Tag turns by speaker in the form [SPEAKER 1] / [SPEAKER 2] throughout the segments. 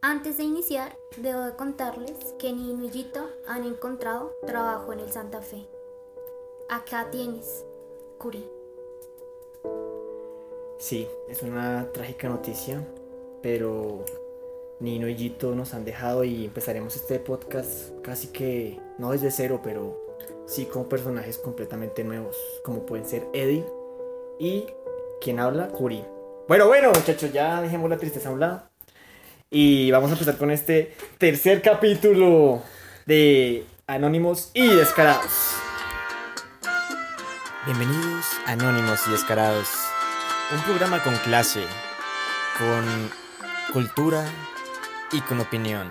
[SPEAKER 1] Antes de iniciar, debo de contarles que Nino y Gito han encontrado trabajo en el Santa Fe. Acá tienes, Curi.
[SPEAKER 2] Sí, es una trágica noticia, pero Nino y Gito nos han dejado y empezaremos este podcast casi que no desde cero, pero sí con personajes completamente nuevos, como pueden ser Eddie y quien habla, Curi. Bueno, bueno, muchachos, ya dejemos la tristeza a un lado. Y vamos a empezar con este tercer capítulo de Anónimos y Descarados.
[SPEAKER 3] Bienvenidos a Anónimos y Descarados, un programa con clase, con cultura y con opinión.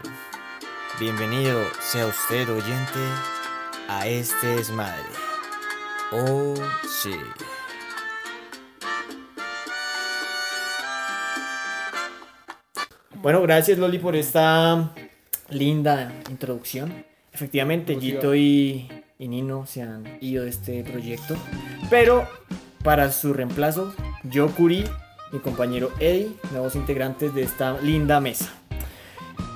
[SPEAKER 3] Bienvenido sea usted oyente a este desmadre. Oh, sí.
[SPEAKER 2] Bueno, gracias Loli por esta linda introducción. Efectivamente, Gito y, y Nino se han ido de este proyecto. Pero para su reemplazo, yo, Curi, mi compañero Eddie, nuevos integrantes de esta linda mesa.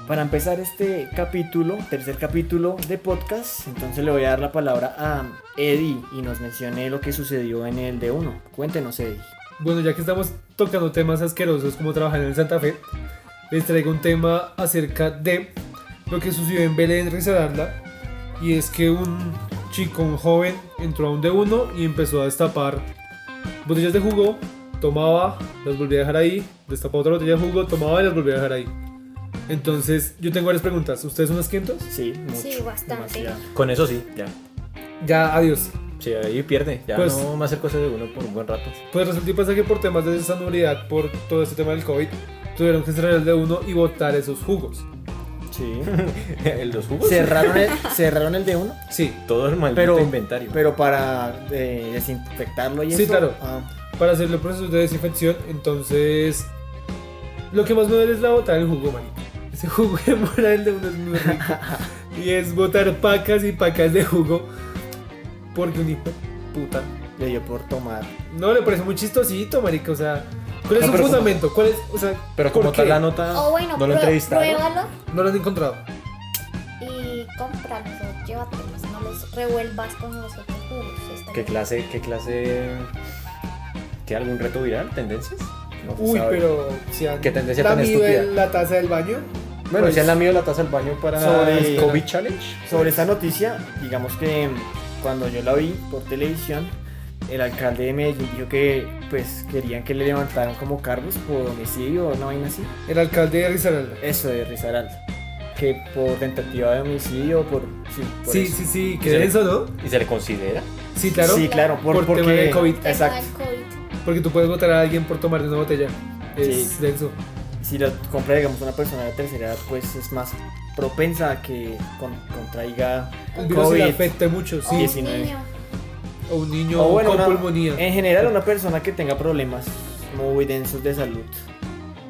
[SPEAKER 2] Para empezar este capítulo, tercer capítulo de podcast, entonces le voy a dar la palabra a Eddie y nos mencione lo que sucedió en el de 1 Cuéntenos, Eddie.
[SPEAKER 4] Bueno, ya que estamos tocando temas asquerosos como trabajar en el Santa Fe, les traigo un tema acerca de lo que sucedió en Belén Risaralda. Y es que un chico, un joven, entró a un de uno y empezó a destapar botellas de jugo, tomaba, las volvía a dejar ahí, destapaba otra botella de jugo, tomaba y las volvía a dejar ahí. Entonces, yo tengo varias preguntas. ¿Ustedes son asquientos?
[SPEAKER 2] Sí, mucho,
[SPEAKER 1] Sí, bastante.
[SPEAKER 2] demasiado.
[SPEAKER 5] Con eso sí, ya.
[SPEAKER 4] Ya, adiós.
[SPEAKER 5] Sí, ahí pierde. Ya
[SPEAKER 4] Pues-
[SPEAKER 5] no me hacer cosas de uno por un buen rato.
[SPEAKER 4] Pues resulta y pasa que por temas de salubridad, por todo este tema del COVID, tuvieron que cerrar el de uno y botar esos jugos.
[SPEAKER 2] Sí.
[SPEAKER 5] Los jugos.
[SPEAKER 2] Cerraron el, cerraron el de uno,
[SPEAKER 4] Sí,
[SPEAKER 5] Todo el maldito
[SPEAKER 2] Pero-
[SPEAKER 5] inventario.
[SPEAKER 2] pero para eh, desinfectarlo y
[SPEAKER 4] Sí,
[SPEAKER 2] eso.
[SPEAKER 4] claro.
[SPEAKER 2] ah,
[SPEAKER 4] para hacer los procesos de desinfección. Entonces, lo que más me duele es la botar el jugo, man. Ese jugo de moral de uno es muy rico. y es botar pacas y pacas de jugo. Porque un hijo de puta.
[SPEAKER 2] le dio por tomar.
[SPEAKER 4] No, le parece muy chistosito, marica. O sea, ¿cuál es
[SPEAKER 5] No,
[SPEAKER 4] su
[SPEAKER 5] pero
[SPEAKER 4] fundamento? ¿Cuál es? O sea,
[SPEAKER 5] pero
[SPEAKER 4] ¿por
[SPEAKER 5] como tal
[SPEAKER 4] qué?
[SPEAKER 5] la nota,
[SPEAKER 1] O Oh, bueno,
[SPEAKER 5] Ah, no lo
[SPEAKER 1] prue-
[SPEAKER 5] entrevistaron.
[SPEAKER 1] pruébalo
[SPEAKER 4] no lo han encontrado.
[SPEAKER 1] y cómpralos o llévatelos. No los revuelvas con los otros jugos. está
[SPEAKER 5] ¿Qué
[SPEAKER 1] bien.
[SPEAKER 5] clase, qué clase, qué algún reto viral, tendencias? No se
[SPEAKER 4] Uy,
[SPEAKER 5] sabe.
[SPEAKER 4] pero si han
[SPEAKER 5] Qué tendencia tan
[SPEAKER 4] lamido
[SPEAKER 5] estúpida.
[SPEAKER 4] el- la taza del baño.
[SPEAKER 5] Bueno,
[SPEAKER 2] Pues-
[SPEAKER 5] ¿se han lamido la taza al baño para
[SPEAKER 2] Sobre-
[SPEAKER 5] el COVID Challenge?
[SPEAKER 2] Sobre esta noticia, digamos que mm, cuando yo la vi por televisión, el alcalde de Medellín dijo que pues querían que le levantaran como cargos por homicidio o una vaina así.
[SPEAKER 4] El alcalde de Risaralda.
[SPEAKER 2] Eso de Risaralda. Que por tentativa de homicidio, por. Sí, por
[SPEAKER 4] Sí,
[SPEAKER 2] eso.
[SPEAKER 4] sí, sí,
[SPEAKER 5] Sí.
[SPEAKER 4] qué denso, ¿no?
[SPEAKER 5] ¿Y se le considera?
[SPEAKER 4] Sí, claro.
[SPEAKER 2] Sí, claro, por,
[SPEAKER 4] por
[SPEAKER 2] porque.
[SPEAKER 4] tema de COVID.
[SPEAKER 1] Tema
[SPEAKER 2] Exacto.
[SPEAKER 1] del COVID.
[SPEAKER 4] Porque tú puedes votar a alguien por tomar de una botella. Es
[SPEAKER 2] Sí.
[SPEAKER 4] denso.
[SPEAKER 2] Si lo compra, digamos, una persona de tercera edad, pues es más propensa a que con- contraiga
[SPEAKER 4] El virus sí le
[SPEAKER 2] COVID.
[SPEAKER 4] afecta mucho,
[SPEAKER 1] O un
[SPEAKER 4] sí.
[SPEAKER 2] sí, no es.
[SPEAKER 1] Oh, niño.
[SPEAKER 4] O un niño
[SPEAKER 2] O bueno, eh.
[SPEAKER 4] con
[SPEAKER 2] una-
[SPEAKER 4] pulmonía.
[SPEAKER 2] En general, una persona que tenga problemas muy densos de salud,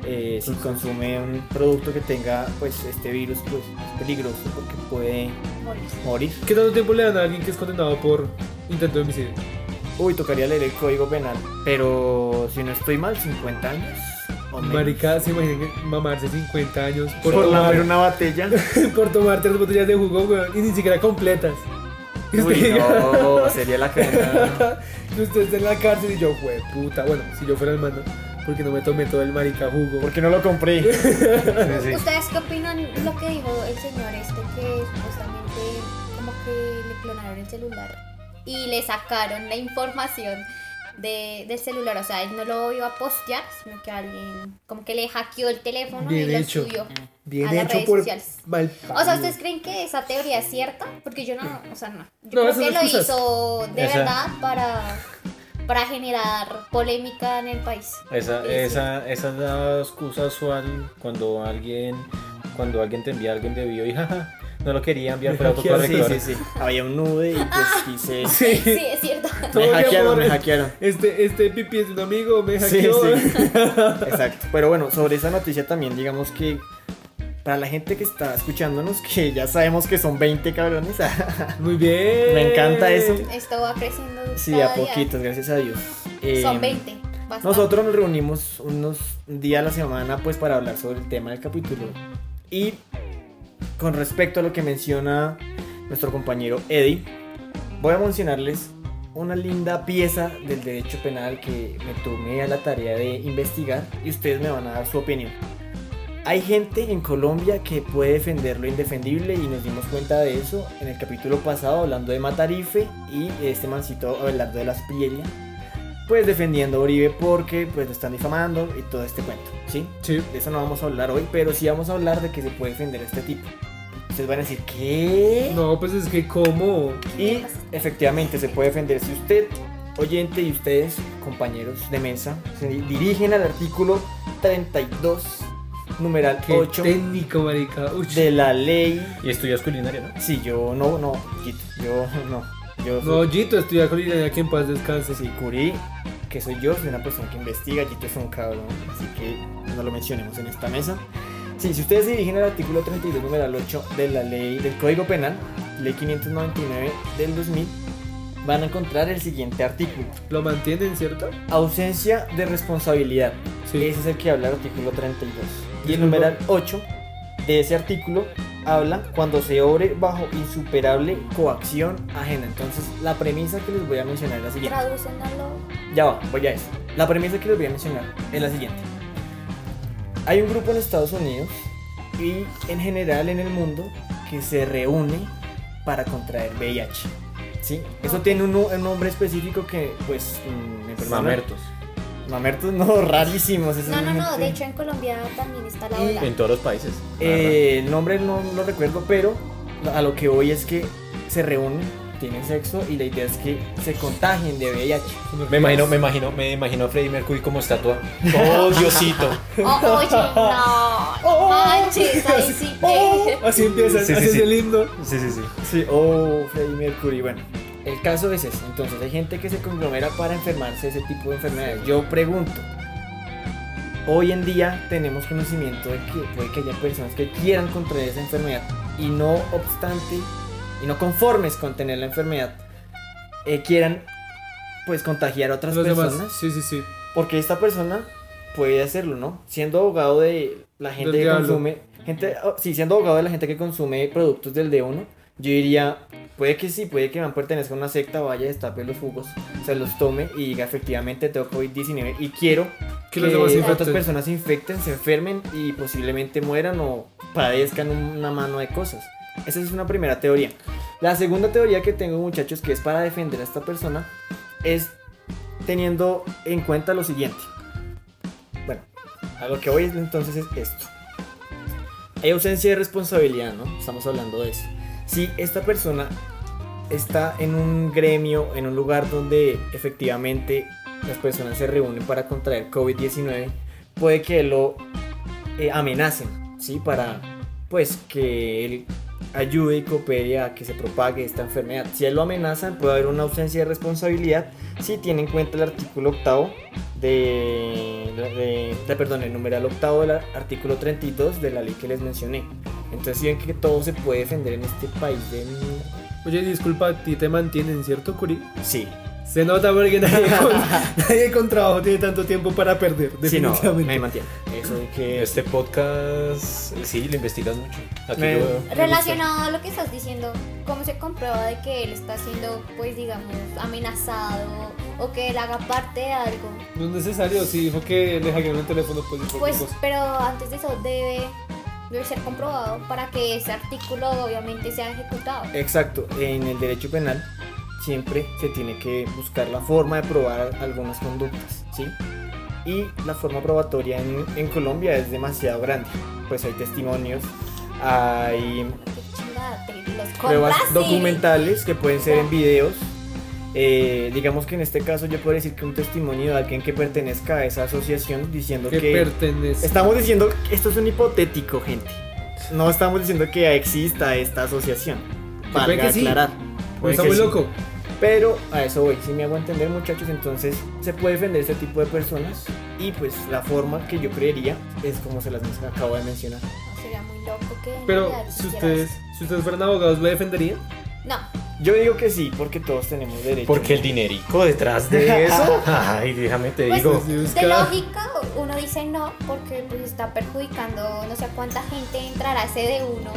[SPEAKER 2] eh, si consume un producto que tenga pues este virus, pues es peligroso porque puede
[SPEAKER 1] morirse.
[SPEAKER 2] morir.
[SPEAKER 4] ¿Qué tanto tiempo le dan a alguien que es condenado por intento de homicidio?
[SPEAKER 2] Uy, tocaría leer el código penal, pero si no estoy mal, 50 años. o menos.
[SPEAKER 4] Marica, se imaginen mamarse 50 años por,
[SPEAKER 2] por, lamer
[SPEAKER 4] tomar,
[SPEAKER 2] una botella.
[SPEAKER 4] por tomar tres botellas de jugo, weón, y ni siquiera completas. Y
[SPEAKER 2] Uy,
[SPEAKER 4] usted,
[SPEAKER 2] no, sería la cagada.
[SPEAKER 4] y usted está en la cárcel y yo, güey, puta. Bueno, si yo fuera el mando, porque no me tomé todo el marica jugo.
[SPEAKER 2] ¿Por qué no lo compré?
[SPEAKER 1] ¿Ustedes qué opinan lo que dijo el señor este que supuestamente como que le clonaron el celular y le sacaron la información de, del celular? O sea, él no lo iba a postear, sino que alguien como que le hackeó el teléfono
[SPEAKER 4] Bien
[SPEAKER 1] y lo
[SPEAKER 4] hecho.
[SPEAKER 1] subió.
[SPEAKER 4] Bien
[SPEAKER 1] a las
[SPEAKER 4] hecho
[SPEAKER 1] redes
[SPEAKER 4] por
[SPEAKER 1] sociales.
[SPEAKER 4] mal.
[SPEAKER 1] O sea, ¿ustedes creen que esa teoría es cierta? Porque yo no, o sea, no.
[SPEAKER 4] No,
[SPEAKER 1] Yo creo
[SPEAKER 4] esas
[SPEAKER 1] que lo
[SPEAKER 4] excusas.
[SPEAKER 1] hizo de
[SPEAKER 5] Esa-
[SPEAKER 1] verdad para, para generar polémica en el país.
[SPEAKER 5] Esa,
[SPEAKER 1] Sí, sí.
[SPEAKER 5] esa, esa es la excusa usual cuando alguien, cuando alguien te envía alguien de bio y jaja, no lo quería enviar por
[SPEAKER 2] Sí,
[SPEAKER 5] autocorrector.
[SPEAKER 2] sí, sí. Había un nude y pues quise.
[SPEAKER 4] Sí.
[SPEAKER 1] Sí, es cierto.
[SPEAKER 2] Me
[SPEAKER 4] Todo
[SPEAKER 2] hackearon,
[SPEAKER 4] bien,
[SPEAKER 2] me
[SPEAKER 4] amor.
[SPEAKER 2] hackearon.
[SPEAKER 4] Este, este pipi es un amigo, me
[SPEAKER 2] Sí,
[SPEAKER 4] hackeó.
[SPEAKER 2] sí. Exacto. Pero bueno, sobre esa noticia también, digamos que para la gente que está escuchándonos, que ya sabemos que son 20 cabrones,
[SPEAKER 4] Muy bien.
[SPEAKER 2] Me encanta eso.
[SPEAKER 1] Esto va creciendo.
[SPEAKER 2] sí,
[SPEAKER 1] cada
[SPEAKER 2] a
[SPEAKER 1] día.
[SPEAKER 2] poquitos, gracias a Dios. Eh,
[SPEAKER 1] Son 20. bastante.
[SPEAKER 2] Nosotros nos reunimos unos días a la semana pues para hablar sobre el tema del capítulo Y con respecto a lo que menciona nuestro compañero Eddie, voy a mencionarles una linda pieza del derecho penal que me tomé a la tarea de investigar y ustedes me van a dar su opinión. Hay gente en Colombia que puede defender lo indefendible y nos dimos cuenta de eso en el capítulo pasado hablando de Matarife y este mancito hablando de las Priella, pues defendiendo a Uribe porque pues lo están difamando y todo este cuento, ¿sí?
[SPEAKER 4] Sí.
[SPEAKER 2] De eso no vamos a hablar hoy, pero sí vamos a hablar de que se puede defender a este tipo. Ustedes van a decir, ¿qué?
[SPEAKER 4] No, pues es que como...
[SPEAKER 2] Y efectivamente se puede defender si usted, oyente, y ustedes, compañeros de mesa, se dirigen al artículo 32, numeral
[SPEAKER 4] Qué
[SPEAKER 2] 8
[SPEAKER 4] técnico, marica. Uy,
[SPEAKER 2] de la ley.
[SPEAKER 5] Y estudias culinaria, ¿no?
[SPEAKER 2] Sí, yo no, no, Quito, yo no. Yo
[SPEAKER 4] No,
[SPEAKER 2] soy
[SPEAKER 4] Gito, estudia con Liliana, que en paz descanse.
[SPEAKER 2] sí, Curí, que soy yo, soy una persona que investiga, Quito es un cabrón, así que no lo mencionemos en esta mesa. Sí, si ustedes se dirigen al artículo 32, numeral 8 de la ley del Código Penal, ley 599 del 2000, van a encontrar el siguiente artículo.
[SPEAKER 4] ¿Lo mantienen, cierto?
[SPEAKER 2] Ausencia de responsabilidad.
[SPEAKER 4] Sí.
[SPEAKER 2] Ese es el que habla el artículo 32. Y el
[SPEAKER 4] Disculpa.
[SPEAKER 2] numeral 8 de ese artículo habla cuando se obre bajo insuperable coacción ajena. Entonces, la premisa que les voy a mencionar es la siguiente.
[SPEAKER 1] Tradúcenlo.
[SPEAKER 2] Ya va, voy a eso. La premisa que les voy a mencionar es la siguiente. Hay un grupo en Estados Unidos y en general en el mundo que se reúne para contraer VIH. ¿Sí? Eso tiene un, nu- un nombre específico que, pues, mm, me perdonan.
[SPEAKER 5] Mamertos.
[SPEAKER 2] Mamertos no, rarísimos. esa
[SPEAKER 1] No, no, no.
[SPEAKER 2] gente.
[SPEAKER 1] De hecho, en Colombia también está la
[SPEAKER 2] Y-
[SPEAKER 1] ola.
[SPEAKER 5] En todos los países.
[SPEAKER 2] Eh, el nombre no lo recuerdo, pero a lo que voy es que se reúnen, tienen sexo y la idea es que se contagien de VIH.
[SPEAKER 5] Me imagino, me imagino, me imagino a Freddie Mercury como estatua. Oh, Diosito.
[SPEAKER 1] Oh, oye, no. Manches, ahí sí. que-
[SPEAKER 4] Así empieza,
[SPEAKER 5] Sí, sí,
[SPEAKER 4] así es
[SPEAKER 5] sí.
[SPEAKER 4] el himno.
[SPEAKER 5] Sí, sí, sí.
[SPEAKER 2] Sí, o Freddie Mercury, bueno. El caso es ese. Entonces, hay gente que se conglomera para enfermarse de ese tipo de enfermedades. Yo pregunto. Hoy en día tenemos conocimiento de que puede que haya personas que quieran contraer esa enfermedad y no obstante y no conformes con tener la enfermedad eh, quieran pues contagiar a otras
[SPEAKER 4] Los
[SPEAKER 2] personas
[SPEAKER 4] demás. Sí, sí, sí.
[SPEAKER 2] porque esta persona puede hacerlo, ¿no? Siendo abogado de la gente
[SPEAKER 4] Del
[SPEAKER 2] que
[SPEAKER 4] diablo.
[SPEAKER 2] consume, gente, oh, sí, siendo abogado de la gente que consume productos del D1, yo diría, puede que sí, puede que man pertenezca a una secta, vaya, destape los jugos, se los tome y diga, efectivamente, tengo COVID-19 y quiero
[SPEAKER 4] Que los demás se
[SPEAKER 2] otras
[SPEAKER 4] infecten.
[SPEAKER 2] personas se infecten, se enfermen y posiblemente mueran o padezcan una mano de cosas. Esa es una primera teoría. La segunda teoría que tengo, muchachos, que es para defender a esta persona, es teniendo en cuenta lo siguiente. Bueno, a lo que voy es, entonces es esto. Hay ausencia de responsabilidad, ¿no? Estamos hablando de eso. Si esta persona está en un gremio, en un lugar donde efectivamente las personas se reúnen para contraer COVID-19, puede que lo eh, amenacen, ¿sí? Para, pues, que él ayude y coopere a que se propague esta enfermedad. Si él lo amenazan, puede haber una ausencia de responsabilidad si tiene en cuenta el artículo octavo de, de- de- perdón, el numeral octavo del ar- artículo 32 de la ley que les mencioné. Entonces, si ven que todo se puede defender en este país de... mierda.
[SPEAKER 4] Oye, disculpa, a ti te mantienen, ¿cierto, Curi?
[SPEAKER 2] Sí,
[SPEAKER 4] Se nota porque nadie con, nadie con trabajo tiene tanto tiempo para perder,
[SPEAKER 2] Sí, no,
[SPEAKER 4] definitivamente.
[SPEAKER 2] me mantiene. Eso de que
[SPEAKER 5] Este podcast, sí, lo investigas mucho. Aquí
[SPEAKER 2] Me-
[SPEAKER 5] lo veo.
[SPEAKER 1] Relacionado a lo que estás diciendo, ¿cómo se comprueba de que él está siendo, pues digamos, amenazado o que él haga parte de algo?
[SPEAKER 4] No es necesario, si dijo que le hackearon el teléfono, pues dijo
[SPEAKER 1] Pues, pero antes de eso debe, debe ser comprobado para que ese artículo obviamente sea ejecutado.
[SPEAKER 2] Exacto, en el derecho penal siempre se tiene que buscar la forma de probar algunas conductas, ¿sí? Y la forma probatoria en, en Colombia es demasiado grande, pues hay testimonios, hay
[SPEAKER 1] Qué chingada, te los
[SPEAKER 2] pruebas
[SPEAKER 1] complace.
[SPEAKER 2] documentales que pueden ser en videos. Eh, digamos que en este caso yo puedo decir que un testimonio de alguien que pertenezca a esa asociación diciendo
[SPEAKER 4] que
[SPEAKER 2] que
[SPEAKER 4] pertenece.
[SPEAKER 2] Estamos diciendo, esto es un hipotético, gente. No estamos diciendo que exista esta asociación. Para
[SPEAKER 4] puede que sí. Pues
[SPEAKER 2] aclarar. Puede
[SPEAKER 4] Está
[SPEAKER 2] que
[SPEAKER 4] muy
[SPEAKER 2] sí.
[SPEAKER 4] loco.
[SPEAKER 2] Pero a eso voy. Si me hago entender, muchachos, entonces se puede defender este tipo de personas. Y pues la forma que yo creería es como se las acabo de mencionar.
[SPEAKER 1] No, Sería muy loco que... en
[SPEAKER 4] Pero
[SPEAKER 1] realidad
[SPEAKER 4] si
[SPEAKER 1] quisieras-
[SPEAKER 4] ustedes, si ustedes fueran abogados, ¿lo defenderían?
[SPEAKER 1] No,
[SPEAKER 2] Yo digo que sí, porque todos tenemos derecho.
[SPEAKER 5] Porque el dinerico detrás de eso. Ay, déjame te
[SPEAKER 1] Pues,
[SPEAKER 5] digo.
[SPEAKER 4] Sí,
[SPEAKER 1] de
[SPEAKER 4] busca-
[SPEAKER 1] lógica, uno dice no porque pues está perjudicando no sé a cuánta gente entrará ese de uno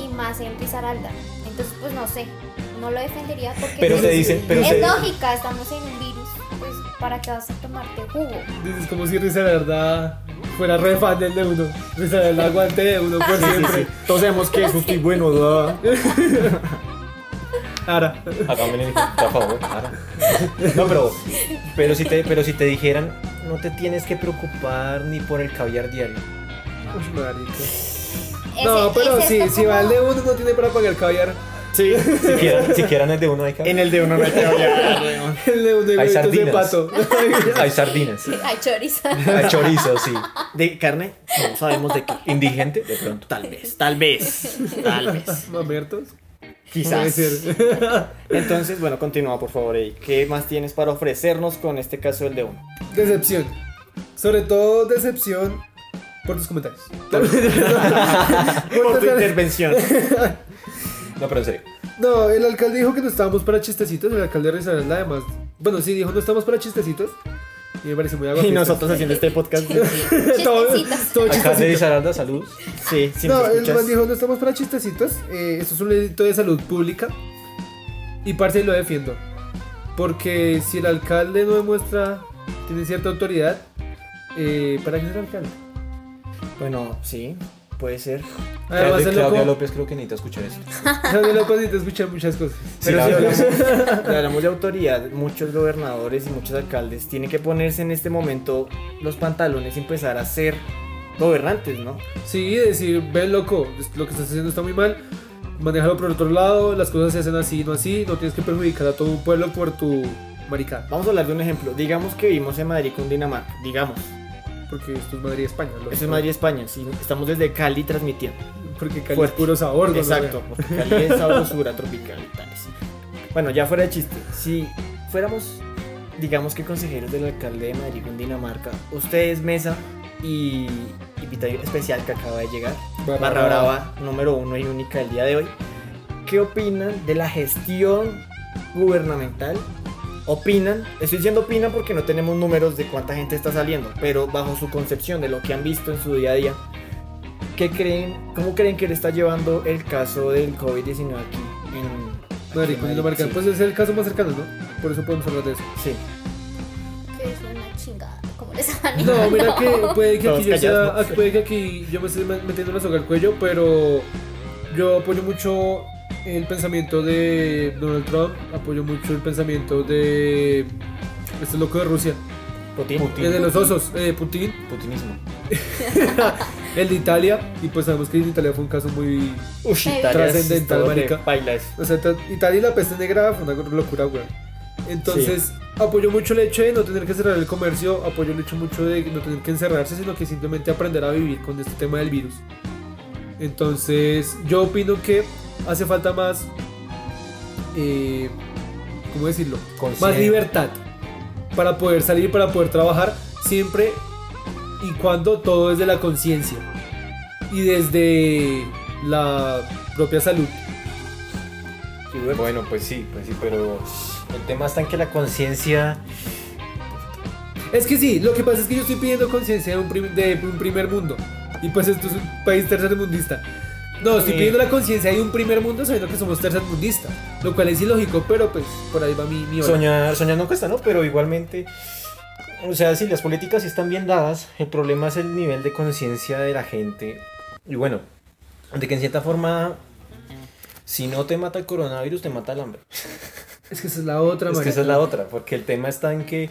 [SPEAKER 1] y más en Pizaralda. Entonces pues no sé, no lo defendería porque
[SPEAKER 5] Pero
[SPEAKER 1] pues,
[SPEAKER 5] se dice, pero
[SPEAKER 1] es
[SPEAKER 5] se
[SPEAKER 1] lógica, estamos en un virus, pues para que vas a tomarte jugo.
[SPEAKER 4] Es como si Rizaralda fuera re fan del de uno. Rizaralda aguante de uno por siempre.
[SPEAKER 2] Todos sabemos que es justo y bueno, ¿verdad?
[SPEAKER 4] Ahora,
[SPEAKER 5] Hágame el por favor. Ara. No, pero, pero, si te, pero si te dijeran, no te tienes que preocupar ni por el caviar diario.
[SPEAKER 4] uy, marica.
[SPEAKER 1] Ese-
[SPEAKER 4] No, pero
[SPEAKER 1] ese
[SPEAKER 4] sí,
[SPEAKER 1] está
[SPEAKER 4] si va el
[SPEAKER 1] como-
[SPEAKER 4] de uno no tiene para pagar caviar.
[SPEAKER 2] Sí.
[SPEAKER 5] Siquiera, siquiera no es de uno hay caviar.
[SPEAKER 2] En el de uno no hay caviar.
[SPEAKER 4] El de uno y huevitos
[SPEAKER 5] Hay
[SPEAKER 4] de
[SPEAKER 5] sardinas.
[SPEAKER 4] pato.
[SPEAKER 5] Hay sardinas,
[SPEAKER 1] Ay, chorizo.
[SPEAKER 5] hay chorizo, sí.
[SPEAKER 2] ¿De carne? No sabemos de qué.
[SPEAKER 5] Indigente, de pronto.
[SPEAKER 2] Tal vez, tal vez, tal vez.
[SPEAKER 4] Mamertos. Puede
[SPEAKER 2] Quizás.
[SPEAKER 4] ser.
[SPEAKER 2] Entonces, bueno, continúa por favor, Eddie. ¿Qué más tienes para ofrecernos con este caso del de uno?
[SPEAKER 4] Decepción. Sobre todo decepción por tus comentarios.
[SPEAKER 2] Por tu intervención.
[SPEAKER 5] No, pero en serio.
[SPEAKER 4] No, el alcalde dijo que no estábamos para chistecitos. El alcalde de Risaralda, además. Bueno, sí, dijo no estamos para chistecitos. Y me parece muy agua.
[SPEAKER 2] Y nosotros haciendo este podcast.
[SPEAKER 4] todo,
[SPEAKER 1] Chistecitos.
[SPEAKER 4] todo
[SPEAKER 5] Acá de
[SPEAKER 4] chistecito.
[SPEAKER 5] Saranda, salud.
[SPEAKER 2] Sí, si
[SPEAKER 4] no,
[SPEAKER 2] nos
[SPEAKER 4] el man
[SPEAKER 2] escuchas.
[SPEAKER 4] dijo, no estamos para chistecitos. eh, esto es un delito de salud pública. Y parte lo defiendo. Porque si el alcalde no demuestra, tiene cierta autoridad, eh, ¿para qué es el alcalde?
[SPEAKER 2] Bueno, sí, puede ser.
[SPEAKER 4] Además,
[SPEAKER 5] Claudia,
[SPEAKER 4] el loco,
[SPEAKER 5] Claudia
[SPEAKER 4] López.
[SPEAKER 5] López creo que necesita escuchar esto.
[SPEAKER 4] Claudio López necesita escuchar muchas cosas.
[SPEAKER 2] Pero si
[SPEAKER 5] la
[SPEAKER 2] hablamos, si hablamos de autoridad, muchos gobernadores y muchos alcaldes tienen que ponerse en este momento los pantalones y empezar a ser gobernantes, ¿no?
[SPEAKER 4] Sí, decir, ven loco, lo que estás haciendo está muy mal. Manéjalo por otro lado, las cosas se hacen así, no así. No tienes que perjudicar a todo un pueblo por tu maricada.
[SPEAKER 2] Vamos a hablar de un ejemplo. Digamos que vivimos en Madrid, Dinamarca. Digamos.
[SPEAKER 4] Porque esto es Madrid, España. loco.
[SPEAKER 2] Eso es Madrid, España. Sí, estamos desde Cali transmitiendo.
[SPEAKER 4] Porque Cali es
[SPEAKER 2] Fuerte.
[SPEAKER 4] puro sabor, no lo
[SPEAKER 2] Exacto, porque Cali es sabrosura tropical y tales. Bueno, ya fuera de chiste, si fuéramos, digamos que consejeros del alcalde de Madrid, Dinamarca, ustedes, mesa y invitado especial que acaba de llegar,
[SPEAKER 4] Barra
[SPEAKER 2] Barra Brava, número uno y única del día de hoy, ¿qué opinan de la gestión gubernamental? Opinan, estoy diciendo opinan porque no tenemos números de cuánta gente está saliendo, pero bajo su concepción de lo que han visto en su día a día, ¿Qué creen, cómo creen que le está llevando el caso del COVID-19 aquí en
[SPEAKER 4] Madrid, con Dinamarca.
[SPEAKER 2] Sí.
[SPEAKER 4] Pues es el caso más cercano, ¿no? Por eso podemos hablar de eso.
[SPEAKER 2] Sí,
[SPEAKER 1] Que es una chingada, como les han
[SPEAKER 4] No, mira que puede que
[SPEAKER 2] Todos
[SPEAKER 4] aquí yo sea, ah,
[SPEAKER 2] callados, ¿no?
[SPEAKER 4] puede que aquí yo me esté ma- metiendo la soga al cuello, pero yo apoyo mucho el pensamiento de Donald Trump, apoyo mucho el pensamiento de este loco de Rusia,
[SPEAKER 2] Putin.
[SPEAKER 4] el de los osos, eh, Putin,
[SPEAKER 5] Putinismo.
[SPEAKER 4] el de Italia, y pues sabemos que en Italia fue un caso muy
[SPEAKER 2] Ush,
[SPEAKER 1] Eh,
[SPEAKER 2] Italia es
[SPEAKER 4] Trascendental,
[SPEAKER 2] todo de
[SPEAKER 4] marica.
[SPEAKER 2] baila eso.
[SPEAKER 4] O sea, ta- Italia y la peste negra fue una locura, güey. Entonces, apoyo mucho el hecho de no tener que cerrar el comercio, apoyo el hecho mucho de no tener que encerrarse, sino que simplemente aprender a vivir con este tema del virus. Entonces, yo opino que hace falta más, eh, ¿cómo decirlo? Más
[SPEAKER 5] Conciencia.
[SPEAKER 4] libertad para poder salir, para poder trabajar, siempre y cuando todo es de la conciencia y desde la propia salud.
[SPEAKER 5] Bueno, pues sí, pues sí, pero el tema está en que la conciencia
[SPEAKER 4] Es que sí, lo que pasa es que yo estoy pidiendo conciencia de, un prim- de un primer mundo. Y pues esto es un país tercermundista. No, estoy
[SPEAKER 2] Sí.
[SPEAKER 4] pidiendo la conciencia de un primer mundo sabiendo que somos tercermundistas. Lo cual es ilógico, pero pues por ahí va mi, mi hora.
[SPEAKER 5] Soñar, soñar no cuesta, ¿no? Pero igualmente, o sea, si las políticas sí están bien dadas, el problema es el nivel de conciencia de la gente. Y bueno, de que en cierta forma, si no te mata el coronavirus, te mata el hambre.
[SPEAKER 4] Es que esa es la otra,
[SPEAKER 5] es que
[SPEAKER 4] marica.
[SPEAKER 5] esa es la otra, porque el tema está en que,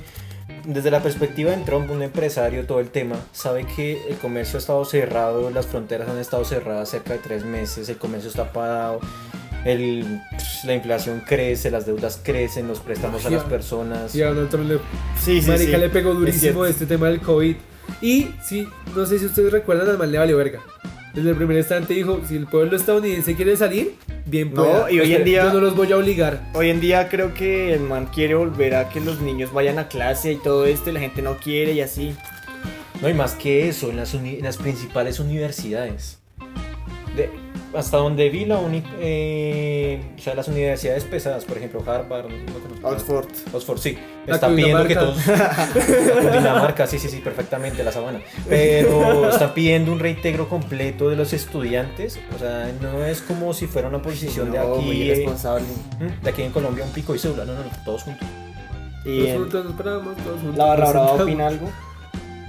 [SPEAKER 5] desde la perspectiva de Trump, un empresario, todo el tema, sabe que el comercio ha estado cerrado, las fronteras han estado cerradas cerca de tres meses, el comercio está parado. El, la inflación crece, las deudas crecen, los préstamos a las personas.
[SPEAKER 4] Y a Donald Trump le
[SPEAKER 2] Sí, sí,
[SPEAKER 4] Marica
[SPEAKER 2] sí.
[SPEAKER 4] le pegó durísimo
[SPEAKER 2] Es
[SPEAKER 4] este tema del COVID. Y sí, no sé si ustedes recuerdan, al mal le valió verga. Desde el primer instante dijo, si el pueblo estadounidense quiere salir, bien
[SPEAKER 2] No,
[SPEAKER 4] pueda. Este,
[SPEAKER 2] y hoy en día-
[SPEAKER 4] Yo no los voy a obligar.
[SPEAKER 2] Hoy en día creo que el man quiere volver a que los niños vayan a clase y todo esto y la gente no quiere y así.
[SPEAKER 5] No, y más que eso, en las, uni- en las principales universidades. De- Hasta donde vi la única, eh, o sea, las universidades pesadas, por ejemplo, Harvard, no sé cómo se llama.
[SPEAKER 6] Oxford.
[SPEAKER 5] Oxford, sí.
[SPEAKER 4] La
[SPEAKER 5] Están pidiendo que todos.
[SPEAKER 4] Cundinamarca.
[SPEAKER 5] Dinamarca, sí, sí, sí, perfectamente, la sabana. Pero están pidiendo un reintegro completo de los estudiantes. O sea, no es como si fuera una posición de
[SPEAKER 2] No, muy
[SPEAKER 5] aquí. eh,
[SPEAKER 2] irresponsable.
[SPEAKER 5] ¿Mm? de aquí en Colombia, un pico y cédula. No, no, no, todos juntos.
[SPEAKER 2] Y
[SPEAKER 4] Todos
[SPEAKER 2] el-
[SPEAKER 4] juntos nos paramos, todos juntos
[SPEAKER 2] la barra
[SPEAKER 4] nos
[SPEAKER 2] brava
[SPEAKER 4] sentamos.
[SPEAKER 2] opina algo.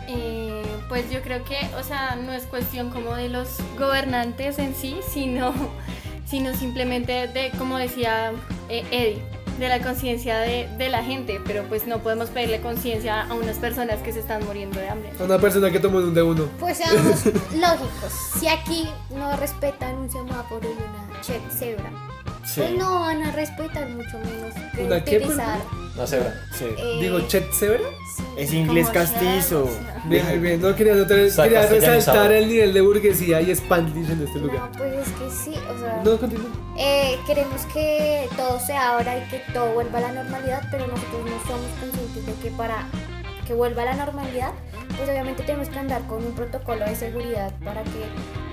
[SPEAKER 7] Eh, pues yo creo que, o sea, no es cuestión como de los gobernantes en sí, sino, sino simplemente de, como decía eh, Eddie, de la conciencia de, de la gente, pero pues no podemos pedirle conciencia a unas personas que se están muriendo de hambre.
[SPEAKER 4] Una persona que tomó un de uno.
[SPEAKER 1] Pues seamos lógicos. Si aquí no respetan un semáforo y una che- cebra, pues no van a respetar mucho menos que
[SPEAKER 4] ¿Una qué,
[SPEAKER 1] utilizar.
[SPEAKER 5] No, cebra.
[SPEAKER 1] eh,
[SPEAKER 4] Digo, Chet Severa.
[SPEAKER 1] sí,
[SPEAKER 2] Es inglés
[SPEAKER 7] Como
[SPEAKER 2] castizo.
[SPEAKER 7] sea, o sea.
[SPEAKER 4] Bien, bien, bien. No quería, notar-
[SPEAKER 5] Está
[SPEAKER 4] quería
[SPEAKER 5] castellanizado.
[SPEAKER 4] resaltar el nivel de burguesía y spandish en este
[SPEAKER 1] No,
[SPEAKER 4] lugar.
[SPEAKER 1] pues es que sí, o sea,
[SPEAKER 4] No, continúa.
[SPEAKER 1] eh, queremos que todo se abra y que todo vuelva a la normalidad, pero nosotros no somos conscientes de que para que vuelva a la normalidad, pues obviamente tenemos que andar con un protocolo de seguridad para que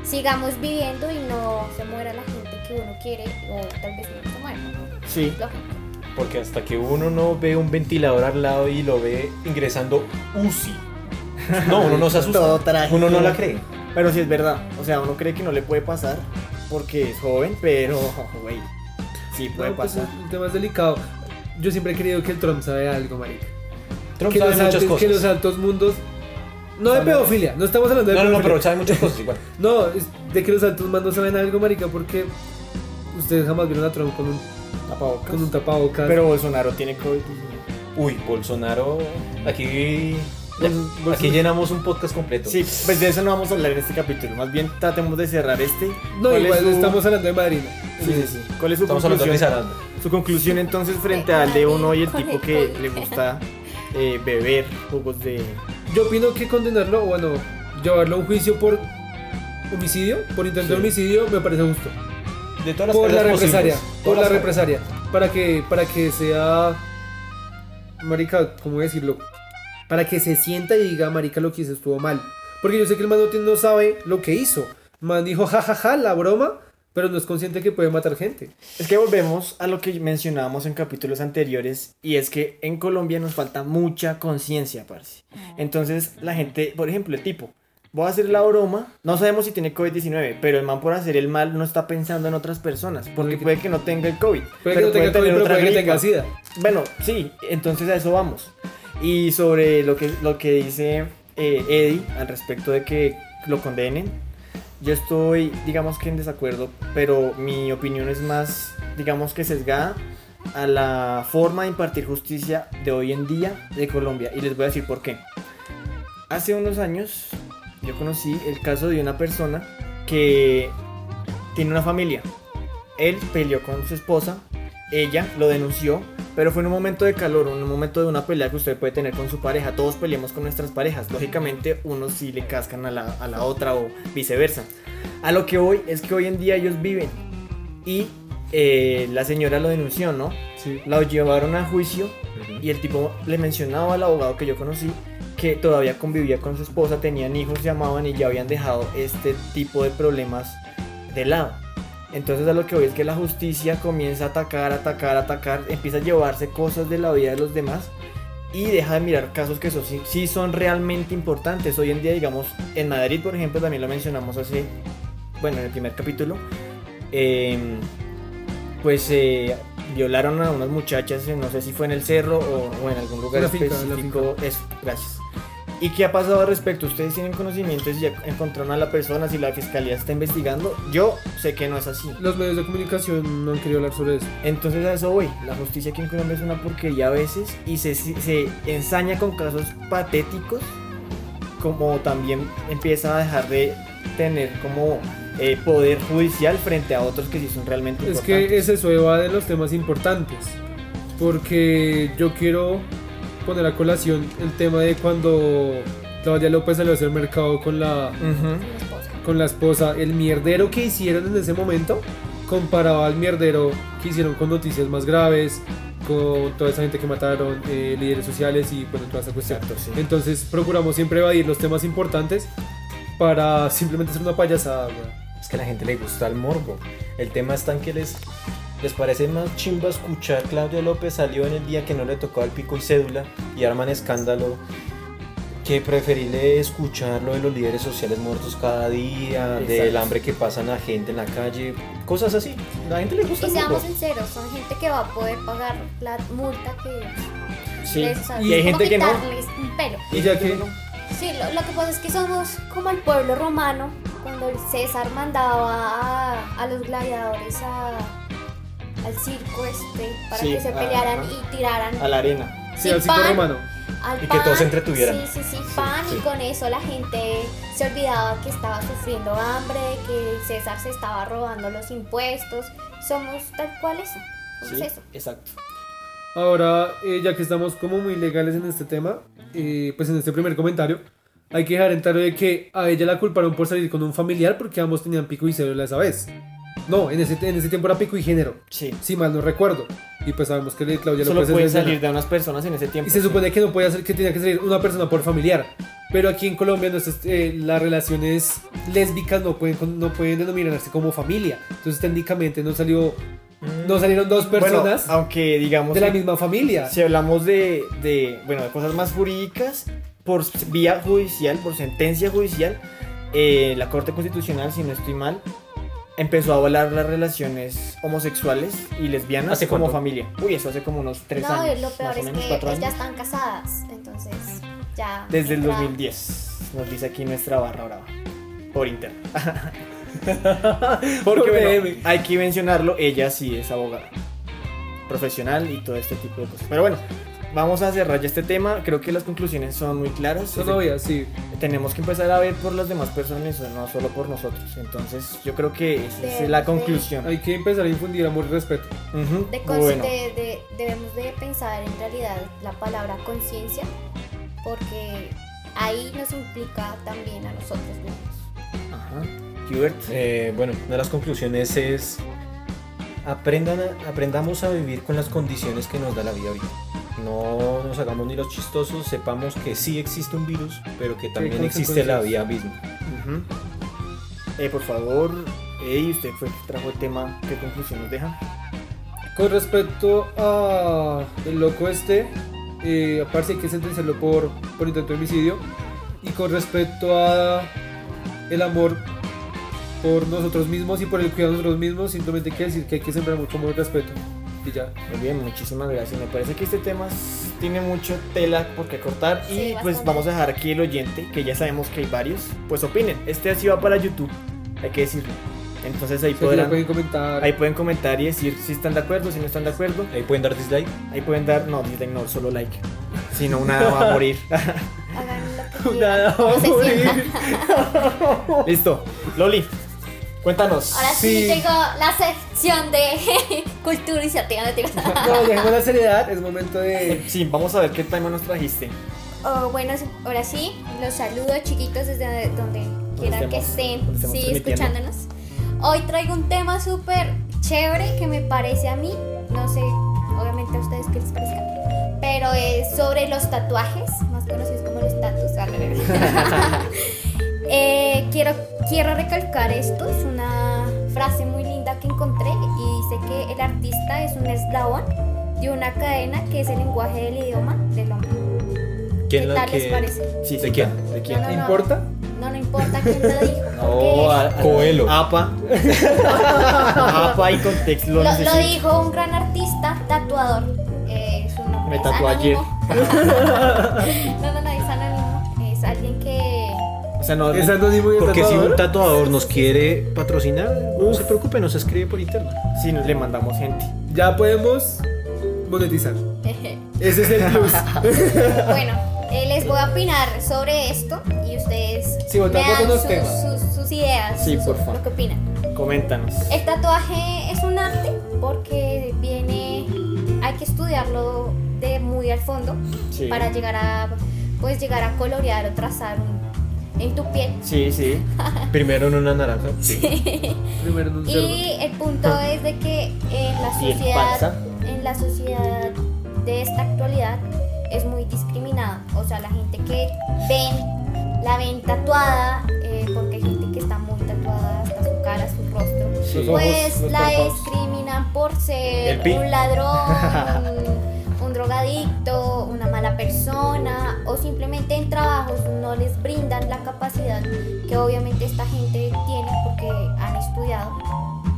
[SPEAKER 1] sigamos viviendo y no se muera la gente que uno quiere o tal vez no se muera. ¿no?
[SPEAKER 2] Sí.
[SPEAKER 1] Lógico.
[SPEAKER 5] Porque hasta que uno no ve un ventilador al lado y lo ve ingresando UCI. No, uno no se
[SPEAKER 2] Todo
[SPEAKER 5] asusta.
[SPEAKER 2] trágico.
[SPEAKER 5] Uno no la cree.
[SPEAKER 2] Pero sí es verdad. O sea, uno cree que no le puede pasar porque es joven, pero, güey, sí puede
[SPEAKER 4] No, pues,
[SPEAKER 2] pasar.
[SPEAKER 4] El tema es delicado. Yo siempre he creído que el Trump sabe algo, marica.
[SPEAKER 5] Trump
[SPEAKER 4] que,
[SPEAKER 5] sabe
[SPEAKER 4] los
[SPEAKER 5] muchas
[SPEAKER 4] altos, que los
[SPEAKER 5] cosas.
[SPEAKER 4] altos mundos. No de
[SPEAKER 5] Sabe-
[SPEAKER 4] pedofilia, no estamos hablando de
[SPEAKER 5] No, no, no,
[SPEAKER 4] pedofilia.
[SPEAKER 5] pero sabe muchas cosas igual.
[SPEAKER 4] No, es de que los altos mandos saben algo, marica, porque ustedes jamás vieron a Trump con un,
[SPEAKER 2] Tapabocas.
[SPEAKER 4] con un tapabocas.
[SPEAKER 2] Pero Bolsonaro tiene COVID. pues,
[SPEAKER 5] Uy, Bolsonaro. Aquí.
[SPEAKER 4] Bol-
[SPEAKER 5] Aquí
[SPEAKER 4] Bolsonaro.
[SPEAKER 5] llenamos un podcast completo.
[SPEAKER 2] Sí, pues de eso no vamos a hablar en este capítulo. Más bien tratemos de cerrar este.
[SPEAKER 4] no,
[SPEAKER 2] ¿Cuál es
[SPEAKER 4] igual
[SPEAKER 2] su-
[SPEAKER 4] estamos hablando de Madrid.
[SPEAKER 2] Sí, sí, sí. ¿Cuál es su
[SPEAKER 5] Estamos hablando de
[SPEAKER 2] conclusión?
[SPEAKER 5] Sarandra.
[SPEAKER 2] Su conclusión entonces frente al de uno y el tipo que le gusta eh, beber jugos de...
[SPEAKER 4] Yo opino que condenarlo, o bueno, llevarlo a un juicio por homicidio, por intento de homicidio, me parece justo.
[SPEAKER 5] De todas las
[SPEAKER 4] por la
[SPEAKER 5] peleas
[SPEAKER 4] represaria,
[SPEAKER 5] posibles.
[SPEAKER 4] por
[SPEAKER 5] Todas
[SPEAKER 4] la
[SPEAKER 5] las-
[SPEAKER 4] represaria, para que para que sea marica, ¿cómo decirlo? Para que se sienta y diga, marica, lo que hice estuvo mal. Porque yo sé que el man no, tiene- no sabe lo que hizo. El man dijo, jajaja, la broma, pero no es consciente que puede matar gente.
[SPEAKER 2] Es que volvemos a lo que mencionábamos en capítulos anteriores y es que en Colombia nos falta mucha conciencia, parce.
[SPEAKER 4] Ah.
[SPEAKER 2] Entonces la gente, por ejemplo, el tipo, voy a hacer la broma, no sabemos si tiene COVID-19, pero el man por hacer el mal no está pensando en otras personas, porque
[SPEAKER 4] que-
[SPEAKER 2] puede que no tenga el COVID,
[SPEAKER 4] Puede que no tenga COVID, pero puede que tenga
[SPEAKER 2] gripa.
[SPEAKER 4] sida.
[SPEAKER 2] Bueno, sí, entonces a eso vamos. Y sobre lo que, lo que dice eh, Eddie al respecto de que lo condenen, yo estoy, digamos que en desacuerdo, pero mi opinión es más, digamos que sesgada a la forma de impartir justicia de hoy en día de Colombia. Y les voy a decir por qué. Hace unos años yo conocí el caso de una persona que tiene una familia. Él peleó con su esposa, ella lo denunció, pero fue en un momento de calor, en un momento de una pelea que usted puede tener con su pareja. Todos peleamos con nuestras parejas. Lógicamente, unos sí le cascan a la, a la otra o viceversa. A lo que hoy es que hoy en día ellos viven. Y eh, la señora lo denunció, ¿no?
[SPEAKER 4] Sí.
[SPEAKER 2] La llevaron a juicio
[SPEAKER 5] Ujú.
[SPEAKER 2] y el tipo le mencionaba al abogado que yo conocí que todavía convivía con su esposa, tenían hijos, se amaban y ya habían dejado este tipo de problemas de lado. Entonces a lo que voy es que la justicia comienza a atacar, atacar, atacar, empieza a llevarse cosas de la vida de los demás y deja de mirar casos que eso sí, sí son realmente importantes. Hoy en día, digamos, en Madrid, por ejemplo, también lo mencionamos hace, bueno, en el primer capítulo, em, pues eh, violaron a unas muchachas, en- no sé si fue en el cerro o, o en algún lugar
[SPEAKER 4] Una finca, una
[SPEAKER 2] específico. Eso, gracias. ¿Y qué ha pasado al respecto? ¿Ustedes tienen conocimientos si ya encontraron a la persona, si la fiscalía está investigando? Yo sé que no es así.
[SPEAKER 4] Los medios de comunicación no han querido hablar sobre eso.
[SPEAKER 2] Entonces a eso voy. La justicia aquí en Colombia es una porquería a veces y se, se ensaña con casos patéticos, como también empieza a dejar de tener como eh, poder judicial frente a otros que sí son realmente
[SPEAKER 4] Es
[SPEAKER 2] importantes.
[SPEAKER 4] que es eso, Eva, de los temas importantes. Porque yo quiero poner a colación el tema de cuando Claudia López salió a hacer mercado con la,
[SPEAKER 2] Ujú.
[SPEAKER 1] Mi esposa.
[SPEAKER 4] con la esposa. El mierdero que hicieron en ese momento comparado al mierdero que hicieron con noticias más graves, con toda esa gente que mataron, eh, líderes sociales y bueno, toda esa cuestión.
[SPEAKER 2] Exacto, sí.
[SPEAKER 4] Entonces procuramos siempre evadir los temas importantes para simplemente hacer una payasada, weón.
[SPEAKER 5] Es que a la gente le gusta el morbo. El tema está en que les, les parece más chimba escuchar Claudio López salió en el día que no le tocó al pico y cédula y arman escándalo que preferirle escuchar lo de los líderes sociales muertos cada día, del
[SPEAKER 2] Exacto.
[SPEAKER 5] hambre que pasan la gente en la calle, cosas así. La gente le gusta
[SPEAKER 1] Y
[SPEAKER 5] el morbo.
[SPEAKER 1] seamos sinceros, son gente que va a poder pagar la multa que
[SPEAKER 2] Sí.
[SPEAKER 1] les- o sea,
[SPEAKER 2] Y hay
[SPEAKER 1] es como
[SPEAKER 2] gente que no.
[SPEAKER 1] quitarles un pelo.
[SPEAKER 4] Y ya que
[SPEAKER 1] Sí, lo, lo que pasa es que somos como el pueblo romano, cuando el César mandaba a, a los gladiadores a, al circo este para
[SPEAKER 2] Sí,
[SPEAKER 1] que se
[SPEAKER 2] ajá.
[SPEAKER 1] pelearan y tiraran
[SPEAKER 2] A la arena.
[SPEAKER 4] sí,
[SPEAKER 1] sin
[SPEAKER 4] al circo
[SPEAKER 1] pan,
[SPEAKER 4] romano.
[SPEAKER 1] al
[SPEAKER 5] Y que
[SPEAKER 1] pan.
[SPEAKER 5] todos se entretuvieran.
[SPEAKER 1] Sí, sí, sí, pan y con eso la gente se olvidaba que estaba sufriendo hambre, que el César se estaba robando los impuestos. Somos tal cual eso. somos
[SPEAKER 2] Sí,
[SPEAKER 1] eso.
[SPEAKER 2] exacto.
[SPEAKER 4] Ahora, eh, ya que estamos como muy legales en este tema, eh, pues en este primer comentario, hay que dejar en claro de que a ella la culparon por salir con un familiar porque ambos tenían pico y cédula esa vez. No, en ese, en ese tiempo era pico y género,
[SPEAKER 2] Sí.
[SPEAKER 4] si mal no recuerdo. Y pues sabemos que le- Claudia
[SPEAKER 2] Solo
[SPEAKER 4] López es
[SPEAKER 2] pueden
[SPEAKER 4] lesbiana.
[SPEAKER 2] salir de unas personas en ese tiempo.
[SPEAKER 4] Y se supone que no podía ser que tenía que salir una persona por familiar. Pero aquí en Colombia no es- eh, las relaciones lésbicas no pueden, con- no pueden denominarse como familia. Entonces técnicamente no salió no salieron dos
[SPEAKER 2] Mm. Bueno,
[SPEAKER 4] personas
[SPEAKER 2] aunque digamos
[SPEAKER 4] de la
[SPEAKER 2] que-
[SPEAKER 4] misma familia.
[SPEAKER 2] Si hablamos de, de, bueno, de cosas más jurídicas, por vía judicial, por sentencia judicial, eh, la Corte Constitucional, si no estoy mal, empezó a avalar las relaciones homosexuales y lesbianas
[SPEAKER 5] ¿Hace
[SPEAKER 2] como
[SPEAKER 5] cuánto?
[SPEAKER 2] familia. Uy, eso hace como unos tres
[SPEAKER 1] no,
[SPEAKER 2] años.
[SPEAKER 1] y lo peor
[SPEAKER 2] más o
[SPEAKER 1] es
[SPEAKER 2] menos,
[SPEAKER 1] que
[SPEAKER 2] cuatro
[SPEAKER 1] ellas ya
[SPEAKER 2] años.
[SPEAKER 1] están casadas, entonces ya.
[SPEAKER 2] Desde el
[SPEAKER 1] entra-
[SPEAKER 2] 2010, nos dice aquí nuestra barra brava. Por internet.
[SPEAKER 4] Por
[SPEAKER 2] Porque bueno,
[SPEAKER 4] DM.
[SPEAKER 2] hay que mencionarlo, ella sí es abogada profesional y todo este tipo de cosas. Pero bueno, vamos a cerrar ya este tema. Creo que las conclusiones son muy claras.
[SPEAKER 4] Son novias, sí.
[SPEAKER 2] Tenemos que empezar a ver por las demás personas, no solo por nosotros. Entonces, yo creo que esa es la
[SPEAKER 1] Sí.
[SPEAKER 2] conclusión.
[SPEAKER 4] Hay que empezar a infundir amor y respeto.
[SPEAKER 2] Ujú,
[SPEAKER 1] de cons-
[SPEAKER 2] bueno,
[SPEAKER 1] de- de- debemos de pensar en realidad la palabra conciencia, porque ahí nos implica también a nosotros mismos.
[SPEAKER 2] ajá. Hubert,
[SPEAKER 5] Eh, bueno, una de las conclusiones es aprendan a- aprendamos a vivir con las condiciones que nos da la vida ahorita. No nos hagamos ni los chistosos, sepamos que sí existe un virus, pero que también existe la vida misma.
[SPEAKER 2] ujú. Eh, por favor, Eddie, usted fue el que trajo el tema. ¿Qué conclusión nos deja?
[SPEAKER 4] Con respecto a el loco este, eh, aparte hay que sentenciarlo por, por intento de homicidio. Y con respecto a el amor por nosotros mismos y por el cuidado de nosotros mismos, simplemente hay que decir que hay que sembrar mucho amor y respeto. Y ya.
[SPEAKER 2] Muy bien, muchísimas gracias. Me parece que este tema s- tiene mucho tela por qué cortar
[SPEAKER 1] Sí,
[SPEAKER 2] y pues
[SPEAKER 1] bastante.
[SPEAKER 2] vamos a dejar aquí el oyente, que ya sabemos que hay varios, pues opinen. Este así va para YouTube, hay que decirlo. Entonces ahí
[SPEAKER 4] Si aquí la
[SPEAKER 2] podrán,
[SPEAKER 4] pueden comentar.
[SPEAKER 2] ahí pueden comentar y decir si están de acuerdo, si no están de acuerdo.
[SPEAKER 5] Ahí pueden dar dislike.
[SPEAKER 2] Ahí pueden dar, no, dislike no, solo like. Si no, una va a morir.
[SPEAKER 1] Hagan lo que quieran,
[SPEAKER 4] Nada,
[SPEAKER 1] como se
[SPEAKER 4] morir.
[SPEAKER 1] sientan.
[SPEAKER 2] Listo. Loli, cuéntanos.
[SPEAKER 1] Ahora sí,
[SPEAKER 4] Sí.
[SPEAKER 1] llegó la sección de cultura y satira. no digo.
[SPEAKER 4] No, dejemos la seriedad, es momento de.
[SPEAKER 2] Sí, vamos a ver qué tema nos trajiste.
[SPEAKER 1] Oh, bueno, ahora sí, los saludo chiquitos desde donde quieran que
[SPEAKER 2] estemos-
[SPEAKER 1] estén,
[SPEAKER 2] donde
[SPEAKER 1] sí,
[SPEAKER 2] estemos transmitiendo.
[SPEAKER 1] escuchándonos. Hoy traigo un tema súper chévere que me parece a mí, no sé, obviamente a ustedes qué les parezca, pero es sobre los tatuajes, más conocidos como los tatus. Eh, quiero, quiero recalcar esto, es una frase muy linda que encontré y dice que el artista es un eslabón de una cadena que es el lenguaje del idioma del hombre. ¿Qué
[SPEAKER 5] ¿Quién la-
[SPEAKER 1] tal les
[SPEAKER 5] qué-
[SPEAKER 1] parece?
[SPEAKER 2] Sí,
[SPEAKER 5] ¿De
[SPEAKER 2] sí,
[SPEAKER 5] quién?
[SPEAKER 2] claro.
[SPEAKER 5] ¿De
[SPEAKER 1] No,
[SPEAKER 5] quién?
[SPEAKER 1] no,
[SPEAKER 4] ¿Te
[SPEAKER 1] no.
[SPEAKER 4] importa?
[SPEAKER 1] No, no importa quién lo dijo.
[SPEAKER 2] No, ah,
[SPEAKER 1] porque
[SPEAKER 2] Oh, a- a-
[SPEAKER 5] Coelho.
[SPEAKER 2] APA. APA y contexto
[SPEAKER 1] lo,
[SPEAKER 2] lo,
[SPEAKER 1] lo
[SPEAKER 2] necesito.
[SPEAKER 1] dijo un gran artista, tatuador. Eh, su nombre
[SPEAKER 2] Me
[SPEAKER 1] es
[SPEAKER 2] tatuó ayer.
[SPEAKER 1] anónimo. no, no, no, es anónimo. Es alguien que.
[SPEAKER 2] O sea, no,
[SPEAKER 4] Es anónimo y
[SPEAKER 5] Porque si
[SPEAKER 4] tatuador.
[SPEAKER 5] un tatuador nos quiere patrocinar, no se preocupe, nos escribe por internet.
[SPEAKER 2] Sí, nos le mandamos gente.
[SPEAKER 4] Ya podemos monetizar. Ese es el plus.
[SPEAKER 1] bueno, eh, les voy a opinar sobre esto y ustedes
[SPEAKER 4] Sí,
[SPEAKER 1] me
[SPEAKER 4] votamos
[SPEAKER 1] dan
[SPEAKER 4] los
[SPEAKER 1] sus,
[SPEAKER 4] temas.
[SPEAKER 1] sus- sus ideas,
[SPEAKER 2] Sí,
[SPEAKER 1] sus-
[SPEAKER 2] por favor.
[SPEAKER 1] lo que opinan.
[SPEAKER 2] Coméntanos.
[SPEAKER 1] El tatuaje es un arte porque viene, hay que estudiarlo de muy al fondo
[SPEAKER 2] Sí.
[SPEAKER 1] para llegar a, pues llegar a colorear o trazar un- en tu piel.
[SPEAKER 2] Sí, sí.
[SPEAKER 5] Primero en una naranja.
[SPEAKER 4] Primero en un cerdo. Ah.
[SPEAKER 1] Y el punto es de que en la
[SPEAKER 2] Piel falsa.
[SPEAKER 1] sociedad, en la sociedad de esta actualidad es muy discriminada. O sea, la gente que ven, la ven tatuada, eh, porque hay gente que está muy tatuada hasta su cara.
[SPEAKER 4] Los ojos,
[SPEAKER 1] pues
[SPEAKER 4] los
[SPEAKER 1] la
[SPEAKER 4] párpados.
[SPEAKER 1] discriminan por ser
[SPEAKER 2] El pi.
[SPEAKER 1] un ladrón, un, un drogadicto, una mala persona o simplemente en trabajos no les brindan la capacidad que obviamente esta gente tiene porque han estudiado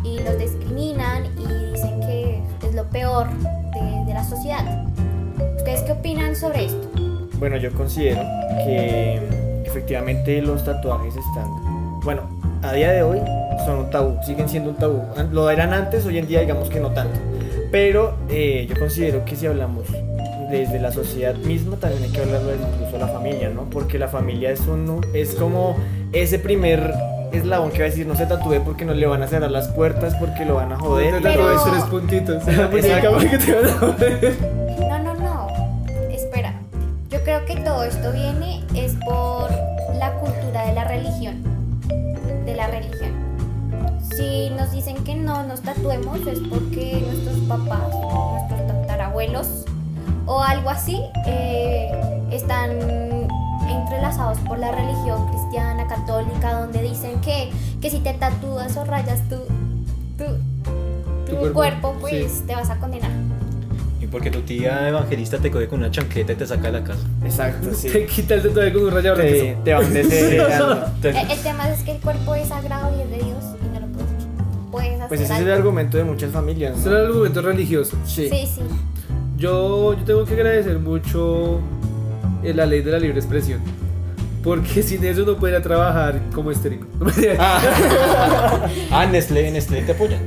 [SPEAKER 1] y los discriminan y dicen que es lo peor de, de la sociedad. ¿Ustedes qué opinan sobre esto?
[SPEAKER 2] Bueno, yo considero que efectivamente los tatuajes están. Bueno, a día de hoy son un tabú, siguen siendo un tabú. An- Lo eran antes, hoy en día digamos que no tanto. Pero eh, yo considero que si hablamos desde la sociedad misma, también hay que hablarlo desde incluso a la familia, ¿no? Porque la familia es, un, es como ese primer eslabón que va a decir no se tatúe porque no le van a cerrar las puertas, porque lo van a joder.
[SPEAKER 4] Te
[SPEAKER 1] Pero-
[SPEAKER 4] tatuas tres puntitos. en la muñeca
[SPEAKER 2] Exacto.
[SPEAKER 4] para que te van a joder.
[SPEAKER 1] No, no, no. Espera. Yo creo que todo esto viene es por la cultura de la religión. De la religión. Si nos dicen que no nos tatuemos es porque nuestros papás, nuestros tatarabuelos o algo así eh, están entrelazados por la religión cristiana, católica, donde dicen que, que si te tatúas o rayas tu, tu,
[SPEAKER 4] Tu
[SPEAKER 1] tu
[SPEAKER 4] cuerpo,
[SPEAKER 1] cuerpo, pues te vas a condenar.
[SPEAKER 5] Y porque tu tía evangelista te coge con una chancleta y te saca de la casa.
[SPEAKER 2] Exacto, sí.
[SPEAKER 4] Te quita el tatuaje con un rayado.
[SPEAKER 2] Te, te van desheredando.
[SPEAKER 5] Te-
[SPEAKER 1] Eh, El, el tema es que el cuerpo es sagrado y es de Dios y no lo puedes, puedes hacer.
[SPEAKER 2] Pues ese es el
[SPEAKER 1] algo.
[SPEAKER 2] argumento de muchas familias.
[SPEAKER 4] Ese
[SPEAKER 2] ¿no?
[SPEAKER 4] era el argumento religioso.
[SPEAKER 2] Sí.
[SPEAKER 1] Sí, sí.
[SPEAKER 4] Yo, yo tengo que agradecer mucho eh, la ley de la libre expresión. Porque sin eso no pudiera trabajar como stream.
[SPEAKER 5] Ah, Nestlé, Nestlé te apoya.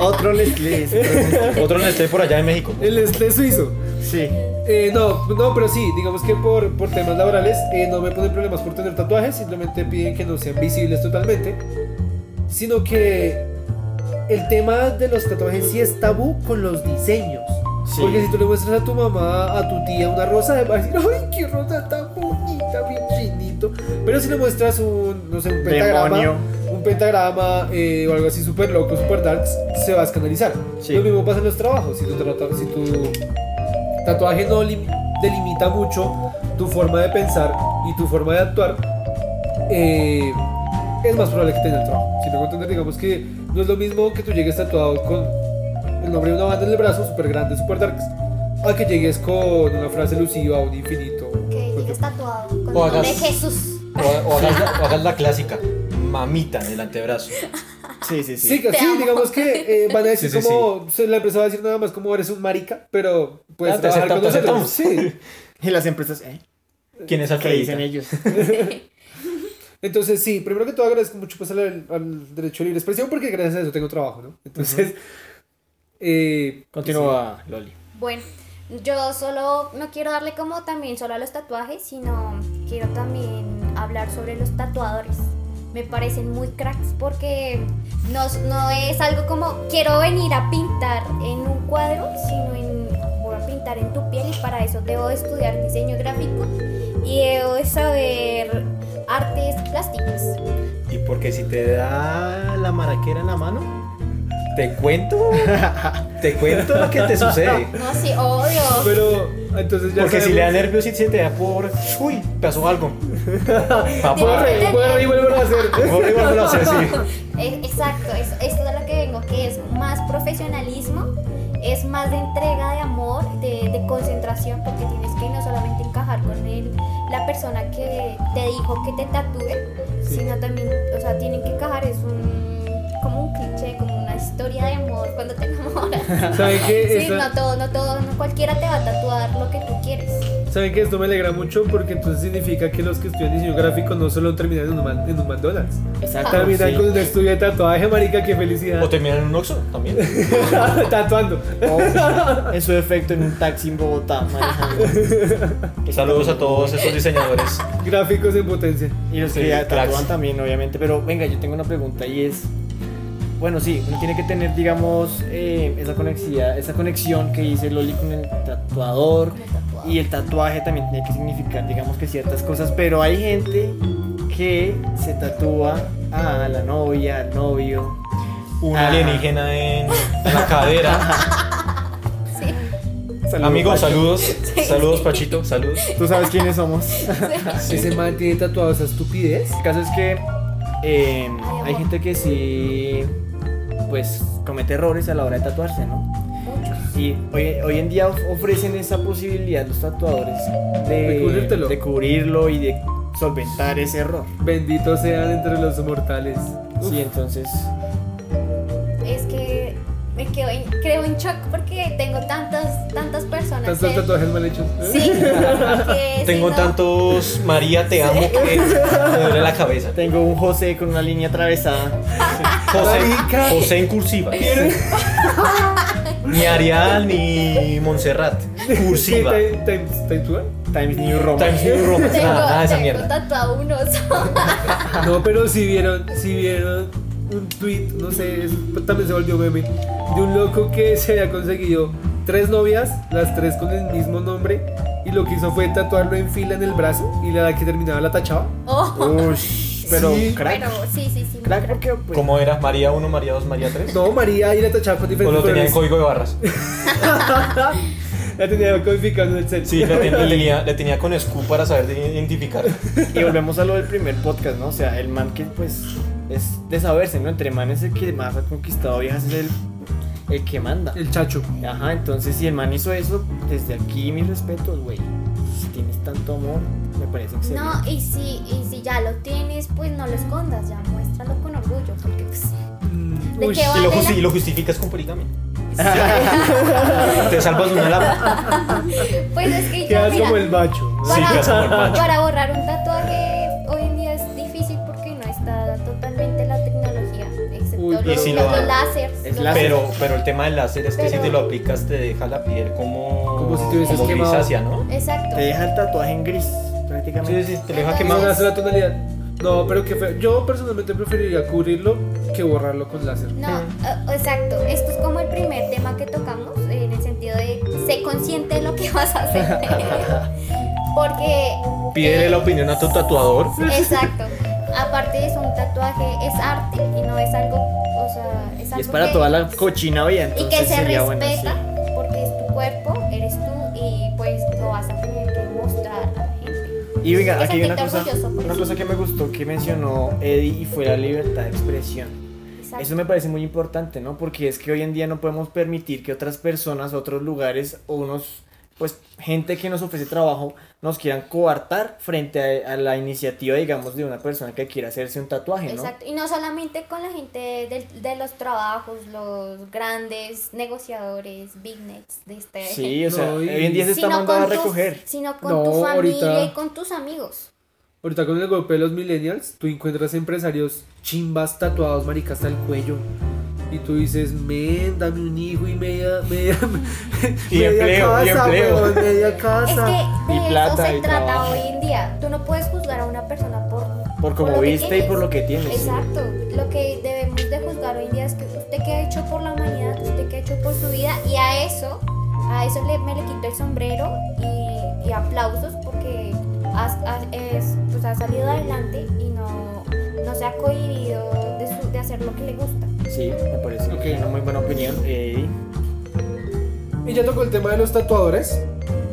[SPEAKER 2] Otro Nestlé. otro Nestlé.
[SPEAKER 5] Otro Nestlé por allá de México.
[SPEAKER 4] El este suizo.
[SPEAKER 2] Sí.
[SPEAKER 4] Eh, no, no, pero sí, digamos que por, por temas laborales eh, no me ponen problemas por tener tatuajes, simplemente piden que no sean visibles totalmente, sino que el tema de los tatuajes sí es tabú con los diseños.
[SPEAKER 2] Sí.
[SPEAKER 4] Porque si tú le muestras a tu mamá, a tu tía una rosa, va a decir, ¡ay, qué rosa tan bonita, bien chinito! Pero si le muestras un, no sé, un pentagrama,
[SPEAKER 2] Demonio.
[SPEAKER 4] un pentagrama eh, o algo así súper loco, súper dark, se va a escandalizar.
[SPEAKER 2] Sí.
[SPEAKER 4] Lo mismo pasa en los trabajos. Si tu, trata- si tu tatuaje no lim- delimita mucho tu forma de pensar y tu forma de actuar, eh, es más probable que te den el trabajo. Si me hago entender, digamos que no es lo mismo que tú llegues tatuado con el nombre de una banda en el brazo, súper grande, súper darks, a que llegues con una frase elusiva, un infinito.
[SPEAKER 1] Que llegues tatuado con el
[SPEAKER 5] O
[SPEAKER 1] nombre de
[SPEAKER 5] hagas-
[SPEAKER 1] Jesús.
[SPEAKER 5] O, o hagas la, o hagas la clásica. Mamita en el antebrazo.
[SPEAKER 2] Sí, sí, sí.
[SPEAKER 4] Sí, que-
[SPEAKER 1] Te
[SPEAKER 4] sí,
[SPEAKER 1] amo.
[SPEAKER 4] digamos que eh, van a decir
[SPEAKER 5] Sí, sí,
[SPEAKER 4] como, se- la empresa va a decir nada más como eres un marica, pero puedes
[SPEAKER 5] Ah, te
[SPEAKER 4] trabajar con
[SPEAKER 5] aceptamos,
[SPEAKER 4] nosotros. Sí.
[SPEAKER 2] Y las empresas, ¿eh?
[SPEAKER 5] ¿Quién es
[SPEAKER 2] ¿Qué dicen
[SPEAKER 5] Alfredita?
[SPEAKER 2] ellos?
[SPEAKER 4] Entonces, sí, primero que todo agradezco mucho pues, al, al derecho a libre expresión porque gracias a eso tengo trabajo, ¿no? Entonces, eh,
[SPEAKER 2] Continúa, Loli.
[SPEAKER 1] Bueno, yo solo no quiero darle como también solo a los tatuajes, sino quiero también hablar sobre los tatuadores. Me parecen muy cracks porque no, no es algo como quiero venir a pintar en un cuadro, sino en voy a pintar en tu piel y para eso debo estudiar diseño gráfico y debo saber artes plásticas.
[SPEAKER 5] Y porque si te da la maraquera en la mano, te cuento. Te cuento lo que te sucede.
[SPEAKER 1] No, sí, obvio.
[SPEAKER 4] pero entonces ya
[SPEAKER 5] Porque si
[SPEAKER 4] sabemos-
[SPEAKER 5] le da nervios y se te da por. Uy, pasó algo.
[SPEAKER 4] Puedo
[SPEAKER 5] Papá,
[SPEAKER 4] reír, puedo reír, vuelvo a hacer.
[SPEAKER 5] por arriba no lo hace así.
[SPEAKER 1] Eh, Exacto, es, es de lo que vengo, que es más profesionalismo, es más de entrega de amor, de, de concentración, porque tienes que no solamente encajar con el- la persona que te dijo que te tatúe, sino también, o sea, tienen que encajar, es un, como un cliché, como una historia de amor cuando te enamoras.
[SPEAKER 4] ¿Saben qué?
[SPEAKER 1] Sí,
[SPEAKER 4] Esa-
[SPEAKER 1] no todo, no todo, no cualquiera te va a tatuar lo que tú quieres.
[SPEAKER 4] ¿Saben qué? Esto me alegra mucho porque entonces significa que los que estudian diseño gráfico no solo terminan en un, man- en un McDonald's,
[SPEAKER 1] Ah,
[SPEAKER 2] Exacto.
[SPEAKER 4] terminan
[SPEAKER 2] sí.
[SPEAKER 4] con un estudio de tatuaje, marica, qué
[SPEAKER 5] O
[SPEAKER 4] felicidad.
[SPEAKER 5] terminan en un oxo también.
[SPEAKER 4] Tatuando.
[SPEAKER 2] O, Oh, en su efecto en un taxi en Bogotá. manejando.
[SPEAKER 5] Saludos a todos esos diseñadores.
[SPEAKER 4] Gráficos en potencia.
[SPEAKER 2] Y los
[SPEAKER 5] Sí,
[SPEAKER 2] que ya tatúan
[SPEAKER 5] cracks.
[SPEAKER 2] también, obviamente. Pero venga, yo tengo una pregunta y es. Bueno, sí, uno tiene que tener, digamos, eh, esa, conexidad, esa conexión que dice Loli con el tatuador.
[SPEAKER 1] como tatuador.
[SPEAKER 2] Y el tatuaje también tiene que significar, digamos que ciertas cosas, pero hay gente que se tatúa a la novia, al novio.
[SPEAKER 5] Un
[SPEAKER 2] Ah.
[SPEAKER 5] alienígena en, en la cadera.
[SPEAKER 1] Sí.
[SPEAKER 5] Amigos,
[SPEAKER 2] Pacho.
[SPEAKER 5] saludos. Saludos, Pachito. Saludos.
[SPEAKER 2] Tú sabes quiénes somos.
[SPEAKER 4] Ese man tiene tatuado esa estupidez.
[SPEAKER 2] El caso es que eh, hay gente que sí, pues comete errores a la hora de tatuarse, ¿no?
[SPEAKER 1] Muchos.
[SPEAKER 2] Y hoy, hoy en día of- ofrecen esa posibilidad los tatuadores de,
[SPEAKER 4] De cubrírtelo.
[SPEAKER 2] de cubrirlo y de solventar ese error.
[SPEAKER 4] Benditos sean entre los mortales. Uf,
[SPEAKER 2] Sí, entonces,
[SPEAKER 1] Es que me quedo en, creo en shock porque tengo tantas, tantas personas.
[SPEAKER 4] Tantos
[SPEAKER 1] que-
[SPEAKER 4] tatuajes mal hechos. ¿Eh?
[SPEAKER 1] Sí, que
[SPEAKER 5] Tengo
[SPEAKER 1] si no-
[SPEAKER 5] tantos María te amo que me duele la cabeza.
[SPEAKER 2] tengo un José con una línea atravesada.
[SPEAKER 5] José, José en cursiva. Ni Arial ni Montserrat. Cursiva.
[SPEAKER 4] ¿Qué, te- te- te tatúan?
[SPEAKER 2] Times New Roman.
[SPEAKER 5] Times New Roman.
[SPEAKER 1] Tengo,
[SPEAKER 5] Nada, nada de Ah, esa
[SPEAKER 1] tengo
[SPEAKER 5] mierda.
[SPEAKER 1] tatuado unos.
[SPEAKER 4] No, pero si vieron, si vieron un tweet, no sé, eso también se volvió meme, de un loco que se había conseguido tres novias, las tres con el mismo nombre, y lo que hizo fue tatuarlo en fila en el brazo y la que terminaba la tachaba.
[SPEAKER 1] Oh,
[SPEAKER 2] Ush, pero
[SPEAKER 4] Sí.
[SPEAKER 2] crack.
[SPEAKER 1] Pero sí, sí, sí.
[SPEAKER 2] crack porque pues,
[SPEAKER 5] ¿Cómo era? ¿María 1, María 2, María 3?
[SPEAKER 4] No, María y la tachaba con
[SPEAKER 5] ¿O
[SPEAKER 1] Pues,
[SPEAKER 4] diferentes
[SPEAKER 5] lo tenía en
[SPEAKER 4] colores.
[SPEAKER 5] código de barras?
[SPEAKER 4] La tenía codificada en el set.
[SPEAKER 5] Sí, le, ten- le tenía, le tenía con scoop para saber de- identificar.
[SPEAKER 2] Y volvemos a lo del primer podcast, ¿no? O sea, el man que pues es de saberse, ¿no? Entre man es el que más ha conquistado viejas, es el, el que manda.
[SPEAKER 4] El chacho.
[SPEAKER 2] Ajá, entonces si el man hizo eso, desde aquí mis respetos, güey. Si tienes tanto amor, me parece excelente.
[SPEAKER 1] No, y si, y si ya lo tienes, pues no lo escondas, ya muéstralo con orgullo, porque pues,
[SPEAKER 4] Mm,
[SPEAKER 1] ¿de
[SPEAKER 4] uy,
[SPEAKER 1] qué
[SPEAKER 5] Y lo,
[SPEAKER 1] vale
[SPEAKER 5] justi-
[SPEAKER 1] la-
[SPEAKER 5] y lo justificas con poligamia. Te salvas una lapa.
[SPEAKER 1] Pues es que yo,
[SPEAKER 4] Quedas
[SPEAKER 1] mira,
[SPEAKER 4] como el macho.
[SPEAKER 5] Sí,
[SPEAKER 1] para,
[SPEAKER 5] quedas como el macho.
[SPEAKER 1] para borrar un tatuaje hoy en día es difícil porque no está totalmente la tecnología, excepto
[SPEAKER 4] Uy,
[SPEAKER 1] los,
[SPEAKER 5] y si lo
[SPEAKER 1] los
[SPEAKER 5] hago.
[SPEAKER 1] láseres.
[SPEAKER 2] Es
[SPEAKER 1] los-
[SPEAKER 2] láser.
[SPEAKER 5] Pero, pero el tema del láser es que si
[SPEAKER 1] Pero-
[SPEAKER 5] te lo aplicas te deja la piel como,
[SPEAKER 4] Como si te hubieses
[SPEAKER 5] como
[SPEAKER 4] quemado.
[SPEAKER 5] grisácea, ¿no?
[SPEAKER 1] Exacto.
[SPEAKER 2] Te deja el tatuaje en gris, prácticamente.
[SPEAKER 5] Sí, sí, te lo deja
[SPEAKER 4] Más
[SPEAKER 5] quemado.
[SPEAKER 4] hace la tonalidad. No, pero que feo. Yo personalmente preferiría cubrirlo que borrarlo con láser.
[SPEAKER 1] No,
[SPEAKER 2] Ah.
[SPEAKER 1] eh, exacto. Esto es como el primer tema que tocamos en el sentido de sé consciente de lo que vas a hacer. Porque
[SPEAKER 5] Pídele la opinión a tu tatuador.
[SPEAKER 1] Exacto. Aparte es un tatuaje, es arte y no es algo, o sea, es algo
[SPEAKER 2] Y es para
[SPEAKER 1] que,
[SPEAKER 2] toda la cochina vida,
[SPEAKER 1] y
[SPEAKER 2] entonces
[SPEAKER 1] que se
[SPEAKER 2] sería
[SPEAKER 1] respeta
[SPEAKER 2] bueno. sí.
[SPEAKER 1] porque es tu cuerpo, eres tú y pues lo vas a tener que mostrar a la gente.
[SPEAKER 2] Y venga,
[SPEAKER 1] Que
[SPEAKER 2] aquí hay una
[SPEAKER 1] sentirte
[SPEAKER 2] cosa,
[SPEAKER 1] orgulloso por
[SPEAKER 2] una
[SPEAKER 1] eso.
[SPEAKER 2] cosa que me gustó que mencionó Eddie y fue la libertad de expresión.
[SPEAKER 1] Exacto.
[SPEAKER 2] Eso me parece muy importante, ¿no? Porque es que hoy en día no podemos permitir que otras personas, otros lugares o unos, pues, gente que nos ofrece trabajo nos quieran coartar frente a, a la iniciativa, digamos, de una persona que quiera hacerse un tatuaje, ¿no?
[SPEAKER 1] Exacto. Y no solamente con la gente del- de, los trabajos, los grandes negociadores, big nets de este.
[SPEAKER 2] Sí, o sea,
[SPEAKER 4] No, y-
[SPEAKER 2] hoy en día se está
[SPEAKER 1] Sino
[SPEAKER 2] mandando
[SPEAKER 1] con
[SPEAKER 2] a
[SPEAKER 1] tus-
[SPEAKER 2] recoger.
[SPEAKER 1] Sino con
[SPEAKER 4] No,
[SPEAKER 1] tu familia
[SPEAKER 4] ahorita-
[SPEAKER 1] y con tus amigos.
[SPEAKER 4] Ahorita con el golpe de los millennials, tú encuentras empresarios chimbas tatuados, maricas hasta el cuello. Y tú dices, men, dame un hijo y media, media,
[SPEAKER 5] Y empleo, y empleo.
[SPEAKER 4] weón, media casa.
[SPEAKER 1] Es que de
[SPEAKER 2] y
[SPEAKER 1] eso
[SPEAKER 2] plata
[SPEAKER 1] se
[SPEAKER 2] y
[SPEAKER 1] trata
[SPEAKER 2] trabajo.
[SPEAKER 1] hoy en día. Tú no puedes juzgar a una persona por,
[SPEAKER 2] Por como
[SPEAKER 1] lo que
[SPEAKER 2] viste y
[SPEAKER 1] tienes.
[SPEAKER 2] por lo que tienes.
[SPEAKER 1] Exacto. Lo que debemos de juzgar hoy en día es que usted que ha hecho por la humanidad, usted que ha hecho por su vida y a eso, a eso le, me le quito el sombrero y, y aplausos porque has- has- es- pues, ha salido adelante y no, no se ha cohibido de, su- de hacer lo que le gusta.
[SPEAKER 2] Sí, me parece
[SPEAKER 4] Ok.
[SPEAKER 2] una muy buena opinión, Eddie.
[SPEAKER 4] Y ya tocó el tema de los tatuadores.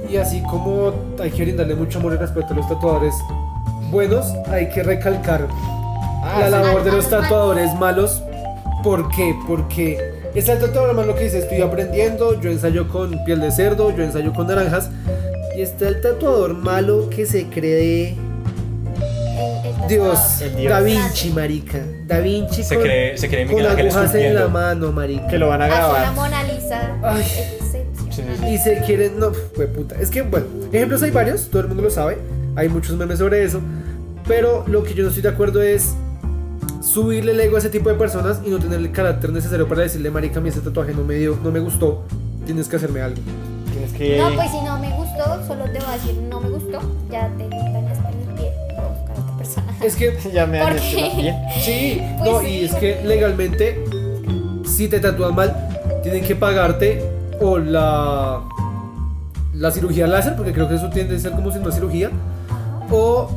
[SPEAKER 4] Y así como hay que brindarle mucho amor y respeto a los tatuadores buenos, hay que recalcar
[SPEAKER 5] Ah,
[SPEAKER 4] la labor de los tatuadores malos. ¿Por qué? Porque es el tatuador malo que dice, estoy aprendiendo, yo ensayo con piel de cerdo, yo ensayo con naranjas. Y está el tatuador malo que se cree
[SPEAKER 1] El- el
[SPEAKER 4] Dios,
[SPEAKER 1] tatuador.
[SPEAKER 2] Ah, El Dios.
[SPEAKER 4] Da Vinci, marica. Da Vinci
[SPEAKER 5] Se
[SPEAKER 4] con,
[SPEAKER 5] cree, se cree
[SPEAKER 4] con
[SPEAKER 5] Miguel Ángel
[SPEAKER 4] agujas en la
[SPEAKER 5] esculpiendo.
[SPEAKER 4] mano, marica.
[SPEAKER 2] Que lo van a
[SPEAKER 1] Hace la
[SPEAKER 2] grabar.
[SPEAKER 1] Mona Lisa.
[SPEAKER 4] Ay.
[SPEAKER 1] excepcional.
[SPEAKER 5] Sí, sí, sí.
[SPEAKER 4] y se quieren, no, fue puta. Es que, bueno, ejemplos hay varios, todo el mundo lo sabe, hay muchos memes sobre eso, pero lo que yo no estoy de acuerdo es subirle el ego a ese tipo de personas y no tener el carácter necesario para decirle, marica, a mí ese tatuaje no me dio, no me gustó, tienes que hacerme algo.
[SPEAKER 2] Tienes que.
[SPEAKER 1] No, pues si no me gustó, solo te voy a decir no me gustó. Ya te dañaste en el pie. Voy a buscar a otra persona.
[SPEAKER 4] Es que,
[SPEAKER 2] ya me
[SPEAKER 1] ¿Por
[SPEAKER 2] han hecho
[SPEAKER 1] qué?
[SPEAKER 2] la piel.
[SPEAKER 4] sí,
[SPEAKER 1] Pues
[SPEAKER 4] no,
[SPEAKER 1] sí,
[SPEAKER 4] y es
[SPEAKER 1] porque-
[SPEAKER 4] que legalmente, si te tatúan mal, tienen que pagarte o la, la cirugía láser, porque creo que eso tiende a ser como si no es cirugía,
[SPEAKER 1] Ajá.
[SPEAKER 4] o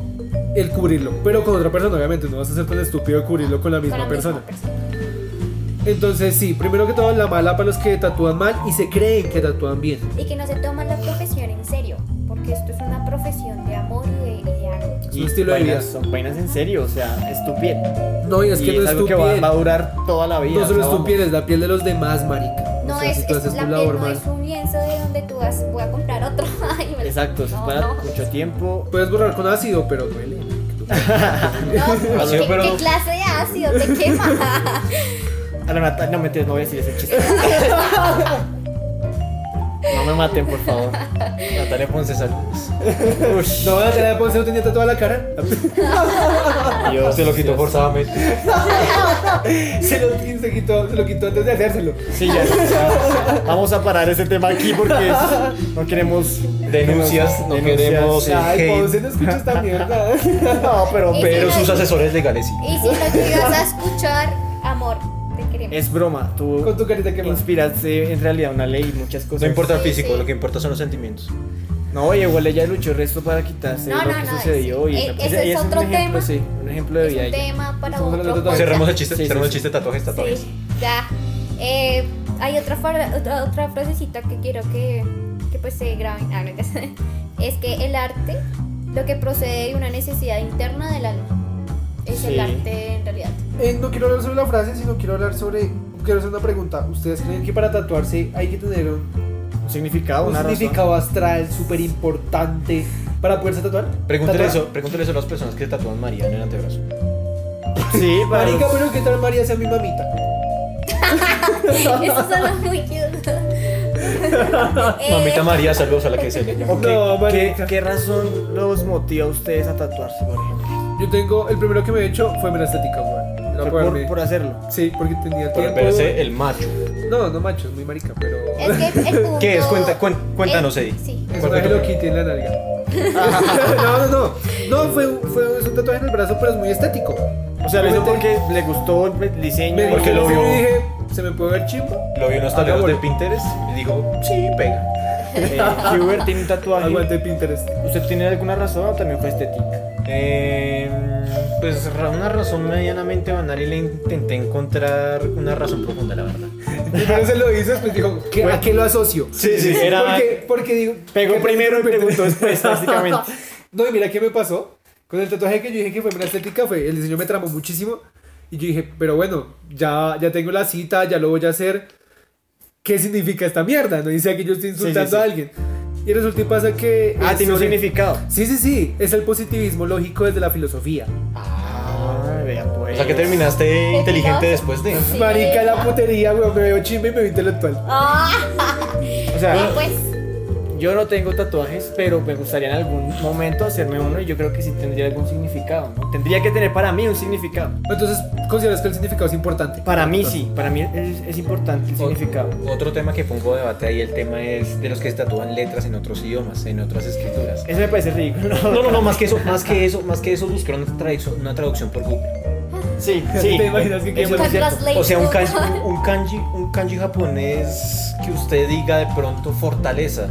[SPEAKER 4] el cubrirlo, pero con otra persona, obviamente, no vas a ser tan estúpido de cubrirlo con la misma
[SPEAKER 1] Con la
[SPEAKER 4] persona.
[SPEAKER 1] persona.
[SPEAKER 4] Entonces, sí, primero que todo, la mala para los que tatúan mal y se creen que tatúan bien.
[SPEAKER 1] Y que no se toman la profesión en serio. Porque esto es una profesión de amor y de, y de arte.
[SPEAKER 4] Es
[SPEAKER 2] Y
[SPEAKER 4] tu estilo de vida.
[SPEAKER 2] vainas, son vainas en serio, o sea, es tu piel.
[SPEAKER 4] No, y es que
[SPEAKER 2] y es
[SPEAKER 4] no es
[SPEAKER 2] algo
[SPEAKER 4] tu
[SPEAKER 2] que va,
[SPEAKER 4] piel.
[SPEAKER 2] va a durar toda la vida.
[SPEAKER 4] No
[SPEAKER 2] o
[SPEAKER 4] solo
[SPEAKER 2] sea,
[SPEAKER 4] es tu
[SPEAKER 2] vamos.
[SPEAKER 4] piel, es la piel de los demás, marica.
[SPEAKER 1] No,
[SPEAKER 4] O sea,
[SPEAKER 1] es,
[SPEAKER 4] si tú
[SPEAKER 1] es
[SPEAKER 4] haces
[SPEAKER 1] la
[SPEAKER 4] tu
[SPEAKER 1] piel
[SPEAKER 4] labor
[SPEAKER 1] no
[SPEAKER 4] mal.
[SPEAKER 1] es un lienzo de donde tú vas, voy a comprar otro. y me lo-
[SPEAKER 2] Exacto, eso
[SPEAKER 1] No,
[SPEAKER 2] es para
[SPEAKER 1] no.
[SPEAKER 2] mucho tiempo.
[SPEAKER 4] Puedes borrar con ácido, pero duele.
[SPEAKER 1] No,
[SPEAKER 5] Ácido,
[SPEAKER 1] ¿qué,
[SPEAKER 5] pero-
[SPEAKER 1] qué clase de ácido te quema?
[SPEAKER 2] A la nata- no me no voy a decir ese chiste. no me maten, por favor.
[SPEAKER 5] Natalia Ponce, saludos.
[SPEAKER 2] Ush,
[SPEAKER 4] No, la tela de Ponce no tenía toda la cara.
[SPEAKER 2] Dios,
[SPEAKER 5] Se lo quitó
[SPEAKER 2] Dios.
[SPEAKER 5] forzadamente.
[SPEAKER 4] Se lo, se quitó, se lo quitó antes de hacérselo.
[SPEAKER 2] Sí, ya, ya. Vamos a parar ese tema aquí porque es- no queremos
[SPEAKER 5] Denuncias, no queremos,
[SPEAKER 2] sí.
[SPEAKER 5] eh,
[SPEAKER 4] Ay,
[SPEAKER 5] Hate.
[SPEAKER 4] Ponce, no escucha esta mierda.
[SPEAKER 2] Ah, No, pero
[SPEAKER 1] Y si
[SPEAKER 5] Pero
[SPEAKER 1] lo-
[SPEAKER 5] sus asesores legales sí.
[SPEAKER 1] y si lo llegas a escuchar, amor, te queremos.
[SPEAKER 2] es broma. Tú
[SPEAKER 4] Con tu carita quemada.
[SPEAKER 2] inspiraste en realidad una ley y muchas cosas.
[SPEAKER 5] No importa el
[SPEAKER 1] Sí,
[SPEAKER 5] físico,
[SPEAKER 1] sí.
[SPEAKER 5] lo que importa son los sentimientos.
[SPEAKER 2] No, oye, igual ella luchó el resto para quitarse
[SPEAKER 1] No,
[SPEAKER 2] lo
[SPEAKER 1] no,
[SPEAKER 2] que
[SPEAKER 1] no,
[SPEAKER 2] sucedió. y
[SPEAKER 1] es- e,
[SPEAKER 2] esa-
[SPEAKER 1] ese
[SPEAKER 2] ella
[SPEAKER 1] es otro
[SPEAKER 2] un ejemplo,
[SPEAKER 1] tema.
[SPEAKER 2] sí, un ejemplo de
[SPEAKER 1] Es
[SPEAKER 2] vida.
[SPEAKER 1] un
[SPEAKER 2] de ella.
[SPEAKER 1] tema para
[SPEAKER 4] Estamos hablando de
[SPEAKER 1] otro
[SPEAKER 4] tatuajes.
[SPEAKER 1] podcast.
[SPEAKER 5] Cerremos el chiste,
[SPEAKER 2] Sí, sí,
[SPEAKER 5] cerremos el
[SPEAKER 2] sí.
[SPEAKER 5] chiste de tatuajes, tatuajes.
[SPEAKER 1] Sí, ya. Eh, hay otra, fra- otra, otra frasecita que quiero que, que pues se graben. Ah, no, es que el arte, lo que procede de una necesidad interna del alma, es
[SPEAKER 2] Sí.
[SPEAKER 1] el arte en realidad.
[SPEAKER 4] Eh, no quiero hablar sobre la frase, sino quiero hablar sobre. Quiero hacer una pregunta. ¿Ustedes creen que para tatuarse hay que tener un,
[SPEAKER 2] Un significado,
[SPEAKER 4] un
[SPEAKER 2] una razón.
[SPEAKER 4] significado astral súper importante para poderse tatuar?
[SPEAKER 5] Pregúntale
[SPEAKER 4] ¿Tatuar?
[SPEAKER 5] eso, pregúntale eso a las personas que tatúan María en el antebrazo.
[SPEAKER 2] Sí, para
[SPEAKER 4] Marica,
[SPEAKER 2] los-
[SPEAKER 4] pero ¿qué tal María sea mi mamita?
[SPEAKER 1] Eso suena muy cute. Eh,
[SPEAKER 5] Mamita María, saludos a la que se le llama.
[SPEAKER 2] Ok,
[SPEAKER 4] No,
[SPEAKER 2] ¿qué,
[SPEAKER 4] marica.
[SPEAKER 2] qué razón los motiva a ustedes a tatuarse, por ejemplo?
[SPEAKER 4] Yo tengo. El primero que me he hecho fue mera estética, weón.
[SPEAKER 2] Fue
[SPEAKER 4] La
[SPEAKER 2] por,
[SPEAKER 4] por,
[SPEAKER 2] por hacerlo.
[SPEAKER 4] Sí, porque tenía
[SPEAKER 5] Por
[SPEAKER 4] tiempo.
[SPEAKER 5] verse el macho.
[SPEAKER 4] No, no macho, es muy marica, pero.
[SPEAKER 1] Es que el punto...
[SPEAKER 5] ¿Qué es? Cuenta- cuen- cuéntanos,
[SPEAKER 1] el-
[SPEAKER 5] Eddie.
[SPEAKER 1] Eh, Sí.
[SPEAKER 4] Es una Hello Kitty en la nalga. no, no, no. No, fue, fue es un tatuaje en el brazo, pero es muy estético.
[SPEAKER 2] O sea, lo hizo
[SPEAKER 4] Obviamente-
[SPEAKER 2] porque le gustó el diseño.
[SPEAKER 4] Me
[SPEAKER 2] y-
[SPEAKER 5] Porque lo
[SPEAKER 4] sí,
[SPEAKER 5] vio.
[SPEAKER 4] dije, ¿se me puede ver chimbo?
[SPEAKER 5] Lo vi en los
[SPEAKER 4] Acá,
[SPEAKER 5] tableros de
[SPEAKER 4] bueno.
[SPEAKER 5] Pinterest y dijo, sí, pega.
[SPEAKER 2] Eh, Huber tiene un tatuaje.
[SPEAKER 4] Aguante Pinterest.
[SPEAKER 2] ¿Usted tiene alguna razón o también fue estética?
[SPEAKER 5] Eh, pues ra- una razón medianamente banal y le intenté encontrar una razón profunda, la verdad.
[SPEAKER 4] Primero se lo hizo, después dijo, ¿qué- ¿a qué lo asocio?
[SPEAKER 2] Sí, sí, era-
[SPEAKER 4] Porque, porque digo.
[SPEAKER 2] Pegó
[SPEAKER 4] ¿qué
[SPEAKER 2] primero y
[SPEAKER 4] pensé?
[SPEAKER 2] preguntó después, básicamente.
[SPEAKER 4] No, y mira qué me pasó. Con el tatuaje que yo dije que fue mera estética, fue, el diseño me tramó muchísimo. Y yo dije, pero bueno, ya, ya tengo la cita, ya lo voy a hacer. ¿Qué significa esta mierda? No dice que yo estoy insultando
[SPEAKER 2] sí, sí.
[SPEAKER 4] a alguien. Y resulta y pasa que.
[SPEAKER 2] Ah,
[SPEAKER 4] es
[SPEAKER 2] tiene un
[SPEAKER 4] sobre-
[SPEAKER 2] significado.
[SPEAKER 4] Sí, sí, sí. Es el positivismo lógico desde la filosofía.
[SPEAKER 2] Ah, vea pues.
[SPEAKER 5] O sea que terminaste inteligente después de...
[SPEAKER 1] Sí.
[SPEAKER 4] Marica, la putería, weón. Me veo chimba y me veo intelectual.
[SPEAKER 1] Ah,
[SPEAKER 2] O sea,
[SPEAKER 1] eh, pues,
[SPEAKER 2] yo no tengo tatuajes, pero me gustaría en algún momento hacerme uno y yo creo que sí tendría algún significado, ¿no? Tendría que tener para mí un significado.
[SPEAKER 4] Entonces, ¿consideras que el significado es importante?
[SPEAKER 2] Para mí sí, para mí es, es importante el significado.
[SPEAKER 5] Otro tema que pongo a debate ahí, el tema es de los que se tatúan letras en otros idiomas, en otras escrituras.
[SPEAKER 2] Eso me parece ridículo.
[SPEAKER 5] No, no, no, más que eso, más que eso, más que eso, buscar una, traducción- una traducción por Google.
[SPEAKER 2] Sí, sí.
[SPEAKER 4] ¿Te imaginas que
[SPEAKER 2] Eso
[SPEAKER 4] quema?
[SPEAKER 2] es cierto.
[SPEAKER 1] translate
[SPEAKER 5] O sea, un
[SPEAKER 1] tú.
[SPEAKER 5] kanji, un- un kanji, un kanji japonés que usted diga de pronto fortaleza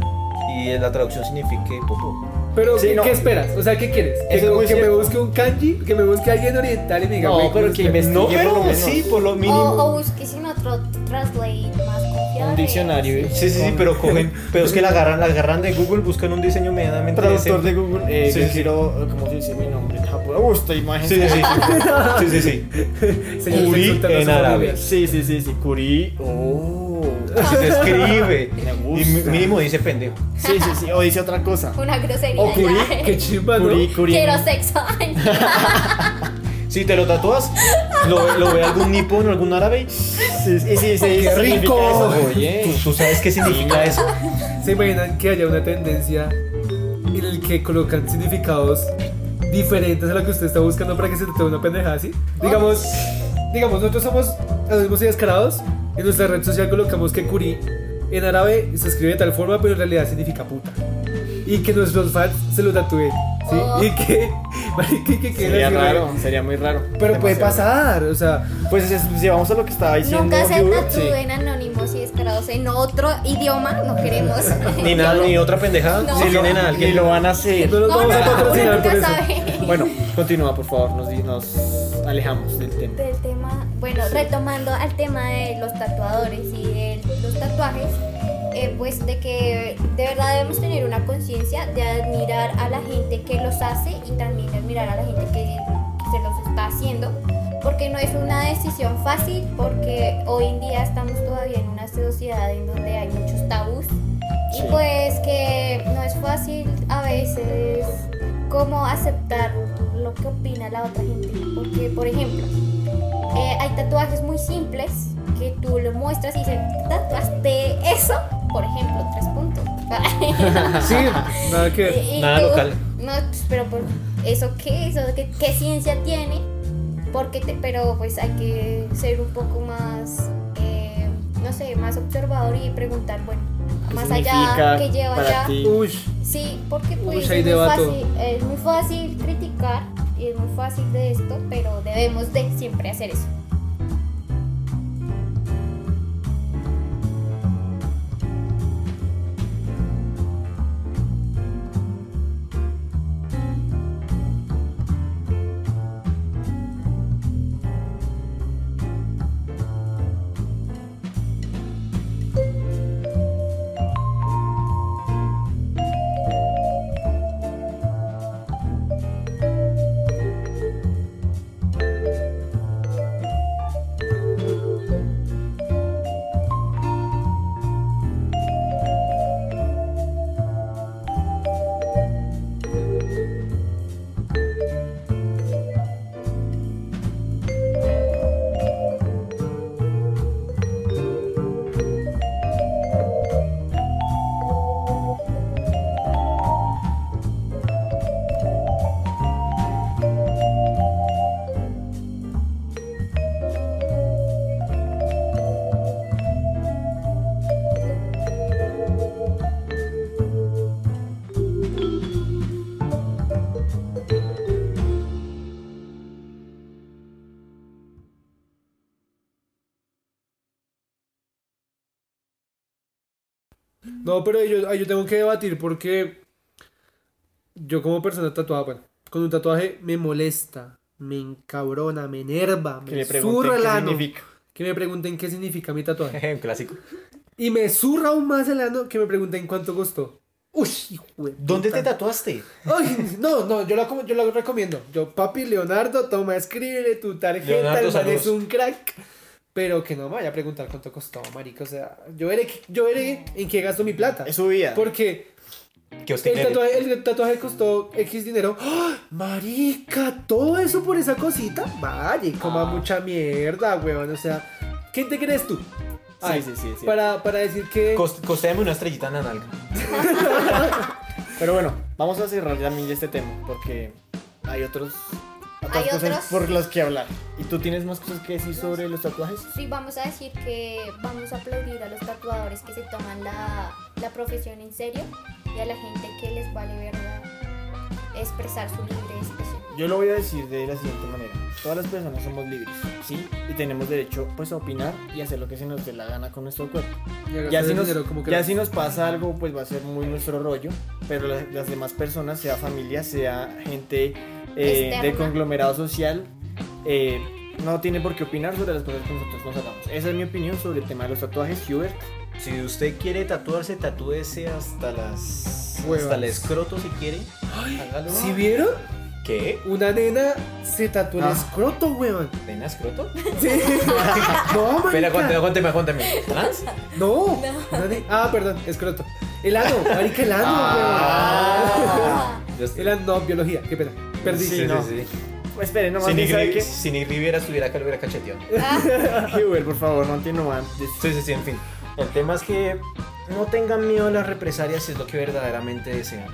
[SPEAKER 5] y la traducción signifique popó.
[SPEAKER 4] Pero,
[SPEAKER 2] Sí,
[SPEAKER 4] ¿qué,
[SPEAKER 2] no.
[SPEAKER 4] qué esperas? O sea, ¿qué quieres? ¿Que,
[SPEAKER 2] Eso es muy
[SPEAKER 4] que me
[SPEAKER 2] cierto.
[SPEAKER 4] busque un kanji? ¿Que me busque alguien oriental y me diga,
[SPEAKER 2] No,
[SPEAKER 4] "Güey, ¿cómo
[SPEAKER 2] pero
[SPEAKER 4] es
[SPEAKER 2] que
[SPEAKER 4] que-"
[SPEAKER 2] investigue
[SPEAKER 4] No,
[SPEAKER 2] por lo menos.
[SPEAKER 5] por lo
[SPEAKER 1] O, o busques en otro translate más confiable.
[SPEAKER 2] Un diccionario. ¿eh?
[SPEAKER 5] Sí, sí, sí, pero cogen, pero es que la agarran, la agarran de Google, buscan un diseño medianamente
[SPEAKER 2] Traductor de
[SPEAKER 5] decente.
[SPEAKER 2] Google, eh,
[SPEAKER 5] Sí,
[SPEAKER 2] yo
[SPEAKER 5] sí.
[SPEAKER 2] quiero, eh, ¿cómo se dice mi nombre? en japonés? Uh, esta imagen.
[SPEAKER 5] Sí, sí, sí. Sí, sí, sí.
[SPEAKER 4] Señor, está
[SPEAKER 5] Uri
[SPEAKER 4] insultando a
[SPEAKER 5] en
[SPEAKER 4] su familia.
[SPEAKER 5] árabe.
[SPEAKER 2] Sí, sí, sí, sí. Curí. Oh.
[SPEAKER 5] Así se escribe.
[SPEAKER 2] Me gusta.
[SPEAKER 5] Y mi- mínimo dice pendejo.
[SPEAKER 2] Sí, sí, sí. O dice otra cosa.
[SPEAKER 1] Una grosería.
[SPEAKER 2] O curí,
[SPEAKER 1] ya.
[SPEAKER 4] Qué chimba, ¿no?
[SPEAKER 2] Curí, curí.
[SPEAKER 1] Quiero sexo.
[SPEAKER 5] Si te lo tatúas, lo, lo ve algún nipón o algún árabe.
[SPEAKER 2] Sí, sí, sí. sí
[SPEAKER 4] ¡Qué rico!
[SPEAKER 5] ¿Tú, tú sabes qué significa eso.
[SPEAKER 4] ¿Se imaginan que haya una tendencia en el que colocan significados diferentes a lo que usted está buscando para que se te una pendejada así? Digamos, digamos nosotros somos anónimos y descarados. En nuestra red social colocamos que curí en árabe se escribe de tal forma, pero en realidad significa puta. Y que nuestros fans se lo tatúen. ¿sí?
[SPEAKER 1] Oh.
[SPEAKER 4] Y que, marica, y que queden
[SPEAKER 2] Sería
[SPEAKER 4] así, güey.
[SPEAKER 2] raro, sería muy raro.
[SPEAKER 4] Pero puede
[SPEAKER 2] Demasiado.
[SPEAKER 4] pasar, o sea,
[SPEAKER 2] Pues es- si vamos a lo que estaba diciendo.
[SPEAKER 1] Nunca se
[SPEAKER 2] Hugo,
[SPEAKER 1] tatúen anónimos y descarados en otro idioma. No queremos.
[SPEAKER 5] Ni nada, ni otra pendejada.
[SPEAKER 1] No.
[SPEAKER 5] Si tienen a
[SPEAKER 2] sí. Y
[SPEAKER 5] alguien.
[SPEAKER 2] lo van a hacer.
[SPEAKER 4] no nos
[SPEAKER 1] No, no,
[SPEAKER 4] vamos a
[SPEAKER 1] no, uno
[SPEAKER 4] patrocinar por
[SPEAKER 1] nunca
[SPEAKER 4] eso.
[SPEAKER 1] sabe.
[SPEAKER 2] Bueno, continúa, por favor. Nos, di- nos alejamos del tema.
[SPEAKER 1] Del tema, bueno, retomando al tema de los tatuadores y de los tatuajes, eh, pues de que de verdad debemos tener una conciencia de admirar a la gente que los hace y también admirar a la gente que se los está haciendo, porque no es una decisión fácil, porque hoy en día estamos todavía en una sociedad en donde hay muchos tabús y
[SPEAKER 2] Sí.
[SPEAKER 1] pues que no es fácil a veces cómo aceptar lo que opina la otra gente, porque por ejemplo, eh, hay tatuajes muy simples que tú lo muestras y dicen, tatuaste eso, por ejemplo, tres puntos.
[SPEAKER 4] Sí, nada que ver.
[SPEAKER 1] Y- y
[SPEAKER 5] Nada
[SPEAKER 1] tú,
[SPEAKER 5] local.
[SPEAKER 1] No, pues, pero por- eso qué, eso qué, qué ciencia tiene, porque te- pero pues hay que ser un poco más, eh, no sé, más observador y preguntar, bueno,
[SPEAKER 2] ¿Qué
[SPEAKER 1] más
[SPEAKER 2] significa
[SPEAKER 1] allá, qué lleva
[SPEAKER 2] para
[SPEAKER 1] allá.
[SPEAKER 2] ti?
[SPEAKER 4] Uy,
[SPEAKER 1] Sí, porque
[SPEAKER 4] Uy,
[SPEAKER 1] pues,
[SPEAKER 4] ahí
[SPEAKER 1] es, muy
[SPEAKER 4] debato.
[SPEAKER 1] fácil, es muy fácil criticar y es muy fácil de esto, pero debemos de siempre hacer eso.
[SPEAKER 4] No, pero ahí yo, ahí yo tengo que debatir porque yo como persona tatuada, bueno, con un tatuaje me molesta, me encabrona, me enerva,
[SPEAKER 2] Que
[SPEAKER 4] me
[SPEAKER 2] le pregunten
[SPEAKER 4] zurra el
[SPEAKER 2] qué
[SPEAKER 4] ano.
[SPEAKER 2] significa.
[SPEAKER 4] Que me pregunten qué significa mi tatuaje.
[SPEAKER 5] Un clásico.
[SPEAKER 4] Y me zurra aún más el ano que me pregunten cuánto costó. Uy, hijo de
[SPEAKER 5] ¿Dónde te
[SPEAKER 4] puta.
[SPEAKER 5] tatuaste?
[SPEAKER 4] Ay, no, no, yo lo, acom- yo lo recomiendo. Yo, papi, Leonardo, toma, escríbele tu tarjeta,
[SPEAKER 5] Leonardo,
[SPEAKER 4] el man es
[SPEAKER 5] saludos.
[SPEAKER 4] un crack. Pero que no me vaya a preguntar cuánto costó, marica. O sea, yo veré, que- yo veré en qué gasto mi plata.
[SPEAKER 2] Es su vida.
[SPEAKER 4] Porque
[SPEAKER 5] Que os
[SPEAKER 4] el tatuaje, el tatuaje costó X dinero. ¡Ah! Marica, todo eso por esa cosita. Vale, coma mucha mierda, weón. O sea, ¿quién te crees tú? Ay,
[SPEAKER 2] Ah. sí, sí, sí.
[SPEAKER 4] Para, para decir que.
[SPEAKER 5] Costéame una estrellita en la nalga.
[SPEAKER 2] Pero bueno, vamos a cerrar también este tema porque hay otros otras
[SPEAKER 1] Hay
[SPEAKER 2] cosas
[SPEAKER 1] otros.
[SPEAKER 2] por las que hablar. ¿Y tú tienes más cosas que decir sobre los tatuajes?
[SPEAKER 1] Sí, vamos a decir que vamos a aplaudir a los tatuadores que se toman la, la profesión en serio y a la gente que les vale verga expresar su libre expresión.
[SPEAKER 2] Yo lo voy a decir de la siguiente manera. Todas las personas somos libres, ¿sí? Y tenemos derecho pues a opinar y hacer lo que se nos dé la gana con nuestro cuerpo. Ya si, nos, ya si nos pasa algo, pues va a ser muy nuestro rollo, pero las, las demás personas, sea familia, sea gente eh, de
[SPEAKER 1] Externa.
[SPEAKER 2] conglomerado social, eh, no tiene por qué opinar sobre las cosas que nosotros nos hagamos. Esa es mi opinión sobre el tema de los tatuajes, Hubert.
[SPEAKER 5] Si usted quiere tatuarse, tatúese hasta las.
[SPEAKER 4] Huevas.
[SPEAKER 5] Hasta el escroto si quiere. Hágalo.
[SPEAKER 4] ¿Sí vieron?
[SPEAKER 5] ¿Qué?
[SPEAKER 4] Una nena se tatuó el
[SPEAKER 2] Ah.
[SPEAKER 4] escroto, weón.
[SPEAKER 5] ¿Nena escroto?
[SPEAKER 4] Sí. no,
[SPEAKER 5] Espera, cuéntame,
[SPEAKER 4] marica.
[SPEAKER 5] cuéntame, cuéntame. ¿Trans?
[SPEAKER 4] No. Una ne- Ah, perdón, escroto. El ano, marica, el ano,
[SPEAKER 5] Yo
[SPEAKER 2] Ah.
[SPEAKER 1] Ah,
[SPEAKER 4] weón. El ano, no, biología, qué pena. Perdí.
[SPEAKER 5] Sí, sí,
[SPEAKER 4] no.
[SPEAKER 5] sí.
[SPEAKER 2] Pues, espere, no más
[SPEAKER 5] Si
[SPEAKER 2] bien,
[SPEAKER 5] Nick
[SPEAKER 2] ¿sabe
[SPEAKER 5] Rivi-
[SPEAKER 2] qué?
[SPEAKER 5] si Nick Riviera estuviera acá, lo hubiera cacheteado.
[SPEAKER 2] Hubert, por favor, no entiendo más.
[SPEAKER 5] Sí, sí, sí, en fin. El tema es que no tengan miedo a las represalias si es lo que verdaderamente desean.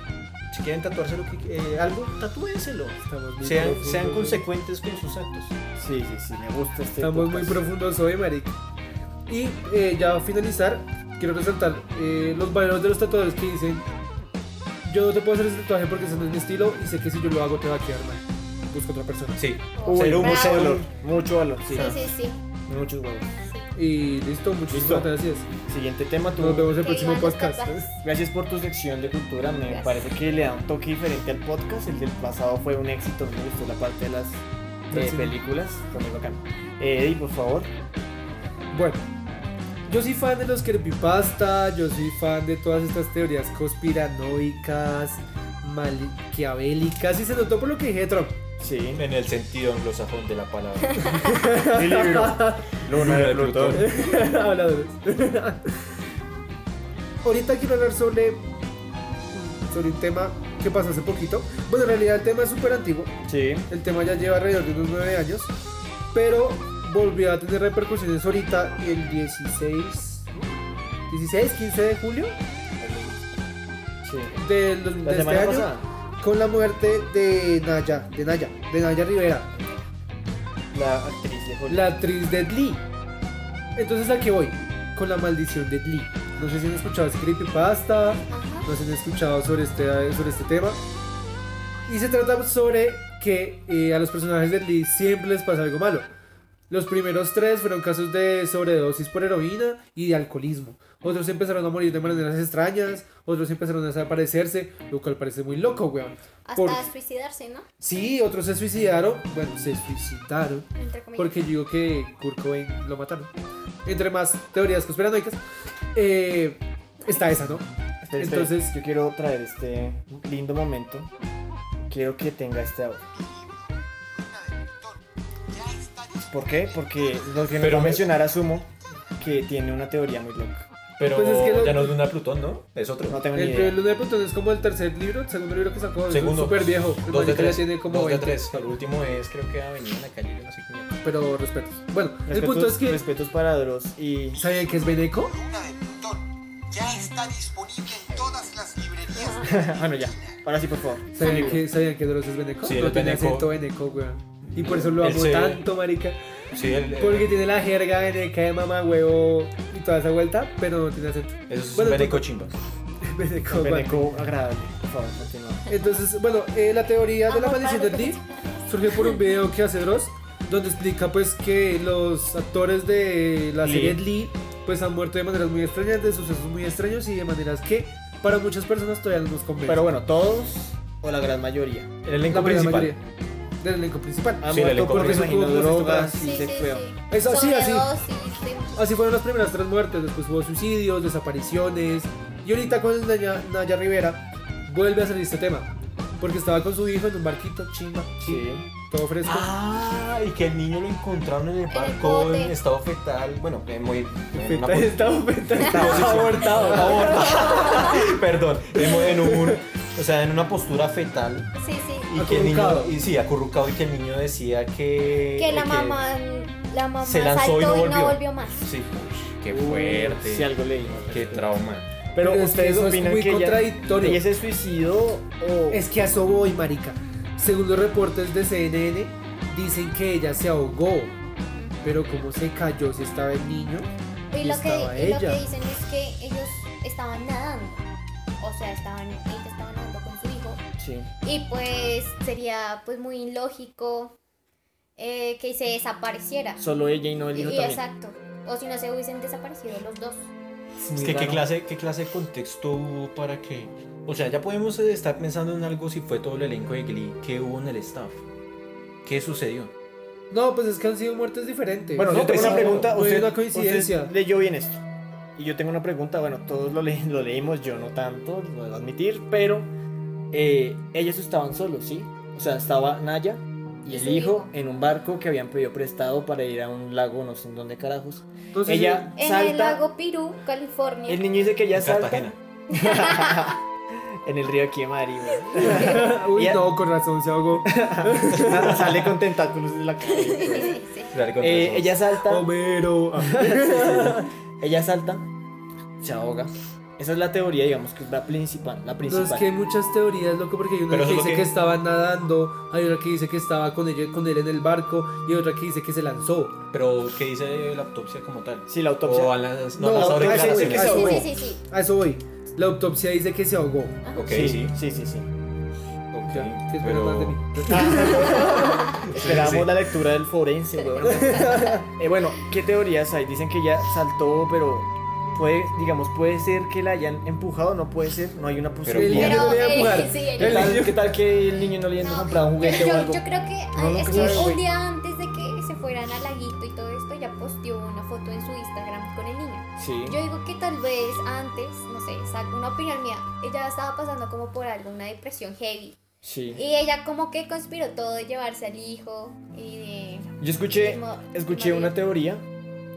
[SPEAKER 5] Si quieren tatuarse lo que- eh, algo, tatúenselo.
[SPEAKER 4] Estamos muy
[SPEAKER 5] Sean,
[SPEAKER 4] profundos.
[SPEAKER 5] sean consecuentes con sus actos.
[SPEAKER 2] Sí, sí, sí, me gusta este
[SPEAKER 4] Estamos muy
[SPEAKER 2] podcast.
[SPEAKER 4] profundos hoy, marica. Y eh, ya a finalizar, quiero resaltar eh, los valores de los tatuadores que dicen: Yo no te puedo hacer ese tatuaje porque ese no es mi estilo y sé que si yo lo hago te va a quedar mal. Busca otra persona.
[SPEAKER 5] Sí.
[SPEAKER 1] Oh,
[SPEAKER 2] Uy,
[SPEAKER 1] bravo.
[SPEAKER 2] mucho valor, mucho valor, sí.
[SPEAKER 1] Sí, sí, sí.
[SPEAKER 2] Muchos huevos.
[SPEAKER 4] Y listo, muchísimas
[SPEAKER 2] Listo.
[SPEAKER 4] gracias.
[SPEAKER 2] Siguiente tema, tú...
[SPEAKER 4] Nos vemos en el
[SPEAKER 1] Que
[SPEAKER 4] próximo
[SPEAKER 1] vivan los
[SPEAKER 4] podcast.
[SPEAKER 1] tatuajes.
[SPEAKER 2] Gracias por tu sección de cultura, me
[SPEAKER 1] Gracias.
[SPEAKER 2] parece que le da un toque diferente al podcast, el del pasado fue un éxito, me gustó la parte de las eh,
[SPEAKER 4] Gracias.
[SPEAKER 2] películas, fue muy bacán. Eh, Eddie, por favor,
[SPEAKER 4] Bueno, yo soy fan de los creepypasta, yo soy fan de todas estas teorías conspiranoicas, maquiavélicas, y se notó por lo que dije de Trump.
[SPEAKER 2] Sí.
[SPEAKER 5] En el sentido anglosajón de la palabra.
[SPEAKER 2] Mi libro. Luna de Plutón.
[SPEAKER 4] Habladores. Ahorita quiero hablar sobre, sobre un tema que pasó hace poquito. Bueno, en realidad el tema es súper antiguo.
[SPEAKER 2] Sí.
[SPEAKER 4] El tema ya lleva alrededor de unos 9 años. Pero volvió a tener repercusiones ahorita el 16. 16, 15 de julio
[SPEAKER 2] Sí.
[SPEAKER 4] de, los-
[SPEAKER 2] La
[SPEAKER 4] de este
[SPEAKER 2] semana
[SPEAKER 4] año
[SPEAKER 2] pasada.
[SPEAKER 4] con la muerte de Naya, de Naya, de Naya Rivera,
[SPEAKER 2] La actriz de Hollywood.
[SPEAKER 4] la actriz de Glee. Entonces a qué voy con la maldición de Glee. No sé si han escuchado ese creepypasta,
[SPEAKER 1] Ajá.
[SPEAKER 4] no sé si han escuchado sobre este, sobre este tema. Y se trata sobre que eh, a los personajes de Glee siempre les pasa algo malo. Los primeros tres fueron casos de sobredosis por heroína y de alcoholismo. Otros empezaron a morir de maneras extrañas, otros empezaron a desaparecerse, lo cual parece muy loco, weón.
[SPEAKER 1] Hasta
[SPEAKER 4] Por-
[SPEAKER 1] suicidarse, ¿no?
[SPEAKER 4] Sí, otros se suicidaron. Bueno, se suicidaron.
[SPEAKER 1] Entre comillas.
[SPEAKER 4] Porque yo digo que Kurt Cobain lo mataron. Entre más teorías conspiranoicas, eh, está esa, ¿no?
[SPEAKER 2] Espera, espera.
[SPEAKER 4] Entonces-
[SPEAKER 2] yo quiero traer este lindo momento. Quiero que tenga este audio. ¿Por qué? Porque lo que nos
[SPEAKER 5] Pero
[SPEAKER 2] va a
[SPEAKER 5] me-
[SPEAKER 2] mencionar asumo que tiene una teoría muy loca.
[SPEAKER 5] Pero
[SPEAKER 4] Pues es que lo-
[SPEAKER 5] ya no es Luna de Plutón, ¿no? Es otro.
[SPEAKER 2] No tengo ni
[SPEAKER 4] El
[SPEAKER 2] idea.
[SPEAKER 4] primer Luna de Plutón es como el tercer libro, el segundo libro que sacó. es
[SPEAKER 5] Eh, Segundo.
[SPEAKER 4] Súper viejo. El
[SPEAKER 5] Dos de
[SPEAKER 4] marica ya
[SPEAKER 5] tres.
[SPEAKER 4] tiene como
[SPEAKER 5] dos de
[SPEAKER 4] 20,
[SPEAKER 5] tres. El último es, creo que Avenida de Cali, yo no sé quién.
[SPEAKER 4] Pero respetos. Bueno, el
[SPEAKER 2] Respetos,
[SPEAKER 4] punto es que.
[SPEAKER 2] respetos para Dross y
[SPEAKER 4] ¿Saben qué es Beneco?
[SPEAKER 6] Luna de Plutón ya está disponible en todas las librerías.
[SPEAKER 2] bueno Ah, ya. Ahora sí por favor.
[SPEAKER 4] ¿Sabían que, ¿sabían que Dross es Beneco?
[SPEAKER 5] Sí,
[SPEAKER 4] no
[SPEAKER 5] el
[SPEAKER 4] tiene
[SPEAKER 5] Beneco.
[SPEAKER 4] acento Beneco, weón. Y por eso lo
[SPEAKER 5] Él
[SPEAKER 4] amo
[SPEAKER 5] se-
[SPEAKER 4] tanto, marica.
[SPEAKER 5] Sí, el,
[SPEAKER 4] Porque tiene la jerga Beneca de mamá, huevo y toda esa vuelta, pero no tiene acento.
[SPEAKER 5] eso es
[SPEAKER 4] Bueno,
[SPEAKER 5] un Beneco
[SPEAKER 4] tú-
[SPEAKER 5] chimba.
[SPEAKER 4] Beneco,
[SPEAKER 2] Un
[SPEAKER 4] vale.
[SPEAKER 2] Beneco agradable. Por favor, continúa.
[SPEAKER 4] Entonces, bueno, eh, la teoría de la
[SPEAKER 1] Amor,
[SPEAKER 4] maldición de
[SPEAKER 1] padre,
[SPEAKER 4] Lee surgió por un video que hace Dross, donde explica pues que los actores de la
[SPEAKER 2] Lee.
[SPEAKER 4] serie Lee pues han muerto de maneras muy extrañas, de sucesos muy extraños y de maneras que para muchas personas todavía no nos convencen.
[SPEAKER 2] Pero bueno, todos o la gran mayoría.
[SPEAKER 5] El
[SPEAKER 4] la
[SPEAKER 5] elenco
[SPEAKER 4] gran
[SPEAKER 5] principal.
[SPEAKER 4] mayoría del elenco principal.
[SPEAKER 2] Han
[SPEAKER 5] Sí, el
[SPEAKER 2] muerto
[SPEAKER 5] elenco
[SPEAKER 2] porque
[SPEAKER 4] principal.
[SPEAKER 2] imagino drogas
[SPEAKER 1] Sí,
[SPEAKER 2] y
[SPEAKER 1] sí,
[SPEAKER 2] se fue.
[SPEAKER 1] sí.
[SPEAKER 4] Es así, así.
[SPEAKER 1] Sobredosis, sí.
[SPEAKER 4] Así fueron las primeras tres muertes, después hubo suicidios, desapariciones. Y ahorita con Naya, Naya Rivera vuelve a salir este tema. Porque estaba con su hijo en un barquito, chimba,
[SPEAKER 2] Sí.
[SPEAKER 4] chimba, todo fresco.
[SPEAKER 5] Ah, y que el niño lo encontraron en el
[SPEAKER 1] el
[SPEAKER 5] barco
[SPEAKER 1] bote.
[SPEAKER 5] en estado fetal. Bueno, en muy. en una pos-
[SPEAKER 2] Está abortado.
[SPEAKER 5] Perdón, en, en un. O sea, en una postura fetal.
[SPEAKER 1] Sí, sí.
[SPEAKER 5] Y que el niño.
[SPEAKER 4] Acurrucado.
[SPEAKER 5] Y sí, acurrucado. Y que el niño decía que.
[SPEAKER 1] Que la mamá, la mamá
[SPEAKER 5] se lanzó y no
[SPEAKER 1] saltó
[SPEAKER 5] volvió.
[SPEAKER 1] más.
[SPEAKER 5] Sí, uy, qué fuerte.
[SPEAKER 2] Si algo leí.
[SPEAKER 5] Qué trauma.
[SPEAKER 2] Pero
[SPEAKER 4] Pero es que
[SPEAKER 2] ustedes
[SPEAKER 4] eso es
[SPEAKER 2] opinan
[SPEAKER 4] muy
[SPEAKER 2] que ella,
[SPEAKER 4] contradictorio.
[SPEAKER 2] ella se suicidó o
[SPEAKER 4] Es que a eso voy, marica. Según los reportes de CNN, dicen que ella se ahogó. Pero como se cayó si estaba el niño.
[SPEAKER 1] Y lo,
[SPEAKER 4] estaba
[SPEAKER 1] que, y lo que
[SPEAKER 4] ella.
[SPEAKER 1] dicen es que ellos estaban nadando. O sea, estaban, ellos estaban nadando con su hijo.
[SPEAKER 2] Sí.
[SPEAKER 1] Y pues sería pues muy ilógico eh, que se desapareciera.
[SPEAKER 2] solo ella y no el
[SPEAKER 1] Y,
[SPEAKER 2] hijo
[SPEAKER 1] y
[SPEAKER 2] también.
[SPEAKER 1] exacto. O si no se hubiesen desaparecido los dos.
[SPEAKER 5] Es que, ¿qué clase, ¿qué clase de contexto hubo para que.? O sea, ya podemos eh, estar pensando en algo si fue todo el elenco de Glee. ¿Qué hubo en el staff? ¿Qué sucedió?
[SPEAKER 4] No, pues es que han sido muertes diferentes.
[SPEAKER 2] Bueno,
[SPEAKER 5] No,
[SPEAKER 2] yo tengo
[SPEAKER 5] pues
[SPEAKER 2] una
[SPEAKER 5] sí,
[SPEAKER 2] pregunta.
[SPEAKER 4] no hay
[SPEAKER 2] Usted,
[SPEAKER 4] una coincidencia.
[SPEAKER 2] usted leyó bien esto. Y yo tengo una pregunta. Bueno, todos lo, le- lo leímos, yo no tanto, lo debo admitir. Pero eh, ellos estaban solos, ¿sí? O sea, estaba Naya y
[SPEAKER 1] Y
[SPEAKER 2] el
[SPEAKER 1] su
[SPEAKER 2] hijo
[SPEAKER 1] hijo.
[SPEAKER 2] en un barco que habían pedido prestado para ir a un lago, no sé en dónde carajos.
[SPEAKER 4] Entonces,
[SPEAKER 2] ella
[SPEAKER 1] En el
[SPEAKER 2] salta.
[SPEAKER 1] lago Pirú, California.
[SPEAKER 2] El niño dice que ya
[SPEAKER 5] en
[SPEAKER 2] salta.
[SPEAKER 5] Cartagena.
[SPEAKER 2] En el río Kiemari, güey.
[SPEAKER 4] Uy,
[SPEAKER 2] ella-
[SPEAKER 4] no, con razón se ahogó.
[SPEAKER 2] Sale con tentáculos de la cara.
[SPEAKER 1] Sí, sí.
[SPEAKER 5] Claro, con
[SPEAKER 2] Eh,
[SPEAKER 5] razón.
[SPEAKER 2] ella salta.
[SPEAKER 4] Homero.
[SPEAKER 2] Ella salta, se ahoga. Esa es la teoría, digamos, que es la principal. La principal.
[SPEAKER 4] Entonces, que hay muchas teorías, loco, porque hay una
[SPEAKER 5] Pero
[SPEAKER 4] que
[SPEAKER 5] eso es
[SPEAKER 4] dice que...
[SPEAKER 5] lo que-
[SPEAKER 4] estaba nadando, hay otra que dice que estaba con, ella, con él en el barco, y otra que dice que se lanzó.
[SPEAKER 5] Pero, ¿qué dice la autopsia como tal?
[SPEAKER 2] Sí, la autopsia.
[SPEAKER 5] O a las, no,
[SPEAKER 4] No,
[SPEAKER 5] a las
[SPEAKER 4] la autopsia dice que
[SPEAKER 5] declaraciones.
[SPEAKER 2] Ah,
[SPEAKER 4] se
[SPEAKER 1] Sí,
[SPEAKER 4] ahogó.
[SPEAKER 1] sí, sí, sí.
[SPEAKER 4] A eso voy. La autopsia dice que se ahogó.
[SPEAKER 5] Ok,
[SPEAKER 2] sí,
[SPEAKER 5] sí.
[SPEAKER 2] sí, sí, sí.
[SPEAKER 5] Ok,
[SPEAKER 4] Ya, ¿qué esperas más de
[SPEAKER 5] pero...
[SPEAKER 4] mí?
[SPEAKER 2] Esperamos
[SPEAKER 5] sí.
[SPEAKER 2] la lectura del forense, weón. Eh, bueno, ¿qué teorías hay? Dicen que ella saltó, pero puede, digamos, puede ser que la hayan empujado, no puede ser, no hay una posibilidad.
[SPEAKER 4] Pero- voy a
[SPEAKER 1] eh,
[SPEAKER 4] empujar.
[SPEAKER 1] sí, el-
[SPEAKER 2] ¿Qué, tal, qué tal que el niño no le hayan
[SPEAKER 1] No,
[SPEAKER 2] comprado un juguete
[SPEAKER 1] yo,
[SPEAKER 2] o algo?
[SPEAKER 1] yo creo que
[SPEAKER 2] este No, no
[SPEAKER 1] es
[SPEAKER 2] creo,
[SPEAKER 1] que
[SPEAKER 2] güey.
[SPEAKER 1] un día antes de que se fuera gran halaguito y todo esto, ya posteó una foto en su Instagram con el niño.
[SPEAKER 2] Sí.
[SPEAKER 1] Yo digo que tal vez antes, no sé, saco una opinión mía, ella estaba pasando como por alguna depresión heavy.
[SPEAKER 2] Sí.
[SPEAKER 1] Y ella como que conspiró todo de llevarse al hijo y de...
[SPEAKER 2] Yo escuché,
[SPEAKER 1] de mo-
[SPEAKER 2] escuché una
[SPEAKER 1] morir.
[SPEAKER 2] teoría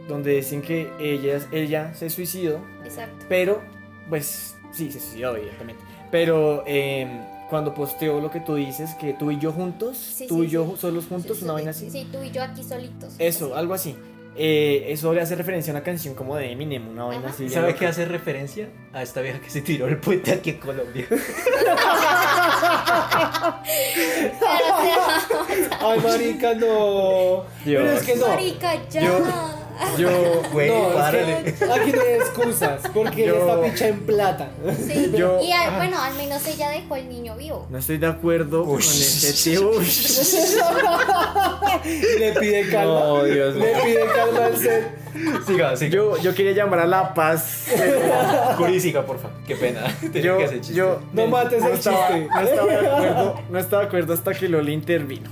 [SPEAKER 2] donde dicen que ella, ella se suicidó,
[SPEAKER 1] Exacto.
[SPEAKER 2] pero, pues, sí, se suicidó, evidentemente. Pero em, cuando posteo lo que tú dices, que tú y yo juntos,
[SPEAKER 1] Sí,
[SPEAKER 2] tú
[SPEAKER 1] sí,
[SPEAKER 2] y yo
[SPEAKER 1] sí.
[SPEAKER 2] ju- solos juntos,
[SPEAKER 1] Sí,
[SPEAKER 2] una
[SPEAKER 1] sí,
[SPEAKER 2] vaina
[SPEAKER 1] sí,
[SPEAKER 2] así.
[SPEAKER 1] Sí, tú y yo aquí solitos.
[SPEAKER 2] Eso, ah. algo así. Eh, eso le hace referencia a una canción como de Eminem, una vaina
[SPEAKER 1] Ajá.
[SPEAKER 2] así. bien
[SPEAKER 5] ¿Sabe
[SPEAKER 2] loca.
[SPEAKER 5] qué hace referencia? A esta vieja que se tiró el puente aquí en Colombia.
[SPEAKER 1] Pero, o sea,
[SPEAKER 4] Ay, marica, no. Pero es que no.
[SPEAKER 1] marica, ya.
[SPEAKER 2] Yo- Yo,
[SPEAKER 5] Güey,
[SPEAKER 4] no, es
[SPEAKER 5] párale.
[SPEAKER 4] que aquí no hay excusas, porque
[SPEAKER 2] Yo-
[SPEAKER 4] está picha en plata.
[SPEAKER 1] Sí.
[SPEAKER 2] yo-
[SPEAKER 1] y al- bueno, al menos ella dejó al niño vivo.
[SPEAKER 2] no estoy de acuerdo con
[SPEAKER 3] Uy.
[SPEAKER 2] este tío. Uy.
[SPEAKER 4] Y le pide calma.
[SPEAKER 5] No, Dios mío.
[SPEAKER 4] le pide calma al ser.
[SPEAKER 5] Siga, siga.
[SPEAKER 2] Yo, yo quería llamar a la paz.
[SPEAKER 5] Curísiga, porfa. Qué pena. Tenía
[SPEAKER 2] yo,
[SPEAKER 5] que hacer chiste.
[SPEAKER 2] yo
[SPEAKER 4] No
[SPEAKER 2] me-
[SPEAKER 4] mates el
[SPEAKER 2] estaba,
[SPEAKER 4] chiste.
[SPEAKER 2] No estaba de acuerdo, no estaba de acuerdo hasta que Loli intervino.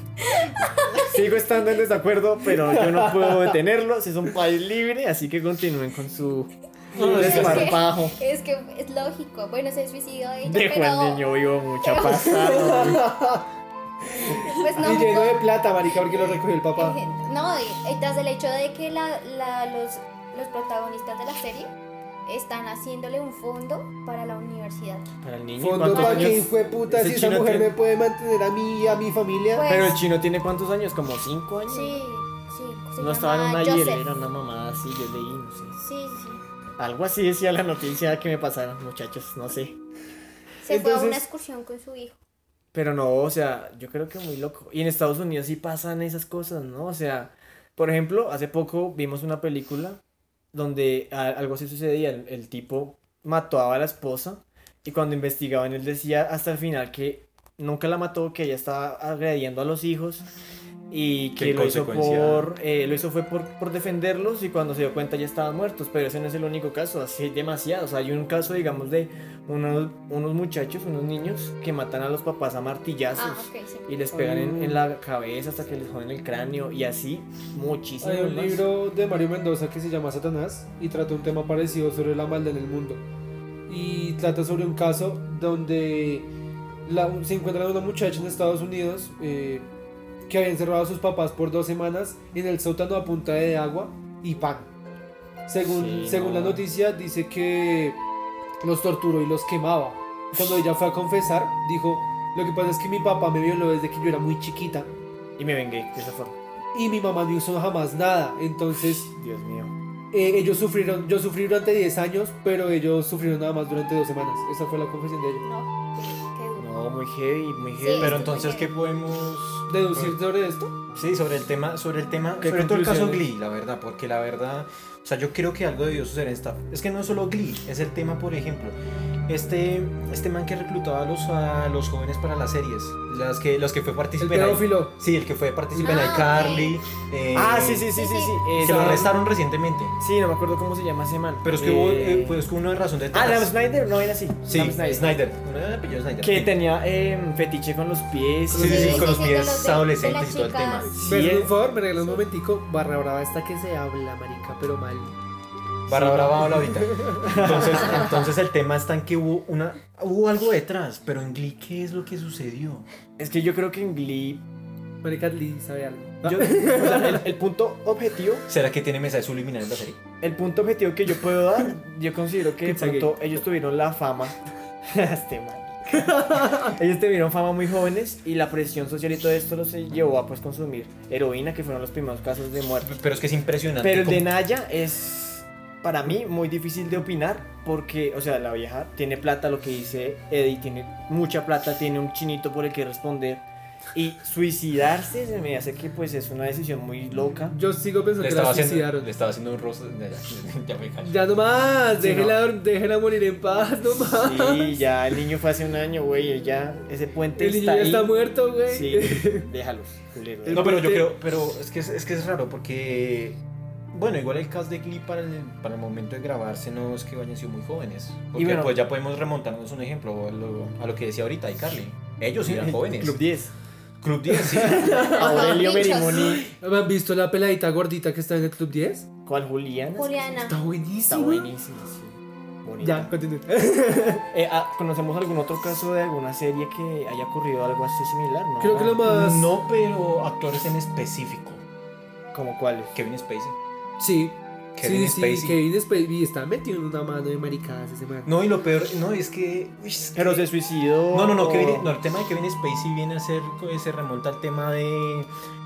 [SPEAKER 2] Sigo estando en desacuerdo, pero yo no puedo detenerlos. Es un país libre, así que continúen con su desparpajo.
[SPEAKER 1] Es que es lógico. Bueno, se suicidó ella,
[SPEAKER 2] Dejo
[SPEAKER 1] pero
[SPEAKER 2] al niño vivo mucha pasada.
[SPEAKER 1] pues no
[SPEAKER 4] y lleno
[SPEAKER 1] jugó.
[SPEAKER 4] de plata, marica, porque lo recogió el papá.
[SPEAKER 1] Eh, No, y- y tras el hecho de que la, la- los, los protagonistas de la serie están haciéndole un fondo para la universidad.
[SPEAKER 2] Para el niño,
[SPEAKER 4] Fondo
[SPEAKER 2] ¿cuántos
[SPEAKER 4] para que
[SPEAKER 2] años?
[SPEAKER 4] fue puta,
[SPEAKER 2] Ese
[SPEAKER 4] si esa
[SPEAKER 2] chino
[SPEAKER 4] mujer
[SPEAKER 2] tiene-
[SPEAKER 4] me puede mantener a mí y a mi familia.
[SPEAKER 1] Pues,
[SPEAKER 2] Pero el chino tiene cuántos años, como cinco años.
[SPEAKER 1] sí, sí. Se
[SPEAKER 2] no estaba en
[SPEAKER 1] llama
[SPEAKER 2] una
[SPEAKER 1] Joseph.
[SPEAKER 2] hielera, una mamada así, yo leí, no sé.
[SPEAKER 1] Sí, sí.
[SPEAKER 2] Algo así decía la noticia que me pasaron, muchachos, no sé.
[SPEAKER 1] Se fue a una
[SPEAKER 4] Entonces-
[SPEAKER 1] excursión con su hijo.
[SPEAKER 2] Pero no, o sea, yo creo que muy loco. Y en Estados Unidos sí pasan esas cosas, ¿no? O sea, por ejemplo, hace poco vimos una película donde a- algo así sucedía. El, el tipo mataba a la esposa y cuando investigaban él decía hasta el final que nunca la mató, que ella estaba agrediendo a los hijos y
[SPEAKER 5] Que
[SPEAKER 2] que
[SPEAKER 5] en
[SPEAKER 2] lo hizo
[SPEAKER 5] consecuencia-
[SPEAKER 2] por eh, lo hizo fue por, por defenderlos y cuando se dio cuenta ya estaban muertos pero ese no es el único caso así hay demasiados hay un caso digamos de unos, unos muchachos unos niños que matan a los papás a martillazos
[SPEAKER 1] Ah, ok, sí.
[SPEAKER 2] y les pegan en, en la cabeza hasta que les joden el cráneo y así muchísimo
[SPEAKER 4] Hay un
[SPEAKER 2] más.
[SPEAKER 4] libro de Mario Mendoza que se llama Satanás y trata un tema parecido sobre la maldad en el mundo. Y trata sobre un caso donde la- se encuentra una muchacha en Estados Unidos eh, que había encerrado a sus papás por dos semanas en el sótano a punta de agua y pan. Según,
[SPEAKER 2] Sí,
[SPEAKER 4] según
[SPEAKER 2] no.
[SPEAKER 4] la noticia dice que los torturó y los quemaba. Cuando ella fue a confesar, dijo, lo que pasa es que mi papá me violó desde que yo era muy chiquita
[SPEAKER 2] y me vengué de esa forma
[SPEAKER 4] y mi mamá no hizo jamás nada. Entonces
[SPEAKER 2] Dios mío
[SPEAKER 4] eh, ellos sufrieron, yo sufrí durante 10 años, pero ellos sufrieron nada más durante dos semanas. Esa fue la confesión de ellos.
[SPEAKER 1] No, qué- qué duro.
[SPEAKER 2] no muy heavy muy
[SPEAKER 1] Sí,
[SPEAKER 2] heavy
[SPEAKER 5] Pero
[SPEAKER 1] esto
[SPEAKER 5] entonces, ¿qué
[SPEAKER 1] fue-
[SPEAKER 5] podemos
[SPEAKER 4] ¿Deducir sobre esto?
[SPEAKER 5] Sí, sobre el tema, sobre el tema,
[SPEAKER 4] ¿Qué
[SPEAKER 5] sobre todo el caso
[SPEAKER 4] conclusiones?
[SPEAKER 5] Glee, la verdad, porque la verdad, o sea, yo creo que algo debió suceder en esta. Es que no es solo Glee, es el tema, por ejemplo, este, este man que reclutaba a los, a los jóvenes para las series, las que, los que fue
[SPEAKER 4] El
[SPEAKER 5] participante.
[SPEAKER 4] pedófilo.
[SPEAKER 5] Sí, el que fue participante en
[SPEAKER 1] Ah,
[SPEAKER 5] iCarly. eh,
[SPEAKER 2] ah sí sí sí sí sí
[SPEAKER 5] Que
[SPEAKER 2] Esa-
[SPEAKER 5] lo arrestaron recientemente.
[SPEAKER 2] sí no me acuerdo cómo se llama ese man
[SPEAKER 5] Pero es que
[SPEAKER 2] Eh,
[SPEAKER 5] hubo, eh, pues, que uno de razón de
[SPEAKER 2] ah Adam
[SPEAKER 5] temas.
[SPEAKER 2] Snyder no era así
[SPEAKER 5] Sí,
[SPEAKER 2] Adam
[SPEAKER 5] Snyder. Uno de apellido Snyder.
[SPEAKER 2] que tenía em, fetiche con los pies
[SPEAKER 5] Sí, sí, sí,
[SPEAKER 2] y-
[SPEAKER 5] con los
[SPEAKER 1] de
[SPEAKER 5] pies
[SPEAKER 1] los de-
[SPEAKER 5] adolescentes
[SPEAKER 1] de
[SPEAKER 5] y todo el
[SPEAKER 1] las
[SPEAKER 5] tema.
[SPEAKER 1] chicas.
[SPEAKER 2] Sí,
[SPEAKER 4] Pero,
[SPEAKER 2] eh.
[SPEAKER 4] por favor, me regalas un momentico. Barra brava esta que se habla, marica, pero mal.
[SPEAKER 5] Barra brava habla ahorita. Entonces, entonces el tema está en que hubo una hubo algo detrás, pero en Glee ¿qué es lo que sucedió?
[SPEAKER 2] es que yo creo que en Glee
[SPEAKER 4] Marica Lee sabe algo.
[SPEAKER 2] yo- o sea, el- el punto objetivo
[SPEAKER 5] ¿Será que tiene mensajes subliminales la serie?
[SPEAKER 2] El punto objetivo que yo puedo dar, yo considero que de
[SPEAKER 4] Pizza gay.
[SPEAKER 2] pronto ellos tuvieron la fama. este man. ellos tuvieron fama muy jóvenes y la presión social y todo esto los llevó a pues consumir heroína, que fueron los primeros casos de muerte.
[SPEAKER 5] Pero es que es impresionante.
[SPEAKER 2] Pero el
[SPEAKER 5] cómo-
[SPEAKER 2] de Naya es para mí muy difícil de opinar porque, o sea, la vieja tiene plata, lo que dice Eddie, tiene mucha plata, tiene un chinito por el que responder. Y suicidarse se me hace que pues es una decisión muy loca.
[SPEAKER 4] Ah, Yo sigo
[SPEAKER 5] le
[SPEAKER 4] pensando que
[SPEAKER 5] estaba
[SPEAKER 4] la
[SPEAKER 5] haciendo
[SPEAKER 4] suicidaron.
[SPEAKER 5] le estaba haciendo un rosa ya, ya me callo.
[SPEAKER 4] Ya nomás,
[SPEAKER 2] Sí,
[SPEAKER 4] déjela, déjela morir en paz, nomás.
[SPEAKER 2] Sí, ya el niño fue hace un año, güey. Ya ese puente
[SPEAKER 4] El niño
[SPEAKER 2] está
[SPEAKER 4] ya
[SPEAKER 2] ahí.
[SPEAKER 4] está muerto, güey.
[SPEAKER 2] Sí, déjalos. culero.
[SPEAKER 5] No, pero yo
[SPEAKER 4] puente-
[SPEAKER 5] creo, pero es que es, es que es raro porque bueno, igual el cast de Glee para el, para el momento de grabarse no es que hayan sido muy jóvenes. Porque
[SPEAKER 2] bueno-
[SPEAKER 5] pues ya podemos remontarnos un ejemplo a lo, a lo que decía ahorita y Carly. Ellos sí eran jóvenes.
[SPEAKER 2] Club 10.
[SPEAKER 5] Club 10, sí.
[SPEAKER 2] Aurelio
[SPEAKER 1] Bichos.
[SPEAKER 2] Merimoni.
[SPEAKER 4] ¿Han visto la peladita gordita que está en el Club 10?
[SPEAKER 2] ¿Cuál Juliana?
[SPEAKER 1] Juliana.
[SPEAKER 4] Está buenísima.
[SPEAKER 2] Está buenísimo, sí.
[SPEAKER 4] Ya,
[SPEAKER 2] Bonita.
[SPEAKER 4] continúe.
[SPEAKER 2] Eh, ah, ¿Conocemos algún otro caso de alguna serie que haya ocurrido algo así similar? ¿no?
[SPEAKER 4] Creo que lo
[SPEAKER 2] Pues,
[SPEAKER 4] más...
[SPEAKER 5] No, pero actores en específico.
[SPEAKER 2] ¿Como cuáles?
[SPEAKER 5] Kevin Spacey.
[SPEAKER 4] Sí. sí,
[SPEAKER 5] Kevin
[SPEAKER 4] sí,
[SPEAKER 5] Spacey.
[SPEAKER 4] Kevin Spacey está metido en una mano de maricadas ese man.
[SPEAKER 5] No, y lo peor, no, es que. uy, es que-
[SPEAKER 2] Pero se suicidó.
[SPEAKER 5] No, no, no,
[SPEAKER 2] o-
[SPEAKER 5] Kevin- no, el tema de Kevin Spacey viene a ser, pues, se remonta al tema de,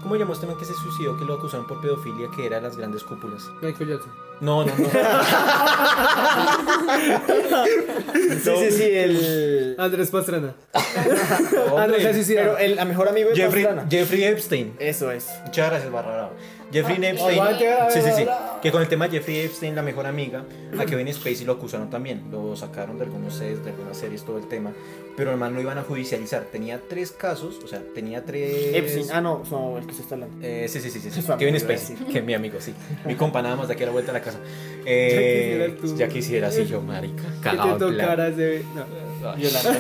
[SPEAKER 5] ¿cómo llamó este man que se suicidó, que lo acusaron por pedofilia, que era las grandes cúpulas?
[SPEAKER 4] Michael Jackson.
[SPEAKER 5] No, no, no,
[SPEAKER 2] Ah, Sí, sí, sí, el.
[SPEAKER 4] Andrés Pastrana.
[SPEAKER 5] hombre.
[SPEAKER 4] Andrés se suicidó.
[SPEAKER 2] Pero el a mejor amigo de
[SPEAKER 5] Jeffrey,
[SPEAKER 2] Pastrana.
[SPEAKER 5] Jeffrey Epstein,
[SPEAKER 2] Eso es.
[SPEAKER 5] muchas gracias, barra brava. Jeffrey
[SPEAKER 2] Ah,
[SPEAKER 5] Epstein,
[SPEAKER 4] Aguante, barra
[SPEAKER 5] sí, sí, sí, que con el tema de Jeffrey Epstein, la mejor amiga, a Kevin Spacey lo acusaron también, lo sacaron de algunos sets, de algunas series, todo el tema, pero el man lo iban a judicializar, tenía tres casos, o sea, tenía tres...
[SPEAKER 2] Epstein. Ah, no, no, el que se está hablando.
[SPEAKER 5] Eh, sí, sí, sí, sí. sí.
[SPEAKER 2] Es su amigo,
[SPEAKER 5] Kevin
[SPEAKER 2] iba a
[SPEAKER 5] Spacey, que es mi amigo, sí. Mi compa nada más de aquí a la vuelta de la casa. Eh,
[SPEAKER 4] quisiera tú.
[SPEAKER 5] ya quisiera, sí, yo, marica.
[SPEAKER 4] Que
[SPEAKER 5] Cagado
[SPEAKER 4] te
[SPEAKER 5] en plan.
[SPEAKER 4] tocaras de... No.
[SPEAKER 5] Ay,
[SPEAKER 2] Violando.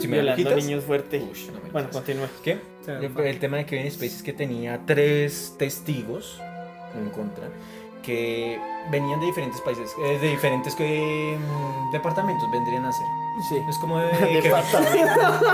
[SPEAKER 5] si me
[SPEAKER 2] Violando
[SPEAKER 5] quitas.
[SPEAKER 2] niños fuerte.
[SPEAKER 5] Ush, no me
[SPEAKER 2] bueno, pues, continúe.
[SPEAKER 5] quitas. ¿Qué?
[SPEAKER 4] O sea,
[SPEAKER 5] El, el tema de Kevin Spacey es que tenía tres testigos en contra que venían de diferentes países, eh, de diferentes que, mm, departamentos vendrían a ser.
[SPEAKER 2] Sí.
[SPEAKER 5] Es como de... que-
[SPEAKER 2] Departamento.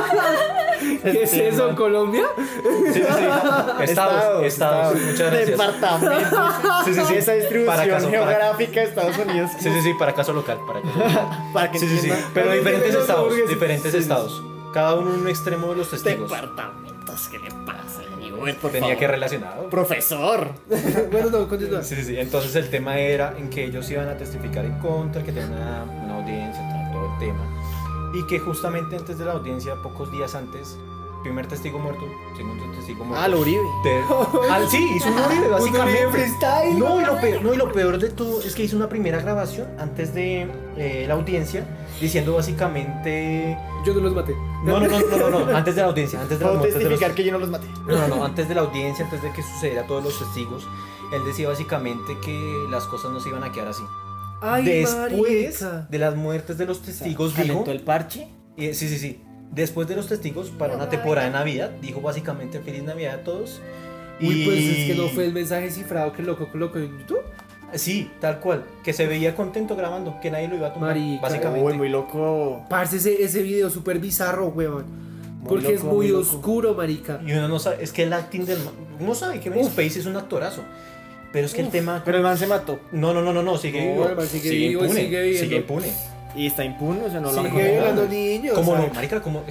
[SPEAKER 4] ¿Qué es
[SPEAKER 2] Este,
[SPEAKER 4] eso,
[SPEAKER 2] man.
[SPEAKER 4] Colombia?
[SPEAKER 5] sí, sí, sí. Estados, estados, muchas gracias.
[SPEAKER 2] Departamento.
[SPEAKER 5] Sí, sí, sí.
[SPEAKER 2] Esa distribución
[SPEAKER 5] Para caso, para-
[SPEAKER 2] geográfica de Estados Unidos.
[SPEAKER 5] Sí, sí, sí, para caso local, para caso local.
[SPEAKER 2] Para que
[SPEAKER 5] Sí, sí, sí.
[SPEAKER 2] entiendan.
[SPEAKER 5] Pero
[SPEAKER 4] Ay,
[SPEAKER 5] diferentes
[SPEAKER 4] los
[SPEAKER 5] estados,
[SPEAKER 4] hamburguesas.
[SPEAKER 5] diferentes
[SPEAKER 4] Sí, sí.
[SPEAKER 5] estados. Cada uno en un extremo de los testigos.
[SPEAKER 2] Departamentos, ¿qué le pasa? Newell, por
[SPEAKER 5] Tenía
[SPEAKER 2] favor?
[SPEAKER 5] que relacionado.
[SPEAKER 2] Profesor.
[SPEAKER 4] bueno, no, continúa.
[SPEAKER 5] Sí, sí, sí. Entonces el tema era en que ellos iban a testificar en contra, que tenían una, una audiencia, tal, todo el tema. Y que justamente antes de la audiencia, pocos días antes, primer testigo muerto, segundo testigo muerto.
[SPEAKER 2] Ah, lo Uribe.
[SPEAKER 5] Te- Al- sí, hizo un Uribe,
[SPEAKER 2] Uribe
[SPEAKER 5] básicamente.
[SPEAKER 2] freestyle.
[SPEAKER 5] No y, lo peor, no, y lo peor de todo es que hizo una primera grabación antes de eh, la audiencia, diciendo básicamente...
[SPEAKER 4] Yo no los maté.
[SPEAKER 5] No, no, no, no, no, no, antes de la audiencia, antes de la
[SPEAKER 2] Puedo
[SPEAKER 5] antes de los-
[SPEAKER 2] testificar que yo no los maté.
[SPEAKER 5] No, no, no, antes de la audiencia, antes de que sucediera a todos los testigos, él decía básicamente que las cosas no se iban a quedar así.
[SPEAKER 4] Ay,
[SPEAKER 5] Después
[SPEAKER 4] marica.
[SPEAKER 5] de las muertes de los testigos, dijo.
[SPEAKER 2] Calentó el parche.
[SPEAKER 5] eh, sí, sí, sí. Después de los testigos, para una temporada de Navidad, dijo básicamente Feliz Navidad a todos.
[SPEAKER 4] Y pues es que no fue el mensaje cifrado que el loco colocó en YouTube.
[SPEAKER 5] Sí, tal cual. Que se veía contento grabando, que nadie lo iba a tomar.
[SPEAKER 4] Marica.
[SPEAKER 5] básicamente.
[SPEAKER 2] Uy, muy loco.
[SPEAKER 4] Parce, ese, ese video súper bizarro, weón.
[SPEAKER 2] Muy
[SPEAKER 4] Porque es
[SPEAKER 2] loco,
[SPEAKER 4] muy,
[SPEAKER 2] loco.
[SPEAKER 4] oscuro, marica.
[SPEAKER 5] Y uno no sabe, es que el acting del. ma- Uno sabe que Kevin Spacey es un actorazo. Pero es que el tema.
[SPEAKER 2] Pero el man se mató.
[SPEAKER 5] No, no, no, no, no, sigue
[SPEAKER 4] No,
[SPEAKER 5] vivo.
[SPEAKER 4] hermano, sigue vivo y
[SPEAKER 5] impune,
[SPEAKER 4] sigue viviendo.
[SPEAKER 5] impune.
[SPEAKER 2] Y está impune, o sea, no lo han
[SPEAKER 4] Sigue
[SPEAKER 2] condenado.
[SPEAKER 4] violando niños.
[SPEAKER 5] Como
[SPEAKER 4] o sea,
[SPEAKER 5] no, marica, como,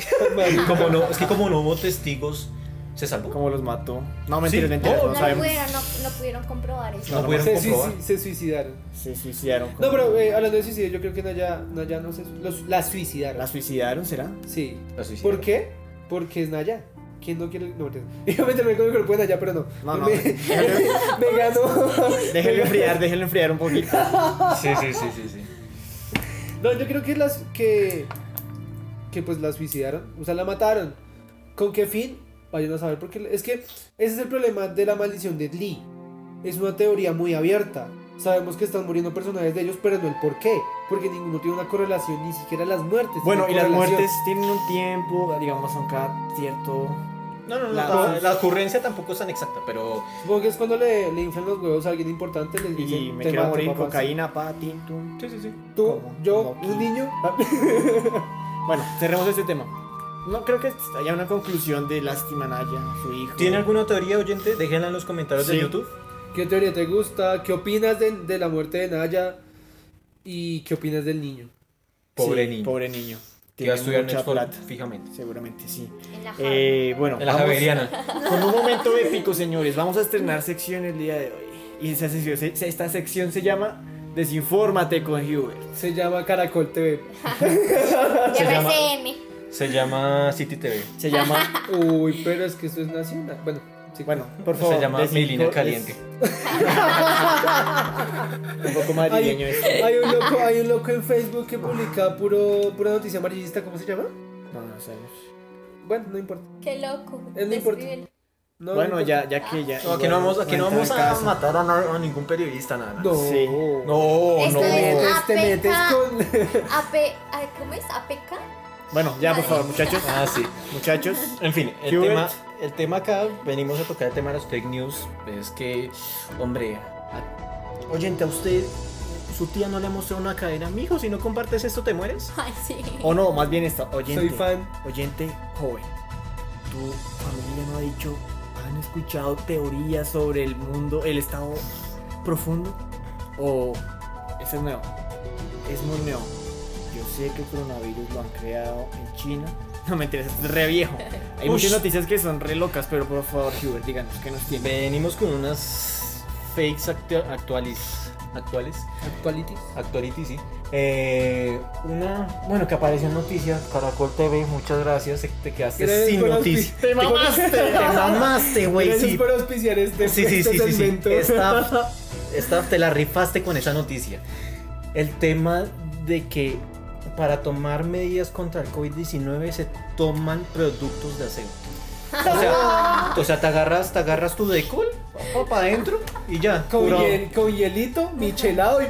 [SPEAKER 5] como no, es que como no hubo testigos, se salvó.
[SPEAKER 2] ¿Cómo los mató? No, mentiras,
[SPEAKER 5] Sí.
[SPEAKER 2] mentiras,
[SPEAKER 5] Oh,
[SPEAKER 2] no,
[SPEAKER 1] No, lo
[SPEAKER 2] sabemos.
[SPEAKER 1] pudieron, no, no pudieron comprobar eso.
[SPEAKER 5] No,
[SPEAKER 2] no,
[SPEAKER 5] pudieron
[SPEAKER 4] se,
[SPEAKER 5] comprobar.
[SPEAKER 4] suici- se suicidaron.
[SPEAKER 2] Se suicidaron.
[SPEAKER 4] No, pero eh, hablando de suicidio, yo creo que Naya, Naya no se su- los- la suicidaron.
[SPEAKER 2] ¿La suicidaron, será?
[SPEAKER 4] Sí.
[SPEAKER 5] La suicidaron.
[SPEAKER 4] ¿Por qué? Porque es Naya. ¿Quién no quiere.? No, mentira. Iba a meterme con el cuerpo de Naya, pero no.
[SPEAKER 2] No, no.
[SPEAKER 4] Me, me ganó.
[SPEAKER 2] Déjenlo enfriar, déjenlo enfriar un poquito.
[SPEAKER 5] Sí, sí, sí, sí, sí.
[SPEAKER 4] No, yo creo que las. Que, que pues la suicidaron. O sea, la mataron. ¿Con qué fin? Vayan a saber. Porque es que ese es el problema de la maldición de Lee. Es una teoría muy abierta. Sabemos que están muriendo personajes de ellos, pero no el por qué. Porque ninguno tiene una correlación, ni siquiera las muertes.
[SPEAKER 2] Bueno, y las
[SPEAKER 4] tienen correlación.
[SPEAKER 2] muertes tienen un tiempo, digamos, son cada cierto.
[SPEAKER 5] No, no, no,
[SPEAKER 2] La-
[SPEAKER 5] la, la ocurrencia tampoco es tan exacta, pero
[SPEAKER 4] Supongo que es cuando le, le inflan los huevos a alguien importante. Les dicen,
[SPEAKER 2] Y me
[SPEAKER 4] "Te
[SPEAKER 2] quiero
[SPEAKER 4] mato,
[SPEAKER 2] morir,
[SPEAKER 4] papá".
[SPEAKER 2] cocaína, pa, tin, tum.
[SPEAKER 4] Tú,
[SPEAKER 2] como-
[SPEAKER 4] yo,
[SPEAKER 2] como
[SPEAKER 4] un
[SPEAKER 2] aquí.
[SPEAKER 4] niño.
[SPEAKER 2] Bueno, cerremos este tema. No creo que haya una conclusión de lástima Naya, su hijo.
[SPEAKER 5] ¿tiene alguna teoría oyente? Déjenla en los comentarios
[SPEAKER 2] Sí.
[SPEAKER 5] de YouTube.
[SPEAKER 4] ¿Qué teoría te gusta? ¿Qué opinas de, de la muerte de Naya? ¿Y qué opinas del niño?
[SPEAKER 5] Pobre
[SPEAKER 2] Sí,
[SPEAKER 5] niño.
[SPEAKER 2] Pobre niño.
[SPEAKER 5] que va a estudiar en
[SPEAKER 2] mucha
[SPEAKER 5] Oxford,
[SPEAKER 2] plata.
[SPEAKER 5] fijamente.
[SPEAKER 2] Seguramente sí.
[SPEAKER 1] En la Harvard.
[SPEAKER 2] Eh, bueno,
[SPEAKER 5] En la
[SPEAKER 2] vamos-
[SPEAKER 5] Javeriana.
[SPEAKER 2] Con un momento épico, señores. Vamos a estrenar sección el día de hoy. Y esa sección- se- se- esta sección se llama Desinfórmate con Hubert.
[SPEAKER 4] Se llama Caracol TV.
[SPEAKER 1] De
[SPEAKER 5] se llama-
[SPEAKER 1] RCN.
[SPEAKER 5] Se llama City TV.
[SPEAKER 2] Se llama.
[SPEAKER 4] Uy, pero es que esto es nacional. Bueno, sí.
[SPEAKER 2] Bueno, por favor.
[SPEAKER 5] se llama
[SPEAKER 2] desinfo-
[SPEAKER 5] Milina Caliente.
[SPEAKER 2] es un poco
[SPEAKER 4] hay,
[SPEAKER 2] madrileño este.
[SPEAKER 4] hay un loco, hay un loco en Facebook que publica puro, pura noticia amarillista, ¿cómo se llama?
[SPEAKER 2] No, no sabemos.
[SPEAKER 4] Bueno, no importa.
[SPEAKER 1] Qué loco.
[SPEAKER 4] Es muy importante.
[SPEAKER 1] Describe-
[SPEAKER 4] No,
[SPEAKER 2] bueno,
[SPEAKER 4] no
[SPEAKER 2] ya, ya que ya.
[SPEAKER 5] No, aquí no vamos, aquí no
[SPEAKER 2] entra
[SPEAKER 5] vamos
[SPEAKER 2] en
[SPEAKER 5] a
[SPEAKER 2] casa.
[SPEAKER 5] matar a, no- a ningún periodista, nada.
[SPEAKER 4] No.
[SPEAKER 2] Sí.
[SPEAKER 5] no,
[SPEAKER 1] Esto
[SPEAKER 5] no.
[SPEAKER 1] es-
[SPEAKER 4] Te metes
[SPEAKER 1] APK.
[SPEAKER 4] con.
[SPEAKER 1] AP, ah, ¿Cómo es? ¿APK?
[SPEAKER 2] Bueno, ya por favor, muchachos.
[SPEAKER 5] Ah, sí.
[SPEAKER 2] Muchachos.
[SPEAKER 5] En fin, el
[SPEAKER 2] Hubert.
[SPEAKER 5] tema, el tema acá, venimos a tocar el tema de las fake news. Es que, hombre, a- oyente, a usted, su tía no le mostró una cadena. Mijo, si no compartes esto, te mueres.
[SPEAKER 1] Ay, sí.
[SPEAKER 2] O no, más bien esta, oyente.
[SPEAKER 4] Soy fan.
[SPEAKER 2] Oyente joven. Tu familia no ha dicho, han escuchado teorías sobre el mundo, el estado profundo. O ese es nuevo. Es muy nuevo. Yo sé que el coronavirus lo han creado en China. No mentiras, es re viejo. Hay muchas noticias que son re locas, pero por favor, Hubert, díganos qué nos tiene.
[SPEAKER 5] Venimos con unas fakes actu- actuales. Actuales.
[SPEAKER 4] Actualities.
[SPEAKER 5] Actuality, sí. Eh, una, bueno, que apareció en noticia, Caracol TV, muchas gracias. Te, te quedaste
[SPEAKER 4] Gracias
[SPEAKER 5] sin
[SPEAKER 4] por
[SPEAKER 5] noticia.
[SPEAKER 4] auspici-
[SPEAKER 5] Te mamaste, te mamaste, güey.
[SPEAKER 4] Gracias
[SPEAKER 5] Pues Sí,
[SPEAKER 4] por auspiciar este,
[SPEAKER 5] sí, sí,
[SPEAKER 4] este
[SPEAKER 5] sí, sí, sí.
[SPEAKER 4] segmento.
[SPEAKER 5] Staff, staff, te la rifaste con esa noticia. El tema de que para tomar medidas contra el COVID-19 se toman productos de aseo. O sea, o sea, te agarras, te agarras tu decol, para adentro y ya.
[SPEAKER 4] Con,
[SPEAKER 5] curado.
[SPEAKER 4] hiel- con hielito, michelado y...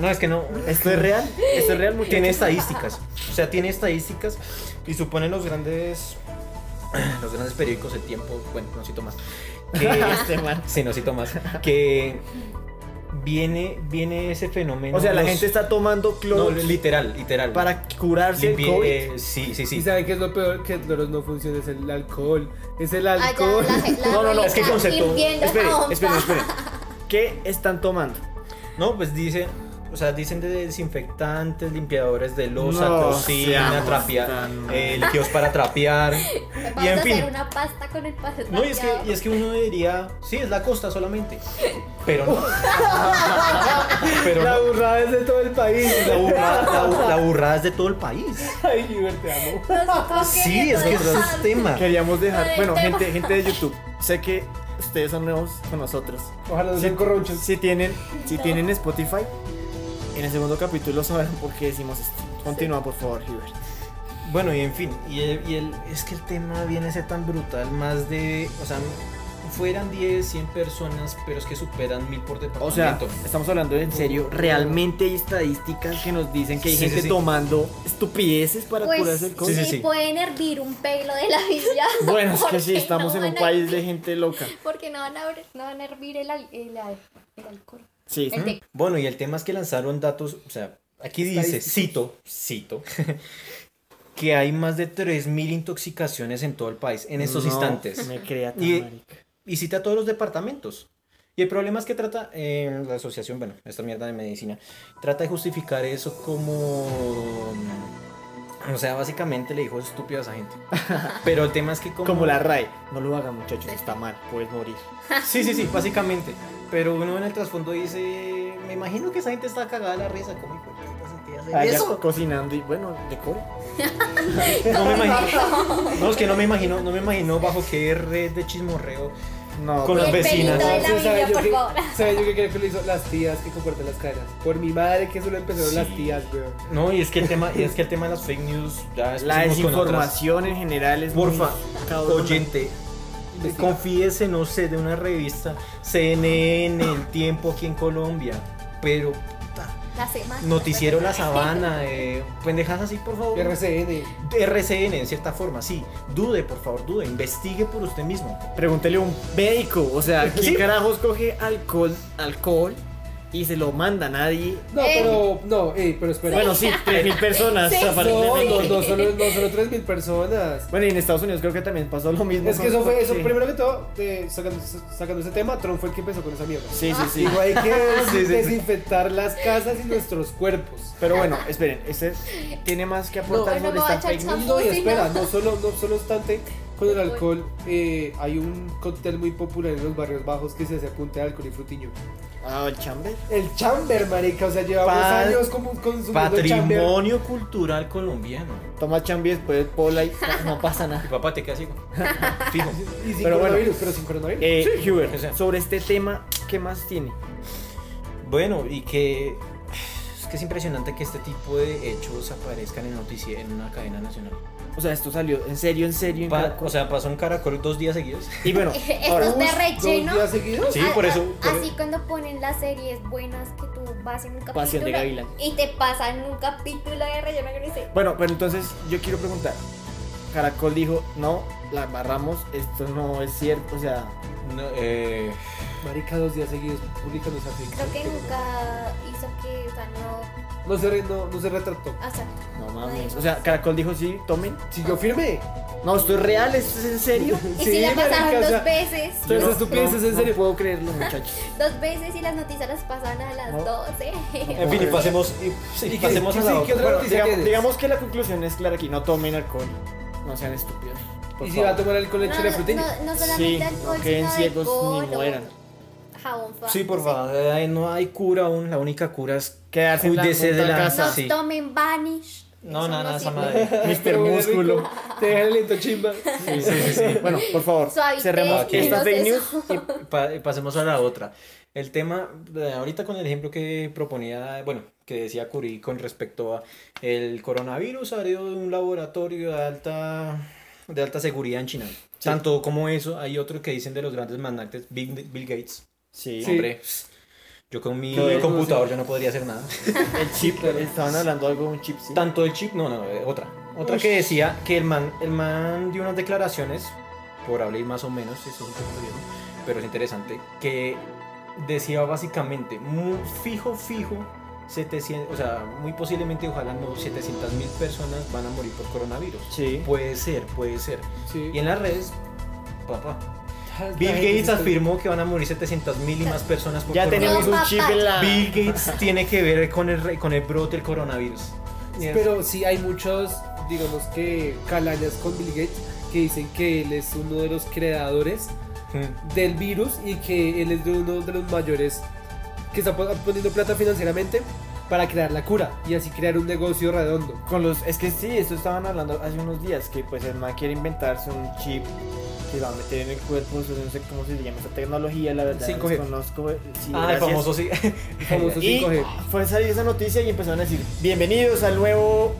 [SPEAKER 5] No, es que no. Esto es real. Esto es real. muchachos. Tiene estadísticas. O sea, tiene estadísticas y suponen los grandes. Los grandes periódicos, el tiempo. Bueno, no cito más. Que,
[SPEAKER 2] Este man.
[SPEAKER 5] sí, no cito más. Que viene, viene ese fenómeno.
[SPEAKER 2] O sea, la
[SPEAKER 5] los-
[SPEAKER 2] gente está tomando
[SPEAKER 5] No,
[SPEAKER 2] cloro
[SPEAKER 5] literal, literal.
[SPEAKER 2] para curarse el
[SPEAKER 5] Limpie-
[SPEAKER 2] COVID.
[SPEAKER 5] eh, sí, sí,
[SPEAKER 4] ¿Y
[SPEAKER 5] sí.
[SPEAKER 4] saben qué es lo peor? Que el cloro no funciona, es el alcohol. Es el
[SPEAKER 1] Allá,
[SPEAKER 4] alcohol.
[SPEAKER 1] la, la
[SPEAKER 2] No, no, no,
[SPEAKER 5] es que el
[SPEAKER 1] abuelita
[SPEAKER 5] concepto-
[SPEAKER 1] hirviendo
[SPEAKER 2] Esperen,
[SPEAKER 1] la hoja.
[SPEAKER 2] esperen, esperen. ¿Qué están tomando?
[SPEAKER 5] No, pues dicen. O sea, dicen de desinfectantes, limpiadores de losa,
[SPEAKER 2] No
[SPEAKER 5] cocina,
[SPEAKER 2] seamos
[SPEAKER 5] trapear,
[SPEAKER 2] tan-
[SPEAKER 5] eh, líquidos para trapear.
[SPEAKER 1] Vamos
[SPEAKER 5] Y en
[SPEAKER 1] a
[SPEAKER 5] fin.
[SPEAKER 1] hacer una pasta con el paso
[SPEAKER 5] No, y es, que, y es que uno diría, sí, es la costa solamente. Pero no. Pero
[SPEAKER 4] La
[SPEAKER 5] no.
[SPEAKER 4] burrada es de todo el país.
[SPEAKER 5] La burrada, la bu- la burrada es de todo el país.
[SPEAKER 4] Ay, Gilbert, te amo.
[SPEAKER 5] Sí, es que ese es el tema.
[SPEAKER 2] Ah. Queríamos dejar,
[SPEAKER 1] Ay,
[SPEAKER 2] bueno,
[SPEAKER 1] tema.
[SPEAKER 2] gente, gente de YouTube, sé que ustedes son nuevos con nosotros.
[SPEAKER 4] Ojalá no
[SPEAKER 2] Si,
[SPEAKER 4] sean corronchos.
[SPEAKER 2] si tienen, si tienen Spotify, en el segundo capítulo sabrán por qué decimos esto. Continúa, por favor, Hubert.
[SPEAKER 5] Bueno, y en fin, y, el, y el- es que el tema viene a ser tan brutal, más de, o sea, fueran 10, 100 personas, pero es que superan mil por
[SPEAKER 2] O sea,
[SPEAKER 5] departamento.
[SPEAKER 2] estamos hablando en serio. Realmente hay estadísticas que nos dicen que hay
[SPEAKER 5] Sí, sí,
[SPEAKER 2] gente
[SPEAKER 5] sí.
[SPEAKER 2] tomando estupideces para
[SPEAKER 1] Pues
[SPEAKER 2] curarse el
[SPEAKER 1] si
[SPEAKER 2] COVID.
[SPEAKER 5] Sí, sí, sí.
[SPEAKER 1] pueden hervir un pelo de la villa.
[SPEAKER 2] Bueno, es que
[SPEAKER 1] porque
[SPEAKER 2] sí, estamos
[SPEAKER 1] no
[SPEAKER 2] en un
[SPEAKER 1] van a-
[SPEAKER 2] país de gente loca.
[SPEAKER 1] Porque no van a, abrir- no van a hervir el, al- el al- el alcohol.
[SPEAKER 2] Sí.
[SPEAKER 1] El de-
[SPEAKER 5] Bueno, y el tema es que lanzaron datos, o sea, aquí dice, cito, cito, que hay más de 3.000 intoxicaciones en todo el país, en estos
[SPEAKER 2] No
[SPEAKER 5] instantes.
[SPEAKER 2] Me crea tan
[SPEAKER 5] Y-
[SPEAKER 2] marica.
[SPEAKER 5] y cita todos los departamentos. Y el problema es que trata, eh, la asociación, bueno, esta mierda de medicina, trata de justificar eso como... mm, O sea, básicamente le dijo estúpido a esa gente. Pero el tema es que como...
[SPEAKER 2] Como la RAE. No lo hagan, muchachos, está mal, puedes morir.
[SPEAKER 5] Sí, sí, sí, básicamente. Pero uno en el trasfondo dice, me imagino que esa gente está cagada de la risa. ¿Cómo hijo de puta sentías hacer
[SPEAKER 2] Allá
[SPEAKER 5] eso?
[SPEAKER 2] cocinando y bueno, decore.
[SPEAKER 5] No me imagino. No, es que no me imagino, no me imagino bajo qué red de chismorreo.
[SPEAKER 2] No,
[SPEAKER 5] Con
[SPEAKER 1] y
[SPEAKER 5] las
[SPEAKER 1] el pelito
[SPEAKER 5] vecinas.
[SPEAKER 1] de la
[SPEAKER 4] Sí, ¿sabe
[SPEAKER 1] villa,
[SPEAKER 4] yo
[SPEAKER 1] por
[SPEAKER 4] qué-
[SPEAKER 1] favor.
[SPEAKER 4] ¿Sabe yo qué creo que lo hizo? Las tías que comparten las cadenas. Por mi madre que eso lo empezaron
[SPEAKER 5] Sí.
[SPEAKER 4] las tías, weón.
[SPEAKER 5] No, y es que el tema, y es que el tema de las fake news ya después
[SPEAKER 2] la
[SPEAKER 5] seguimos con otras.
[SPEAKER 2] desinformación en general es
[SPEAKER 5] Porfa,
[SPEAKER 2] muy cabrona.
[SPEAKER 5] oyente, confíese, no sé, de una revista, CNN, El Tiempo aquí en Colombia, pero
[SPEAKER 1] La semana.
[SPEAKER 5] Noticiero La Sabana, eh, pendejas así, por favor.
[SPEAKER 4] RCN.
[SPEAKER 5] RCN, en cierta forma, sí. Dude, por favor, dude, investigue por usted mismo.
[SPEAKER 2] Pregúntele a un médico, o sea, ¿quién
[SPEAKER 5] Sí.
[SPEAKER 2] carajos coge alcohol, alcohol y se lo manda a nadie?
[SPEAKER 4] No,
[SPEAKER 1] Eh.
[SPEAKER 4] pero. No, ey, pero espera.
[SPEAKER 2] Bueno, sí, 3.000 personas
[SPEAKER 1] Sí.
[SPEAKER 4] No,
[SPEAKER 2] aparentemente.
[SPEAKER 4] no, no, solo, no solo 3.000 personas.
[SPEAKER 2] Bueno, y en Estados Unidos creo que también pasó lo mismo.
[SPEAKER 4] Es que
[SPEAKER 2] con-
[SPEAKER 4] eso fue, eso
[SPEAKER 2] sí.
[SPEAKER 4] primero que todo, eh, sacando, sacando ese tema, Trump fue el que empezó con esa mierda.
[SPEAKER 2] Sí, sí, sí.
[SPEAKER 4] Digo, hay que
[SPEAKER 5] Sí, sí, sí.
[SPEAKER 4] desinfectar las casas y nuestros cuerpos.
[SPEAKER 2] Pero bueno, esperen, este tiene más que
[SPEAKER 1] No,
[SPEAKER 2] aportar sobre
[SPEAKER 1] no
[SPEAKER 2] esta
[SPEAKER 1] vaya a
[SPEAKER 2] fake news.
[SPEAKER 1] echar-
[SPEAKER 4] Y No, y espera, no solo, no solo obstante, con el alcohol eh, hay un cóctel muy popular en los barrios bajos que se hace a punta de alcohol y frutiño.
[SPEAKER 2] Ah, el chamber.
[SPEAKER 4] El chamber, marica, o sea, llevamos
[SPEAKER 5] Pa-
[SPEAKER 4] años como consumiendo chamber.
[SPEAKER 5] Patrimonio cultural colombiano.
[SPEAKER 2] Toma chamber, después pola y pues, no pasa nada.
[SPEAKER 5] Mi papá te queda ciego. Fijo.
[SPEAKER 4] Y sin
[SPEAKER 2] Pero bueno.
[SPEAKER 4] coronavirus, pero sin coronavirus.
[SPEAKER 2] Eh, Hubert,
[SPEAKER 5] o sea.
[SPEAKER 2] sobre este tema, ¿qué más tiene?
[SPEAKER 5] Bueno, y que. Es que es impresionante que este tipo de hechos aparezcan en noticia en una cadena nacional.
[SPEAKER 2] O sea, esto salió en serio, en serio. en
[SPEAKER 5] Pa-
[SPEAKER 2] Caracol.
[SPEAKER 5] o sea, pasó en Caracol dos días seguidos.
[SPEAKER 2] y bueno,
[SPEAKER 1] Esto
[SPEAKER 2] ahora,
[SPEAKER 1] es de relleno.
[SPEAKER 8] días seguidos?
[SPEAKER 5] Sí,
[SPEAKER 1] A-
[SPEAKER 5] por
[SPEAKER 1] a-
[SPEAKER 5] eso. por-
[SPEAKER 1] así cuando ponen las series buenas que tú vas en un capítulo
[SPEAKER 2] Pasión de Gavilán.
[SPEAKER 1] y te pasan un capítulo de relleno que no sé.
[SPEAKER 2] bueno, pero entonces yo quiero preguntar. Caracol dijo, no, la barramos, esto no es cierto, o sea,
[SPEAKER 5] no, eh,
[SPEAKER 8] Marica, dos días seguidos, publican los artículos.
[SPEAKER 1] Creo que nunca hizo que, o sea, no,
[SPEAKER 8] No se, re- no, no se retrató.
[SPEAKER 1] o sea,
[SPEAKER 2] no mames. O sea, Caracol dijo, sí, tomen.
[SPEAKER 8] ¿Siguió firme?
[SPEAKER 2] No, esto es real, esto es en serio.
[SPEAKER 1] y si la pasaron
[SPEAKER 8] marica, o
[SPEAKER 1] dos
[SPEAKER 8] sea,
[SPEAKER 1] veces,
[SPEAKER 8] Pero esas estupideces, en
[SPEAKER 2] no
[SPEAKER 8] serio.
[SPEAKER 2] puedo creerlo, muchachos.
[SPEAKER 1] dos veces y las noticias las pasan a las
[SPEAKER 2] No.
[SPEAKER 1] 12.
[SPEAKER 5] en fin, y pasemos, y, sí,
[SPEAKER 8] ¿Y qué-
[SPEAKER 5] pasemos a
[SPEAKER 8] qué-
[SPEAKER 5] la
[SPEAKER 8] sí,
[SPEAKER 5] otra.
[SPEAKER 8] qué otra
[SPEAKER 2] Bueno,
[SPEAKER 8] noticia
[SPEAKER 2] digamos,
[SPEAKER 8] tienes?
[SPEAKER 2] digamos que la conclusión es clara aquí, no tomen alcohol. No sean estúpidos. por
[SPEAKER 8] ¿Y si
[SPEAKER 2] favor.
[SPEAKER 8] va a tomar alcohol leche
[SPEAKER 1] no,
[SPEAKER 8] de
[SPEAKER 1] no,
[SPEAKER 8] frutilla?
[SPEAKER 1] no- no solamente
[SPEAKER 2] Sí,
[SPEAKER 1] alcohol,
[SPEAKER 2] no queden
[SPEAKER 1] sino
[SPEAKER 2] ciegos
[SPEAKER 1] alcohol
[SPEAKER 2] ni
[SPEAKER 1] o
[SPEAKER 2] mueran.
[SPEAKER 1] Jabón fa-
[SPEAKER 5] Sí, por favor, eh, no hay cura aún, la única cura es
[SPEAKER 2] Quedarse en la
[SPEAKER 5] cuídese de
[SPEAKER 2] puta
[SPEAKER 5] la
[SPEAKER 2] casa.
[SPEAKER 1] No
[SPEAKER 5] sí.
[SPEAKER 1] tomen vanish.
[SPEAKER 5] No,
[SPEAKER 1] Eso
[SPEAKER 5] no, no, esa
[SPEAKER 1] sirve.
[SPEAKER 5] madre.
[SPEAKER 2] Mr. Músculo.
[SPEAKER 8] Te deja el lento chimba.
[SPEAKER 2] Sí, sí, sí, sí. Bueno, por favor,
[SPEAKER 1] Suavitel,
[SPEAKER 2] cerremos
[SPEAKER 5] Ok.
[SPEAKER 2] esta
[SPEAKER 1] menos
[SPEAKER 2] fake news.
[SPEAKER 1] eso.
[SPEAKER 5] Y pa- pasemos a la otra. El tema, eh, ahorita con el ejemplo que proponía, bueno, que decía Curie con respecto a el coronavirus salido de un laboratorio de alta, de alta seguridad en China. Tanto como eso, hay otro que dicen de los grandes magnates, Bill, Bill Gates.
[SPEAKER 2] Sí,
[SPEAKER 5] Hombre, yo con mi
[SPEAKER 2] Lo de-
[SPEAKER 5] computador yo no podría hacer nada.
[SPEAKER 2] el chip, estaban hablando algo de un chip, sí.
[SPEAKER 5] Tanto el chip, no, no, eh, otra. Otra que decía que el man, el man dio unas declaraciones, por hablar más o menos, eso es un poco viejo, pero es interesante, que decía básicamente, muy fijo, fijo, 700, o sea, muy posiblemente, ojalá no, 700 mil personas van a morir por coronavirus.
[SPEAKER 2] Sí.
[SPEAKER 5] Puede ser, puede ser.
[SPEAKER 8] Sí.
[SPEAKER 5] Y en las redes, papá,
[SPEAKER 8] La
[SPEAKER 5] Bill
[SPEAKER 8] gente
[SPEAKER 5] Gates
[SPEAKER 8] se-
[SPEAKER 5] afirmó que van a morir 700 mil y más personas por
[SPEAKER 2] Ya tenemos
[SPEAKER 1] No,
[SPEAKER 2] un
[SPEAKER 1] papá.
[SPEAKER 2] chip en la...
[SPEAKER 5] Bill Gates tiene que ver con el, re- con el brote del coronavirus.
[SPEAKER 8] Pero sí hay muchos, digamos que calañas con Bill Gates que dicen que él es uno de los creadores
[SPEAKER 5] Mm.
[SPEAKER 8] del virus y que él es de uno de los mayores que está pon- poniendo plata financieramente para crear la cura y así crear un negocio redondo.
[SPEAKER 2] Con los, es que sí, esto estaban hablando hace unos días, que pues el man quiere inventarse un chip que va a meter en el cuerpo, eso no sé cómo se llama esa tecnología, la verdad
[SPEAKER 5] 5G.
[SPEAKER 2] desconozco. eh, Sí,
[SPEAKER 5] Ah, el
[SPEAKER 2] gracias.
[SPEAKER 5] famoso sí.
[SPEAKER 8] El famoso
[SPEAKER 2] Y
[SPEAKER 8] 5G.
[SPEAKER 2] fue a salir esa noticia y empezaron a decir, bienvenidos al nuevo,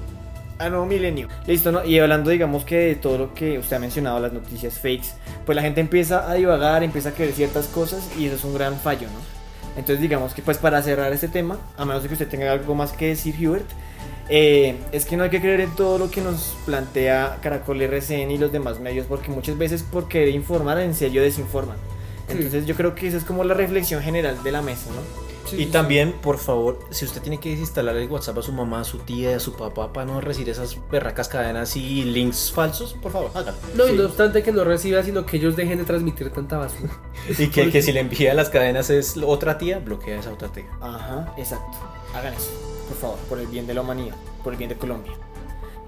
[SPEAKER 2] al nuevo milenio. Listo, ¿no? Y hablando, digamos que de todo lo que usted ha mencionado, las noticias fakes, pues la gente empieza a divagar, empieza a creer ciertas cosas y eso es un gran fallo, ¿no? Entonces digamos que pues para cerrar este tema, a menos de que usted tenga algo más que decir, Hubert, eh, es que no hay que creer en todo lo que nos plantea Caracol RCN y los demás medios, porque muchas veces por querer informar en serio desinforman. Entonces yo creo que esa es como la reflexión general de la mesa, ¿no?
[SPEAKER 5] Y también, por favor, si usted tiene que desinstalar el WhatsApp a su mamá, a su tía, a su papá para no recibir esas berracas cadenas y links falsos, por favor, hágalo.
[SPEAKER 8] No, y no obstante que no reciba, sino que ellos dejen de transmitir tanta basura.
[SPEAKER 5] Y que, que si le envía las cadenas es otra tía, bloquea a esa otra tía.
[SPEAKER 2] Ajá, exacto. Hagan eso, por favor, por el bien de la humanidad, por el bien de Colombia.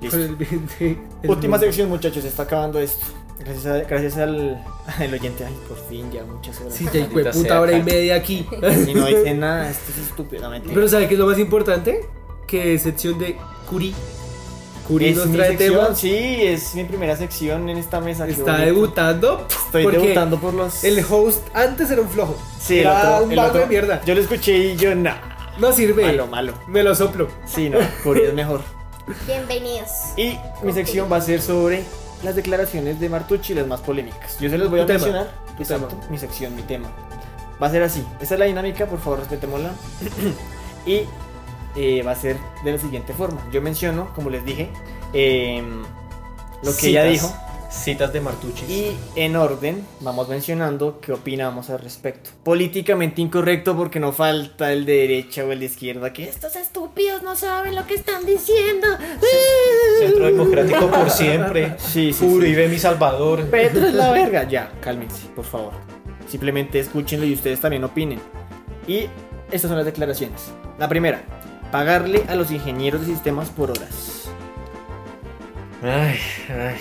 [SPEAKER 2] Listo.
[SPEAKER 8] Por Pues, el bien de- del
[SPEAKER 2] Última
[SPEAKER 8] mundo.
[SPEAKER 2] sección, muchachos, se está acabando esto. Gracias, a- gracias al, al oyente. Ay, por fin, ya muchas horas.
[SPEAKER 8] Sí, ya hijo de
[SPEAKER 5] Maldita sea,
[SPEAKER 8] puta hora y
[SPEAKER 5] Karen.
[SPEAKER 8] media aquí.
[SPEAKER 2] Y no dice nada, esto es estúpidamente.
[SPEAKER 8] Pero ¿sabe qué es lo más importante? Que sección de Curi. Curi
[SPEAKER 2] es
[SPEAKER 8] nos
[SPEAKER 2] mi
[SPEAKER 8] trae
[SPEAKER 2] sección,
[SPEAKER 8] temas.
[SPEAKER 2] sí, es mi primera sección en esta mesa. qué
[SPEAKER 8] Está
[SPEAKER 2] bonito.
[SPEAKER 8] debutando.
[SPEAKER 2] Estoy
[SPEAKER 8] porque
[SPEAKER 2] debutando por los.
[SPEAKER 8] El host antes era un flojo.
[SPEAKER 2] sí, el
[SPEAKER 8] era
[SPEAKER 2] otro,
[SPEAKER 8] un
[SPEAKER 2] el
[SPEAKER 8] vago
[SPEAKER 2] otro.
[SPEAKER 8] de mierda.
[SPEAKER 2] Yo lo escuché y yo, nah.
[SPEAKER 8] No sirve.
[SPEAKER 2] Malo, malo.
[SPEAKER 8] Me lo soplo.
[SPEAKER 2] Sí, no, Curi es mejor.
[SPEAKER 1] Bienvenidos.
[SPEAKER 2] Y mi sección va a ser sobre las declaraciones de Martucci, las más polémicas. Yo se las voy a
[SPEAKER 8] Tu tema,
[SPEAKER 2] mencionar.
[SPEAKER 8] tu
[SPEAKER 2] Exacto,
[SPEAKER 8] tema.
[SPEAKER 2] mi sección, mi tema. Va a ser así. Esta es la dinámica, por favor, respetémosla. y eh, va a ser de la siguiente forma. Yo menciono, como les dije, eh, lo que ella dijo.
[SPEAKER 5] Citas de Martucci.
[SPEAKER 2] Y en orden, vamos mencionando qué opinamos al respecto. Políticamente incorrecto porque no falta el de derecha o el de izquierda que estos estúpidos no saben lo que están diciendo.
[SPEAKER 5] Centro Democrático por siempre.
[SPEAKER 2] Sí, sí, sí.
[SPEAKER 5] Uribe, mi salvador.
[SPEAKER 2] Petro es la verga. Ya, cálmense, por favor. Simplemente escúchenlo y ustedes también opinen. Y estas son las declaraciones. La primera, pagarle a los ingenieros de sistemas por horas.
[SPEAKER 5] Ay, ay.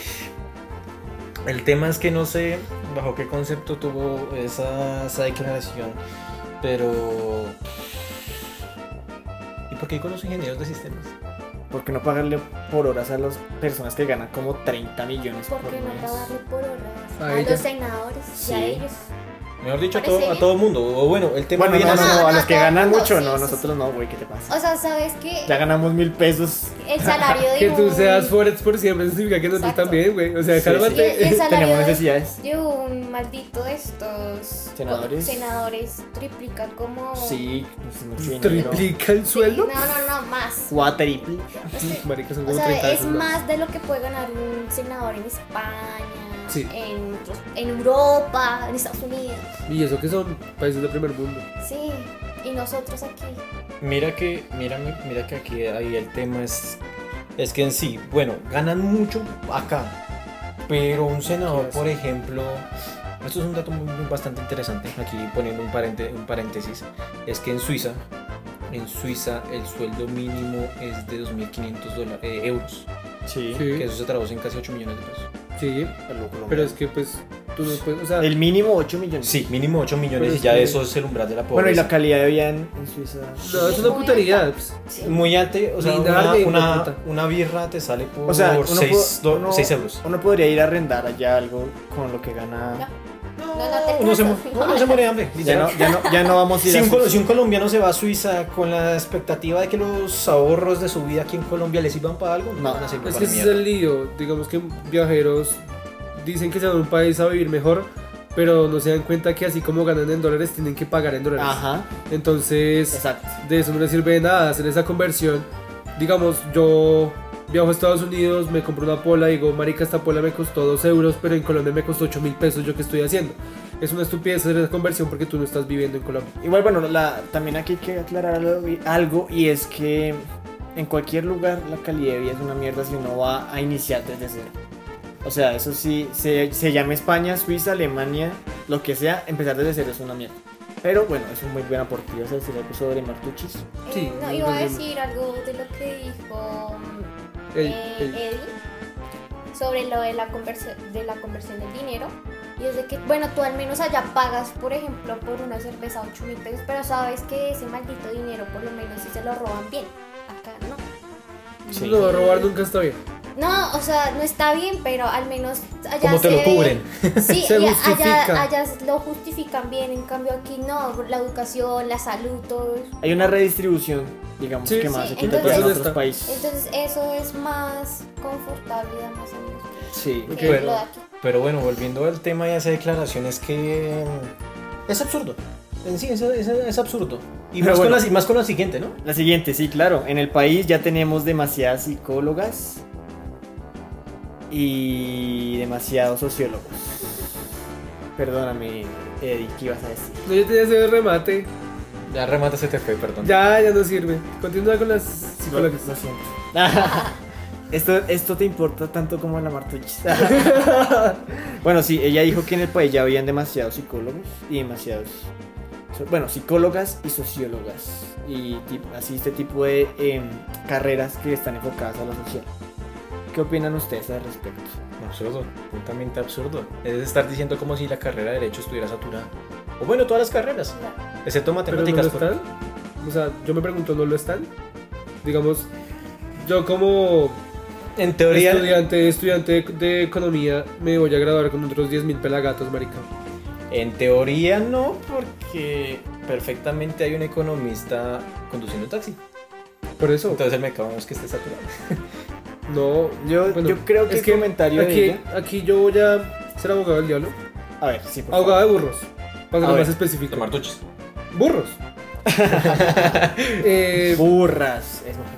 [SPEAKER 5] El tema es que no sé bajo qué concepto tuvo esa, esa declaración, pero... ¿Y por qué con los ingenieros de sistemas?
[SPEAKER 2] ¿Por qué no pagarle por horas a las personas que ganan como 30 millones por,
[SPEAKER 1] Porque no
[SPEAKER 2] mes?
[SPEAKER 1] pagarle por horas
[SPEAKER 8] A
[SPEAKER 1] a,
[SPEAKER 8] ella.
[SPEAKER 1] los senadores y a
[SPEAKER 2] Sí.
[SPEAKER 1] ellos.
[SPEAKER 5] Mejor dicho, a
[SPEAKER 1] Parece
[SPEAKER 5] todo, a
[SPEAKER 1] bien.
[SPEAKER 5] todo mundo. O bueno, el tema
[SPEAKER 2] Bueno,
[SPEAKER 5] viene
[SPEAKER 2] no, no,
[SPEAKER 5] así.
[SPEAKER 2] no,
[SPEAKER 1] no,
[SPEAKER 2] a los que
[SPEAKER 1] todo el
[SPEAKER 2] ganan
[SPEAKER 1] mundo,
[SPEAKER 2] mucho,
[SPEAKER 1] sí,
[SPEAKER 2] no,
[SPEAKER 1] sí,
[SPEAKER 2] nosotros no, güey, ¿qué te pasa?
[SPEAKER 1] O sea, ¿sabes qué?
[SPEAKER 2] Ya ganamos mil pesos.
[SPEAKER 1] El salario de
[SPEAKER 4] Que tú
[SPEAKER 1] un-
[SPEAKER 4] seas Forex por siempre eso significa que nosotros
[SPEAKER 1] Exacto.
[SPEAKER 4] también, güey. O sea,
[SPEAKER 2] Sí,
[SPEAKER 4] cálmate.
[SPEAKER 1] Y el- el salario
[SPEAKER 2] Tenemos
[SPEAKER 1] de-
[SPEAKER 2] necesidades.
[SPEAKER 1] de un maldito de estos
[SPEAKER 2] Senadores.
[SPEAKER 1] senadores triplica como...
[SPEAKER 2] Sí, pues mucho dinero.
[SPEAKER 4] ¿Triplica el
[SPEAKER 1] Sí,
[SPEAKER 4] sueldo?
[SPEAKER 1] No, no, no, más.
[SPEAKER 2] Cuatriple.
[SPEAKER 1] O sea,
[SPEAKER 4] Marica, son
[SPEAKER 1] O
[SPEAKER 4] como
[SPEAKER 1] sea,
[SPEAKER 4] 30
[SPEAKER 1] es
[SPEAKER 4] pesos, ¿no?
[SPEAKER 1] más de lo que puede ganar un senador en España,
[SPEAKER 4] Sí.
[SPEAKER 1] en, otros- en Europa, en Estados Unidos.
[SPEAKER 4] Y eso que son países del primer mundo.
[SPEAKER 1] Sí, y nosotros aquí.
[SPEAKER 5] Mira que, mira, mira que aquí ahí el tema es, es que en sí, bueno, ganan mucho acá, pero un senador, por ejemplo, esto es un dato muy- muy bastante interesante, aquí poniendo un, parente- un paréntesis, es que en Suiza, en Suiza el sueldo mínimo es de 2.500 dola- eh, euros,
[SPEAKER 2] Sí.
[SPEAKER 5] que
[SPEAKER 4] Sí,
[SPEAKER 5] eso se traduce en casi 8 millones de pesos.
[SPEAKER 4] sí. Pero es que, pues, tú no puedes. O sea,
[SPEAKER 2] El mínimo 8 millones.
[SPEAKER 5] Sí, mínimo 8 millones
[SPEAKER 4] Pero
[SPEAKER 5] y
[SPEAKER 4] es
[SPEAKER 5] ya
[SPEAKER 4] que-
[SPEAKER 5] eso es el umbral de la
[SPEAKER 2] Bueno, y
[SPEAKER 5] pobreza.
[SPEAKER 2] la calidad de vida en, en Suiza.
[SPEAKER 4] no, es una putería. pues.
[SPEAKER 5] Muy alta, o sea,
[SPEAKER 4] Ni
[SPEAKER 5] una,
[SPEAKER 4] darle, hijo de
[SPEAKER 5] una-
[SPEAKER 4] puta.
[SPEAKER 5] una birra te sale por
[SPEAKER 2] O sea, uno
[SPEAKER 5] 6
[SPEAKER 2] po- uno-
[SPEAKER 5] euros.
[SPEAKER 2] Uno podría ir a arrendar allá algo con lo que gana.
[SPEAKER 1] No, no te
[SPEAKER 5] Uno se, mu-
[SPEAKER 1] canso.
[SPEAKER 5] no, no se muere de hambre.
[SPEAKER 2] Ya
[SPEAKER 5] literal.
[SPEAKER 2] no, ya, no, ya no vamos a ir
[SPEAKER 5] Si
[SPEAKER 2] a
[SPEAKER 5] un, colo-
[SPEAKER 2] Suiza.
[SPEAKER 5] si un colombiano se va a Suiza con la expectativa de que los ahorros de su vida aquí en Colombia le sirvan para algo, no, no sirven
[SPEAKER 4] Pues Es que ese
[SPEAKER 5] para
[SPEAKER 4] es
[SPEAKER 5] mierda.
[SPEAKER 4] el lío. Digamos que viajeros dicen que se van a un país a vivir mejor, pero no se dan cuenta que así como ganan en dólares, tienen que pagar en dólares.
[SPEAKER 2] Ajá,
[SPEAKER 4] Entonces,
[SPEAKER 2] exacto.
[SPEAKER 4] de eso no les sirve de nada hacer esa conversión. Digamos, yo viajo a Estados Unidos, me compro una pola y digo, marica, esta pola me costó 2 euros, pero en Colombia me costó 8 mil pesos, ¿yo qué estoy haciendo? Es una estupidez hacer esa conversión porque tú no estás viviendo en Colombia.
[SPEAKER 2] Igual, bueno, la, también aquí hay que aclarar algo y- algo y es que en cualquier lugar la calidad de vida es una mierda si uno va a iniciar desde cero. O sea, eso sí, se, se llama España, Suiza, Alemania, lo que sea, empezar desde cero es una mierda. Pero bueno, es un muy buen aporte. ¿Ibas a decir algo sobre Martuchis?
[SPEAKER 1] Eh,
[SPEAKER 4] Sí,
[SPEAKER 1] no,
[SPEAKER 4] no,
[SPEAKER 1] iba
[SPEAKER 4] no,
[SPEAKER 1] a
[SPEAKER 4] no.
[SPEAKER 1] decir algo de lo que dijo mm,
[SPEAKER 4] Ey,
[SPEAKER 1] eh,
[SPEAKER 4] ey.
[SPEAKER 1] Eddie sobre lo de la, conversión de la conversión del dinero. Y es de que, bueno, tú al menos allá pagas, por ejemplo, por una cerveza 8 mil pesos, pero sabes que ese maldito dinero por lo menos si se lo roban bien. Acá no.
[SPEAKER 2] eh,
[SPEAKER 4] No, robar nunca está bien.
[SPEAKER 1] No, o sea, no está bien, pero al menos allá
[SPEAKER 5] Como te
[SPEAKER 1] se
[SPEAKER 5] lo
[SPEAKER 1] ve-
[SPEAKER 5] cubren.
[SPEAKER 1] Sí,
[SPEAKER 4] Se
[SPEAKER 1] y a- allá,
[SPEAKER 4] justifica.
[SPEAKER 1] allá lo justifican bien, en cambio aquí no, la educación, la salud, todo eso.
[SPEAKER 2] Hay una redistribución, digamos,
[SPEAKER 4] Sí,
[SPEAKER 2] que más
[SPEAKER 1] sí,
[SPEAKER 2] equitativa en
[SPEAKER 4] entonces-
[SPEAKER 2] otros países.
[SPEAKER 1] Entonces eso es más confortable, da más o menos,
[SPEAKER 2] Sí.
[SPEAKER 1] que
[SPEAKER 5] Pero-
[SPEAKER 1] lo de aquí.
[SPEAKER 5] Pero bueno, volviendo al tema y a esa declaración, es que mm, es absurdo. En sí, es, es- es absurdo. Y
[SPEAKER 2] Pero
[SPEAKER 5] más,
[SPEAKER 2] bueno.
[SPEAKER 5] con la, y más con la siguiente, ¿no?
[SPEAKER 2] La siguiente, sí, claro. En el país ya tenemos demasiadas psicólogas y demasiados sociólogos. Perdóname, Eddie, ¿qué ibas a decir?
[SPEAKER 4] No, yo tenía ese remate.
[SPEAKER 5] Ya remata se te fue, perdón.
[SPEAKER 4] Ya, ya no sirve. Continúa con las
[SPEAKER 2] Lo,
[SPEAKER 4] psicólogas.
[SPEAKER 2] lo siento. esto, esto te importa tanto como la martuchis. bueno, sí, ella dijo que en el país ya habían demasiados psicólogos y demasiados... so- Bueno, psicólogas y sociólogas. Y tip- así este tipo de em, carreras que están enfocadas a lo social. ¿Qué opinan ustedes al respecto?
[SPEAKER 5] Absurdo, completamente absurdo. Es estar diciendo como si la carrera de Derecho estuviera saturada. O bueno, todas las carreras, excepto
[SPEAKER 4] Pero no lo
[SPEAKER 5] matemáticas.
[SPEAKER 2] pues.
[SPEAKER 5] por-
[SPEAKER 4] están. O sea, yo me pregunto, ¿no lo están? Digamos, yo como
[SPEAKER 5] en teoría,
[SPEAKER 4] estudiante, estudiante de economía, me voy a graduar con otros 10.000 pelagatos, marica.
[SPEAKER 5] En teoría no, porque perfectamente hay un economista conduciendo un taxi.
[SPEAKER 4] Por eso.
[SPEAKER 5] Entonces el mercado no es que esté saturado.
[SPEAKER 4] No,
[SPEAKER 2] Yo,
[SPEAKER 4] Bueno,
[SPEAKER 2] yo creo que
[SPEAKER 4] es
[SPEAKER 2] el
[SPEAKER 4] que
[SPEAKER 2] comentario de
[SPEAKER 4] aquí,
[SPEAKER 2] ella-
[SPEAKER 4] aquí yo voy a ser abogado del diablo.
[SPEAKER 2] A ver, sí, por
[SPEAKER 4] Abogado de burros. Para
[SPEAKER 2] A
[SPEAKER 4] ser
[SPEAKER 2] ver,
[SPEAKER 4] más específico.
[SPEAKER 5] martuches.
[SPEAKER 4] Burros. Eh,
[SPEAKER 2] favor. Burras. Es mujer.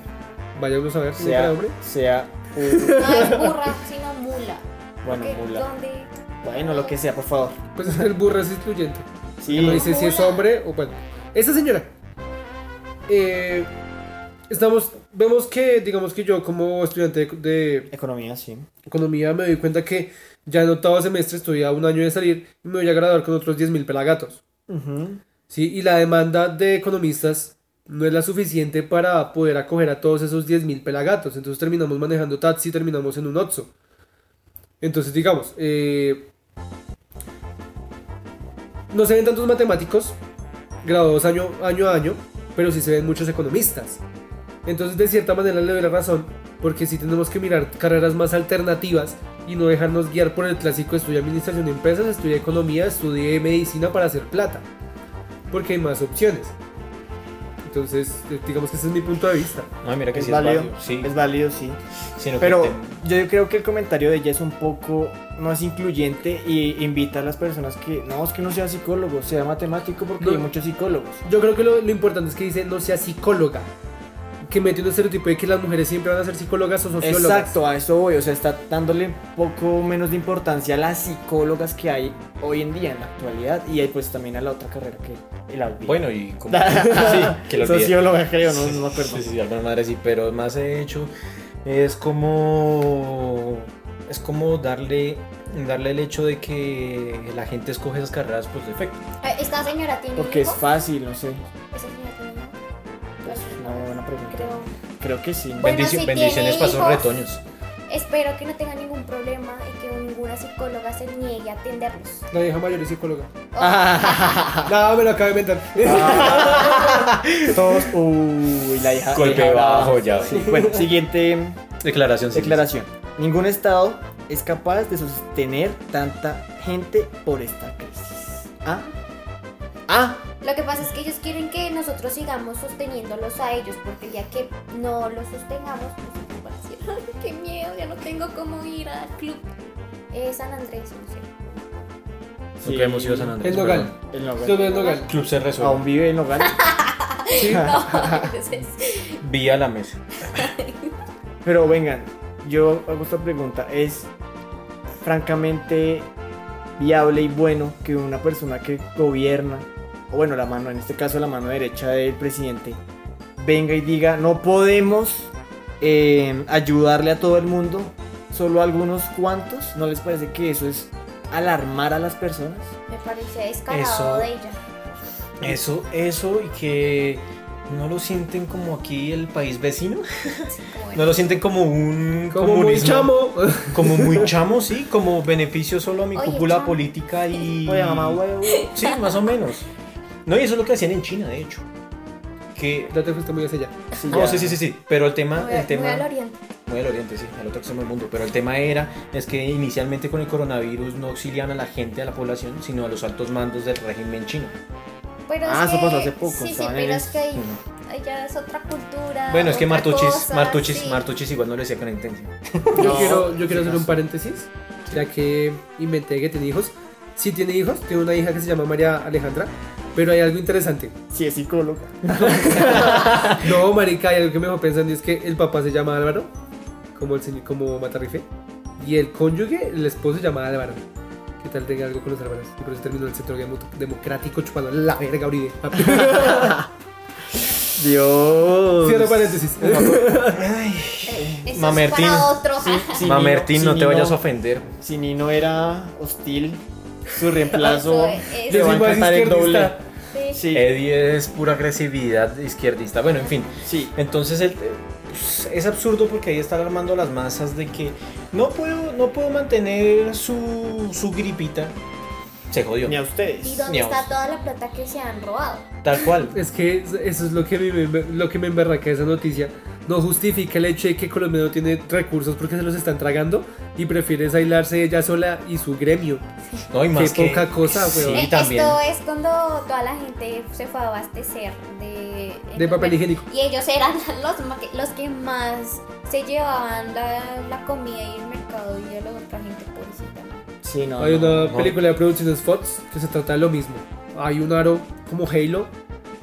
[SPEAKER 4] vaya uno a saber si era
[SPEAKER 2] Sea,
[SPEAKER 4] hombre.
[SPEAKER 2] sea burra.
[SPEAKER 1] No es burra, sino mula. Eh,
[SPEAKER 2] Bueno,
[SPEAKER 1] Porque
[SPEAKER 2] mula.
[SPEAKER 1] donde-
[SPEAKER 2] Bueno, lo que sea, por favor.
[SPEAKER 4] Pues es que el burro es excluyente.
[SPEAKER 2] Sí,
[SPEAKER 4] Ya no dice si es
[SPEAKER 1] Hola.
[SPEAKER 4] hombre o bueno. Esa señora. eh, estamos. Vemos que, digamos que yo, como estudiante de- de
[SPEAKER 2] economía, sí.
[SPEAKER 4] economía, me doy cuenta que ya en octavo semestre estudiaba un año de salir y me voy a graduar con otros 10.000 pelagatos.
[SPEAKER 2] Ujú.
[SPEAKER 4] ¿sí? Y la demanda de economistas no es la suficiente para poder acoger a todos esos 10.000 pelagatos. Entonces terminamos manejando taxi, terminamos en un Otso. Entonces, digamos, eh, no se ven tantos matemáticos graduados año, año a año, pero sí se ven muchos economistas. Entonces, de cierta manera le doy la razón porque sí tenemos que mirar carreras más alternativas y no dejarnos guiar por el clásico estudia administración de empresas, estudia economía, estudié medicina para hacer plata, porque hay más opciones. Entonces, eh, digamos que ese es mi punto de vista.
[SPEAKER 5] No, Ah, mira que
[SPEAKER 2] Es
[SPEAKER 5] sí
[SPEAKER 2] válido,
[SPEAKER 5] es válido.
[SPEAKER 2] es
[SPEAKER 5] Sí,
[SPEAKER 2] válido, sí.
[SPEAKER 5] sino que
[SPEAKER 2] Pero
[SPEAKER 5] te-
[SPEAKER 2] yo creo que el comentario de ella es un poco no es incluyente y invita a las personas que no, es que no sea psicólogo, sea matemático porque
[SPEAKER 4] No.
[SPEAKER 2] hay muchos psicólogos.
[SPEAKER 4] Yo creo que lo, lo importante es que dice no sea psicóloga, que mete un estereotipo de que las mujeres siempre van a ser psicólogas o sociólogas.
[SPEAKER 2] Exacto, a eso voy, o sea, está dándole un poco menos de importancia a las psicólogas que hay hoy en día en la actualidad y eh, pues también a la otra carrera que el olvida.
[SPEAKER 5] bueno, y como. sí, que lo olvidé.
[SPEAKER 2] socióloga creo, no, no me acuerdo.
[SPEAKER 5] Sí, sí, sí, alguna madre sí, pero más de hecho es como es como darle darle el hecho de que la gente escoge esas carreras por defecto.
[SPEAKER 1] Eh, ¿Esta señora tiene
[SPEAKER 2] Porque es
[SPEAKER 1] hijos?
[SPEAKER 2] fácil, no sé.
[SPEAKER 1] ¿Esa señora tiene hijos? Pues,
[SPEAKER 2] Es una buena pregunta.
[SPEAKER 1] Creo.
[SPEAKER 2] Creo que sí. ¿no?
[SPEAKER 1] Bueno,
[SPEAKER 5] Bendici-
[SPEAKER 1] si
[SPEAKER 5] bendiciones
[SPEAKER 1] tiene
[SPEAKER 5] para esos
[SPEAKER 1] hijos.
[SPEAKER 5] retoños.
[SPEAKER 1] Espero que no tenga ningún problema y que ninguna psicóloga se niegue a atenderlos.
[SPEAKER 4] La vieja mayor es psicóloga.
[SPEAKER 2] Ah,
[SPEAKER 4] No, me lo acabo de inventar.
[SPEAKER 2] Todos, uy, la hija.
[SPEAKER 5] Golpe
[SPEAKER 2] hija brava.
[SPEAKER 5] bajo, ya.
[SPEAKER 2] Sí, bueno, siguiente
[SPEAKER 5] Declaración. sí,
[SPEAKER 2] declaración. Ningún estado es capaz de sostener tanta gente por esta crisis. Ah, ah,
[SPEAKER 1] Lo que pasa es que ellos quieren que nosotros sigamos sosteniéndolos a ellos, porque ya que no los sostengamos, pues nos van a decir, "Ay, qué miedo, ya no tengo cómo ir al club. Eh, San Andrés, no sé.
[SPEAKER 5] sí.
[SPEAKER 2] Sí.
[SPEAKER 5] Nunca hemos ido a San Andrés.
[SPEAKER 4] El Nogal.
[SPEAKER 5] perdón.
[SPEAKER 2] el
[SPEAKER 4] Yo no
[SPEAKER 2] Nogal.
[SPEAKER 4] es Nogal.
[SPEAKER 5] Club se resuelve.
[SPEAKER 2] Aún vive el Nogal.
[SPEAKER 1] Entonces,
[SPEAKER 5] Vía la mesa.
[SPEAKER 2] Pero vengan, yo hago esta pregunta. ¿Es francamente viable y bueno que una persona que gobierna, o bueno, la mano, en este caso la mano derecha del presidente, venga y diga, no podemos eh, ayudarle a todo el mundo, solo a algunos cuantos? ¿No les parece que eso es alarmar a las personas?
[SPEAKER 1] me parece descarado
[SPEAKER 5] Eso.
[SPEAKER 1] de ella.
[SPEAKER 5] Eso eso y que no lo sienten como aquí el país vecino,
[SPEAKER 1] Bueno,
[SPEAKER 5] no lo sienten como un
[SPEAKER 4] Como muy
[SPEAKER 5] comunismo.
[SPEAKER 4] chamo.
[SPEAKER 5] como muy chamo, sí, como beneficio solo a mi
[SPEAKER 1] Oye,
[SPEAKER 5] cúpula
[SPEAKER 1] chamo.
[SPEAKER 5] política y
[SPEAKER 2] Oye, mamá, huevo.
[SPEAKER 5] Sí, más o menos. No, y eso es lo que hacían en China, de hecho. Que
[SPEAKER 4] Ya te fuiste muy hacia allá.
[SPEAKER 2] Sí,
[SPEAKER 5] no,
[SPEAKER 2] ya.
[SPEAKER 5] sí, sí, sí, sí, pero el tema,
[SPEAKER 1] me voy-
[SPEAKER 5] el
[SPEAKER 1] me voy
[SPEAKER 5] tema
[SPEAKER 1] al oriente.
[SPEAKER 5] muy al oriente, sí, al otro extremo del mundo, pero el tema era es que inicialmente con el coronavirus no auxiliaban a la gente, a la población, sino a los altos mandos del régimen chino.
[SPEAKER 1] Pero
[SPEAKER 2] Ah,
[SPEAKER 1] es
[SPEAKER 2] eso
[SPEAKER 1] que-
[SPEAKER 2] pasó hace poco,
[SPEAKER 1] Sí, sí,
[SPEAKER 2] estaban en
[SPEAKER 1] pero es
[SPEAKER 2] el-
[SPEAKER 1] que ahí, ahí ya es otra cultura.
[SPEAKER 5] bueno, es que
[SPEAKER 1] otra
[SPEAKER 5] Martuchis,
[SPEAKER 1] cosa,
[SPEAKER 5] Martuchis,
[SPEAKER 1] sí.
[SPEAKER 5] Martuchis igual no le decía con intención.
[SPEAKER 4] Yo
[SPEAKER 2] No,
[SPEAKER 4] quiero, yo quiero
[SPEAKER 2] sí,
[SPEAKER 4] hacer
[SPEAKER 2] no.
[SPEAKER 4] un paréntesis, ya que inventé que tiene hijos. Sí tiene hijos, tiene una hija que se llama María Alejandra, pero hay algo interesante.
[SPEAKER 2] Sí, es psicóloga.
[SPEAKER 4] No, marica, hay algo que me dejó pensando y es que el papá se llama Álvaro, como el señor, como Matarrife, y el cónyuge, el esposo se llama Álvaro. ¿Qué tal tenga algo con los Álvaros? Y por eso terminó el centro Demo- democrático chupando la verga, Uribe.
[SPEAKER 2] Dios.
[SPEAKER 4] Cierro paréntesis.
[SPEAKER 1] Eh, eso es
[SPEAKER 5] Mamertín.
[SPEAKER 1] para otro.
[SPEAKER 2] Sí, sí,
[SPEAKER 5] Mamertín,
[SPEAKER 2] Nino,
[SPEAKER 5] no
[SPEAKER 2] sí,
[SPEAKER 5] te
[SPEAKER 2] Nino.
[SPEAKER 5] vayas a ofender.
[SPEAKER 2] Si Nino era hostil, su reemplazo
[SPEAKER 1] Eso es-
[SPEAKER 2] le
[SPEAKER 1] Yo
[SPEAKER 2] va a
[SPEAKER 4] soy más
[SPEAKER 2] encantar el doble.
[SPEAKER 4] izquierdista. Eh,
[SPEAKER 1] Sí.
[SPEAKER 2] Sí,
[SPEAKER 5] Eddie es pura agresividad izquierdista. Bueno, en fin.
[SPEAKER 2] sí.
[SPEAKER 5] Entonces el- pues, es absurdo porque ahí están armando a las masas de que no puedo, no puedo mantener su, su gripita. Se jodió.
[SPEAKER 2] Ni a ustedes.
[SPEAKER 1] ¿Y dónde
[SPEAKER 5] Miau.
[SPEAKER 1] está toda la plata que se han robado?
[SPEAKER 5] Tal cual.
[SPEAKER 4] Es que es- eso es lo que, me- me, lo que me emberraca esa noticia. No justifica el hecho de que Colombia no tiene recursos porque se los están tragando y prefieres aislarse ella sola y su gremio.
[SPEAKER 5] No, y más
[SPEAKER 4] Qué
[SPEAKER 5] que-
[SPEAKER 4] poca cosa,
[SPEAKER 5] Sí,
[SPEAKER 4] weón.
[SPEAKER 1] Eh,
[SPEAKER 5] también.
[SPEAKER 1] Esto es cuando toda la gente se fue a abastecer de,
[SPEAKER 4] De papel higiénico.
[SPEAKER 1] Y ellos eran los, ma- que- los que más se llevaban la, la comida y el mercado y a la otra gente pobrecita. ¿no?
[SPEAKER 2] Sí, no.
[SPEAKER 4] Hay
[SPEAKER 2] no,
[SPEAKER 4] una
[SPEAKER 5] no.
[SPEAKER 4] película de Producciones Fox que se trata de lo mismo. Hay un aro como Halo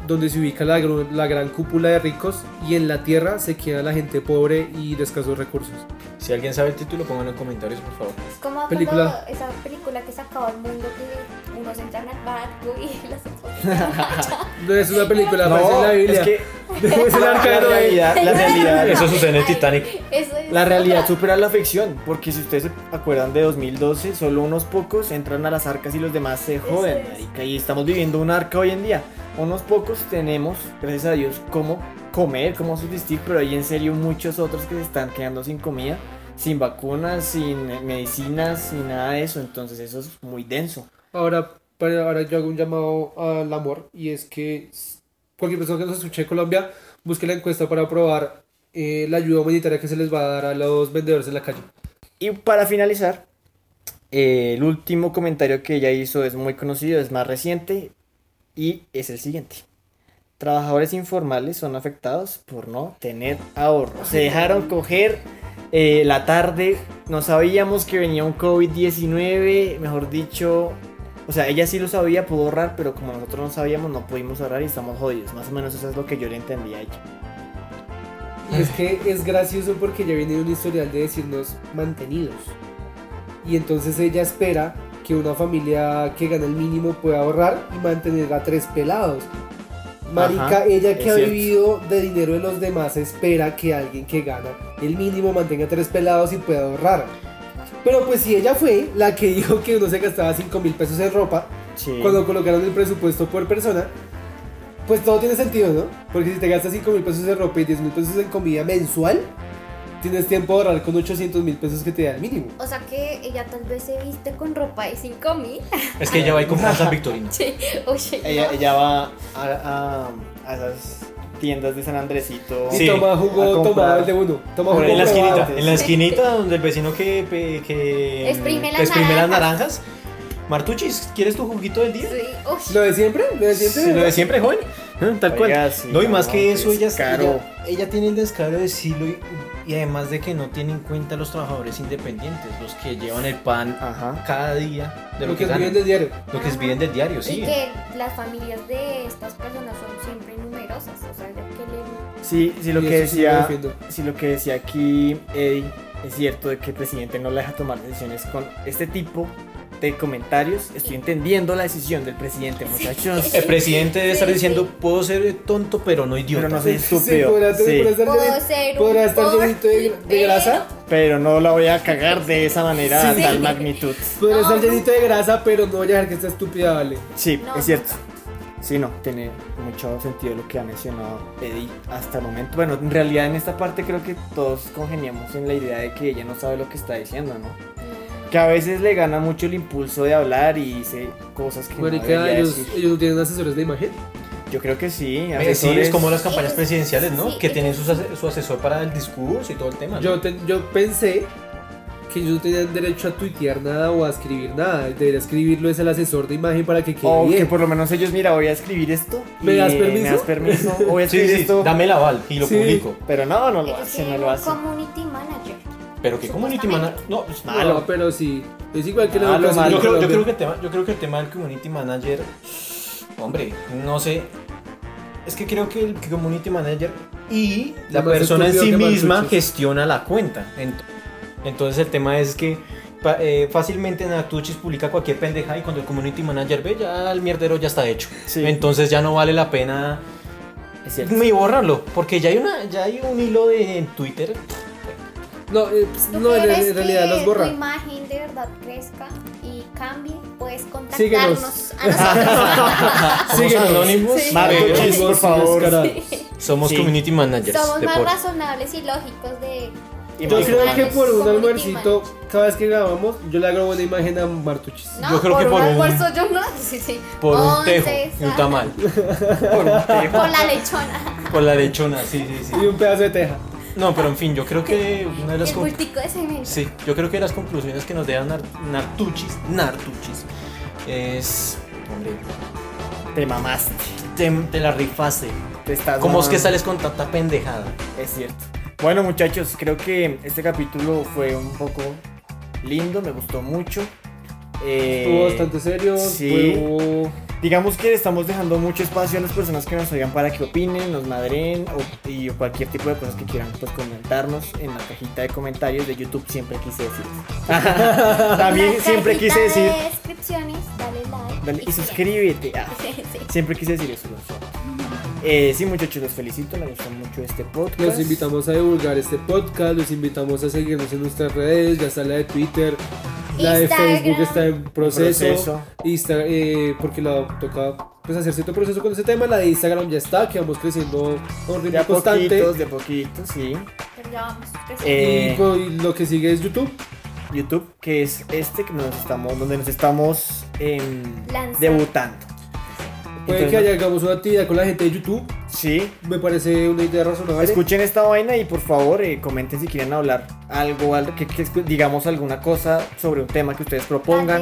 [SPEAKER 4] donde se ubica la, gru- la gran cúpula de ricos y en la tierra se queda la gente pobre y de escasos recursos.
[SPEAKER 5] Si alguien sabe el título, pónganlo en comentarios, por favor.
[SPEAKER 1] Es como
[SPEAKER 4] Película.
[SPEAKER 1] cuando esa película que se acabó el mundo que unos entran al barco y los otros entran a la lancha.
[SPEAKER 4] No es una película,
[SPEAKER 2] No,
[SPEAKER 4] aparece en la Biblia.
[SPEAKER 2] es que
[SPEAKER 4] es el
[SPEAKER 2] la
[SPEAKER 4] arca de Noé.
[SPEAKER 2] realidad, la realidad,
[SPEAKER 5] Eso sucede en el
[SPEAKER 1] Ay,
[SPEAKER 5] Titanic.
[SPEAKER 1] eso es-
[SPEAKER 2] la realidad supera la ficción, porque si ustedes se acuerdan de 2012, solo unos pocos entran a las arcas y los demás se joden,
[SPEAKER 1] es.
[SPEAKER 2] marica, y estamos viviendo un arca hoy en día. Unos pocos tenemos, gracias a Dios, cómo comer, cómo subsistir, pero hay en serio muchos otros que se están quedando sin comida, sin vacunas, sin eh, medicinas, sin nada de eso, entonces eso es muy denso.
[SPEAKER 4] Ahora, para- ahora yo hago un llamado al amor y es que s- cualquier persona que nos escuche en Colombia busque la encuesta para probar eh, la ayuda humanitaria que se les va a dar a los vendedores en la calle.
[SPEAKER 2] Y para finalizar, eh, el último comentario que ella hizo es muy conocido, es más reciente y es el siguiente. Trabajadores informales son afectados por no tener ahorro. Se dejaron coger eh, la tarde, no sabíamos que venía un COVID-19, mejor dicho, o sea, ella sí lo sabía, pudo ahorrar, pero como nosotros no sabíamos, no pudimos ahorrar y estamos jodidos. Más o menos eso es lo que yo le entendí a ella.
[SPEAKER 4] Y es que es gracioso porque ya viene de un historial de decirnos mantenidos. Y entonces ella espera que una familia que gana el mínimo pueda ahorrar y mantener a tres pelados. Marica,
[SPEAKER 2] Ajá,
[SPEAKER 4] ella que
[SPEAKER 2] es
[SPEAKER 4] ha
[SPEAKER 2] cierto.
[SPEAKER 4] vivido de dinero de los demás espera que alguien que gana el mínimo mantenga tres pelados y pueda ahorrar. Pero pues si ella fue la que dijo que uno se gastaba 5 mil pesos en ropa,
[SPEAKER 2] Sí.
[SPEAKER 4] cuando colocaron el presupuesto por persona, pues todo tiene sentido, ¿no? Porque si te gastas 5 mil pesos en ropa y 10 mil pesos en comida mensual, tienes tiempo de ahorrar con 800 mil pesos que te da el mínimo.
[SPEAKER 1] O sea que ella tal vez se viste con ropa y sin comida.
[SPEAKER 5] Es que ella va a ir con bolsas victorinas.
[SPEAKER 1] Oye,
[SPEAKER 2] Ella, ella va a, a- a esas tiendas de San Andresito.
[SPEAKER 4] Y
[SPEAKER 5] Sí,
[SPEAKER 4] toma
[SPEAKER 2] a
[SPEAKER 4] jugo
[SPEAKER 2] comprar.
[SPEAKER 4] tomado el de uno. Toma jugo
[SPEAKER 5] en
[SPEAKER 4] probado.
[SPEAKER 5] la esquinita,
[SPEAKER 2] antes.
[SPEAKER 5] en la esquinita donde el vecino que, pe- que
[SPEAKER 1] Exprime
[SPEAKER 5] que
[SPEAKER 1] las
[SPEAKER 5] las
[SPEAKER 1] naranjas.
[SPEAKER 5] naranjas. Martuchis, ¿quieres tu juguito del día?
[SPEAKER 1] sí, oye.
[SPEAKER 4] ¿Lo de siempre? ¿Lo de siempre?
[SPEAKER 5] Sí, Lo de siempre, joven. Ah, Tal cual.
[SPEAKER 2] Oiga, sí,
[SPEAKER 5] no, y más
[SPEAKER 2] no,
[SPEAKER 5] que eso,
[SPEAKER 2] qué
[SPEAKER 5] ella,
[SPEAKER 2] descaro.
[SPEAKER 5] ella, ella tiene el descaro de decirlo y, y además de que no tiene en cuenta a los trabajadores independientes, los que llevan el pan
[SPEAKER 2] Ajá.
[SPEAKER 5] cada día de
[SPEAKER 4] Lo
[SPEAKER 5] lo
[SPEAKER 4] que
[SPEAKER 5] que
[SPEAKER 4] viven
[SPEAKER 5] ganan,
[SPEAKER 4] del diario.
[SPEAKER 5] lo que viven del diario, sí.
[SPEAKER 1] Y que las familias de estas personas son siempre numerosas. O sea, ya que le.
[SPEAKER 2] Sí, sí, lo
[SPEAKER 4] Y
[SPEAKER 2] que
[SPEAKER 4] eso sí lo
[SPEAKER 2] decía,
[SPEAKER 4] defiendo.
[SPEAKER 2] sí, lo que decía aquí Eddie, es cierto de que el presidente no la deja tomar decisiones con este tipo de comentarios. Estoy entendiendo la decisión del presidente, muchachos.
[SPEAKER 5] El presidente debe
[SPEAKER 1] Sí,
[SPEAKER 5] estar
[SPEAKER 1] sí.
[SPEAKER 5] diciendo, puedo ser tonto, pero no idiota.
[SPEAKER 2] Pero no soy
[SPEAKER 4] Sí,
[SPEAKER 2] estúpido.
[SPEAKER 4] podrá,
[SPEAKER 2] sí,
[SPEAKER 4] podrá estar
[SPEAKER 1] Puedo
[SPEAKER 4] llen-
[SPEAKER 1] ser un
[SPEAKER 4] podrá estar
[SPEAKER 1] pobre eh,
[SPEAKER 4] llenito de, de
[SPEAKER 1] pero-
[SPEAKER 4] grasa.
[SPEAKER 2] pero no la voy a cagar de esa manera a
[SPEAKER 1] Sí.
[SPEAKER 2] tal magnitud.
[SPEAKER 4] Podrá
[SPEAKER 1] No.
[SPEAKER 4] estar llenito de grasa, pero no voy a dejar que esta estúpida vale.
[SPEAKER 2] Sí,
[SPEAKER 1] No,
[SPEAKER 2] es cierto. Sí, no, tiene mucho sentido lo que ha mencionado Eddie hasta el momento. Bueno, en realidad en esta parte creo que todos congeniamos en la idea de que ella no sabe lo que está diciendo, ¿no?
[SPEAKER 1] Mm.
[SPEAKER 2] Que a veces le gana mucho el impulso de hablar y dice cosas que no
[SPEAKER 4] Marica,
[SPEAKER 2] debería
[SPEAKER 4] ellos,
[SPEAKER 2] decir.
[SPEAKER 4] ellos no tienen asesores de imagen.
[SPEAKER 2] Yo creo que sí.
[SPEAKER 5] Eh, Sí, es
[SPEAKER 2] asesores.
[SPEAKER 5] como las campañas presidenciales, ¿no?
[SPEAKER 1] Sí.
[SPEAKER 5] Que tienen sus ase- su asesor para el discurso y todo el tema. ¿no?
[SPEAKER 4] Yo, ten- yo pensé que ellos no tenían derecho a tuitear nada o a escribir nada. Debería escribirlo es el asesor de imagen para que quede
[SPEAKER 2] O Oh, que
[SPEAKER 4] bien.
[SPEAKER 2] por lo menos ellos, mira, voy a escribir esto. y
[SPEAKER 4] ¿Me das
[SPEAKER 2] ¿Me
[SPEAKER 4] permiso?
[SPEAKER 2] das permiso? Voy a
[SPEAKER 5] sí,
[SPEAKER 2] escribir
[SPEAKER 5] sí,
[SPEAKER 2] esto.
[SPEAKER 5] dame el aval y lo
[SPEAKER 4] Sí.
[SPEAKER 5] publico.
[SPEAKER 2] Pero no, no lo
[SPEAKER 1] Ellos
[SPEAKER 2] hace, no
[SPEAKER 1] tienen
[SPEAKER 2] lo
[SPEAKER 1] un
[SPEAKER 2] hace.
[SPEAKER 1] eh, community manager.
[SPEAKER 5] Pero que community manager... No, es
[SPEAKER 4] No,
[SPEAKER 5] malo.
[SPEAKER 4] pero sí. Es igual que
[SPEAKER 2] Malo,
[SPEAKER 4] la educación
[SPEAKER 2] Ah, malo.
[SPEAKER 4] en
[SPEAKER 5] yo, creo, yo,
[SPEAKER 4] Colombia.
[SPEAKER 5] creo que el tema, yo creo que el tema del community manager, hombre, no sé. Es que creo que el community manager y la
[SPEAKER 4] Lo más
[SPEAKER 5] persona en sí
[SPEAKER 4] estúpido que
[SPEAKER 5] misma
[SPEAKER 4] Martucci.
[SPEAKER 5] gestiona la cuenta. Ent- Entonces el tema es que pa- eh, fácilmente Natuchis publica cualquier pendeja y cuando el community manager ve ya el mierdero ya está hecho.
[SPEAKER 2] Sí.
[SPEAKER 5] Entonces ya no vale la pena
[SPEAKER 2] Es cierto.
[SPEAKER 5] ni borrarlo, porque ya hay una ya hay un hilo de, en Twitter.
[SPEAKER 4] No, eh, pues,
[SPEAKER 1] ¿Tú
[SPEAKER 4] no en,
[SPEAKER 1] quieres
[SPEAKER 4] en realidad
[SPEAKER 1] que
[SPEAKER 4] los borra.
[SPEAKER 1] Tu imagen de verdad crezca y cambie, puedes
[SPEAKER 4] Síguenos.
[SPEAKER 1] contactarnos a nosotros.
[SPEAKER 5] Somos anónimos,
[SPEAKER 1] Sí.
[SPEAKER 2] Marco,
[SPEAKER 5] pero
[SPEAKER 2] chis, por favor.
[SPEAKER 5] somos
[SPEAKER 2] Sí.
[SPEAKER 5] community managers.
[SPEAKER 1] Somos
[SPEAKER 5] de
[SPEAKER 1] más
[SPEAKER 5] por-
[SPEAKER 1] razonables y lógicos de.
[SPEAKER 2] Y
[SPEAKER 4] Yo
[SPEAKER 2] Marco,
[SPEAKER 4] creo que por un
[SPEAKER 1] Community
[SPEAKER 4] almuercito, cada vez que grabamos, yo le hago una imagen a Martuchis.
[SPEAKER 1] No,
[SPEAKER 5] Yo creo
[SPEAKER 1] por
[SPEAKER 5] que por
[SPEAKER 1] un
[SPEAKER 5] un-
[SPEAKER 1] almuerzo yo no. Sí, sí.
[SPEAKER 5] por un tejo
[SPEAKER 1] Once,
[SPEAKER 5] y un tamal.
[SPEAKER 1] Por la lechona.
[SPEAKER 5] Por la lechona, sí, sí,
[SPEAKER 4] Y
[SPEAKER 5] sí.
[SPEAKER 4] un pedazo de teja.
[SPEAKER 5] No, pero en fin, yo creo que una de las
[SPEAKER 1] El
[SPEAKER 5] con-
[SPEAKER 1] bultico de cemento.
[SPEAKER 5] sí, yo creo que las conclusiones que nos dejan Nar- Nartuchis, Nartuchis es hombre,
[SPEAKER 2] Te mamaste.
[SPEAKER 5] te, te la rifaste.
[SPEAKER 2] Te estás
[SPEAKER 5] ¿Cómo es que
[SPEAKER 2] mamando.
[SPEAKER 5] sales con tanta pendejada?
[SPEAKER 2] Es cierto. Bueno, muchachos, creo que este capítulo fue un poco lindo, me gustó mucho. Eh,
[SPEAKER 4] Estuvo bastante serio.
[SPEAKER 2] sí.
[SPEAKER 4] estuvo-
[SPEAKER 2] Digamos que estamos dejando mucho espacio a las personas que nos oigan para que opinen, nos madren o, y cualquier tipo de cosas que quieran pues, comentarnos en la cajita de comentarios de YouTube. Siempre quise decir. También
[SPEAKER 1] La
[SPEAKER 2] siempre
[SPEAKER 1] cajita
[SPEAKER 2] quise decir.
[SPEAKER 1] De descripciones, dale like.
[SPEAKER 2] Dale, y
[SPEAKER 1] sigue.
[SPEAKER 2] suscríbete. Ah.
[SPEAKER 1] Sí, sí.
[SPEAKER 2] Siempre quise decir eso. Gonzalo. Eh, sí, muchachos, los felicito. Me gustó mucho este podcast.
[SPEAKER 4] Los invitamos a divulgar este podcast, los invitamos a seguirnos en nuestras redes, ya está la de Twitter, la de
[SPEAKER 1] Instagram.
[SPEAKER 4] Facebook está en proceso,
[SPEAKER 2] Proceso.
[SPEAKER 4] Insta- eh, porque la toca pues, hacer cierto proceso con ese tema, la de Instagram ya está, que vamos creciendo a un
[SPEAKER 2] De
[SPEAKER 4] ritmo
[SPEAKER 2] a
[SPEAKER 4] constante.
[SPEAKER 2] poquitos, de a poquitos, sí.
[SPEAKER 1] Pero ya vamos.
[SPEAKER 2] Eh,
[SPEAKER 4] Y co- y lo que sigue es YouTube.
[SPEAKER 2] YouTube, que es este que nos estamos, donde nos estamos em,
[SPEAKER 1] Lanzando.
[SPEAKER 2] debutando.
[SPEAKER 4] Puede
[SPEAKER 2] Entonces,
[SPEAKER 4] que haya hagamos una actividad con la gente de YouTube.
[SPEAKER 2] Sí.
[SPEAKER 8] Me parece una idea razonable.
[SPEAKER 2] Escuchen esta vaina y por favor eh, comenten si quieren hablar algo, al- que, que escu- digamos alguna cosa sobre un tema que ustedes propongan.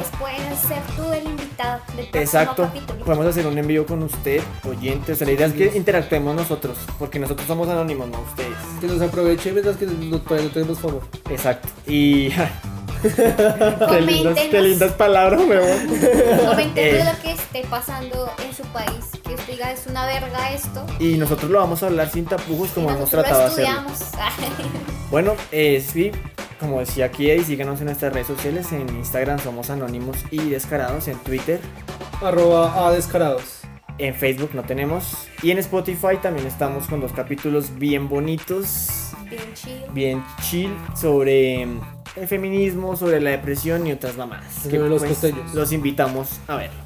[SPEAKER 1] Tal vez puedes ser tú el invitado del próximo
[SPEAKER 2] Exacto.
[SPEAKER 1] capítulo.
[SPEAKER 2] Podemos hacer un envío con usted, oyente. O sea, la idea es que interactuemos nosotros, porque nosotros somos anónimos, no ustedes.
[SPEAKER 8] Que nos aproveche mientras que no, todavía no tenemos favor.
[SPEAKER 2] Exacto. Y. qué, lindas,
[SPEAKER 1] Coméntenos.
[SPEAKER 2] qué lindas palabras, weón.
[SPEAKER 1] Comenten
[SPEAKER 2] Eh.
[SPEAKER 1] lo que esté pasando en su país, que usted diga es una verga esto.
[SPEAKER 2] Y nosotros lo vamos a hablar sin tapujos,
[SPEAKER 1] y
[SPEAKER 2] como hemos
[SPEAKER 1] nosotros
[SPEAKER 2] tratado de hacerlo.
[SPEAKER 1] estudiamos.
[SPEAKER 2] Bueno, eh, sí, como decía aquí, Eddie, síganos en nuestras redes sociales. En Instagram somos anónimos y descarados. En Twitter,
[SPEAKER 8] Arroba a descarados.
[SPEAKER 2] en Facebook no tenemos. Y en Spotify también estamos con dos capítulos bien bonitos,
[SPEAKER 1] Bien chido.
[SPEAKER 2] bien chill, sobre mm, el feminismo, sobre la depresión y otras mamadas. pues,
[SPEAKER 8] Sobre los costeños.
[SPEAKER 2] Los invitamos a verlo.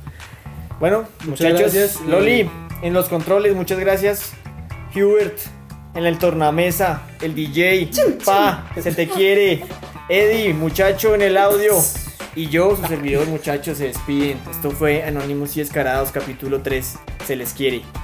[SPEAKER 2] Bueno,
[SPEAKER 8] Muchas
[SPEAKER 2] muchachos,
[SPEAKER 8] gracias y-
[SPEAKER 2] Loli, en los controles, muchas gracias. Hubert, en el tornamesa, el DJ, pa, se te quiere. Eddie, muchacho en el audio. Y yo, su servidor, muchachos, se despiden. Esto fue Anónimos y Descarados, capítulo 3. Se les quiere.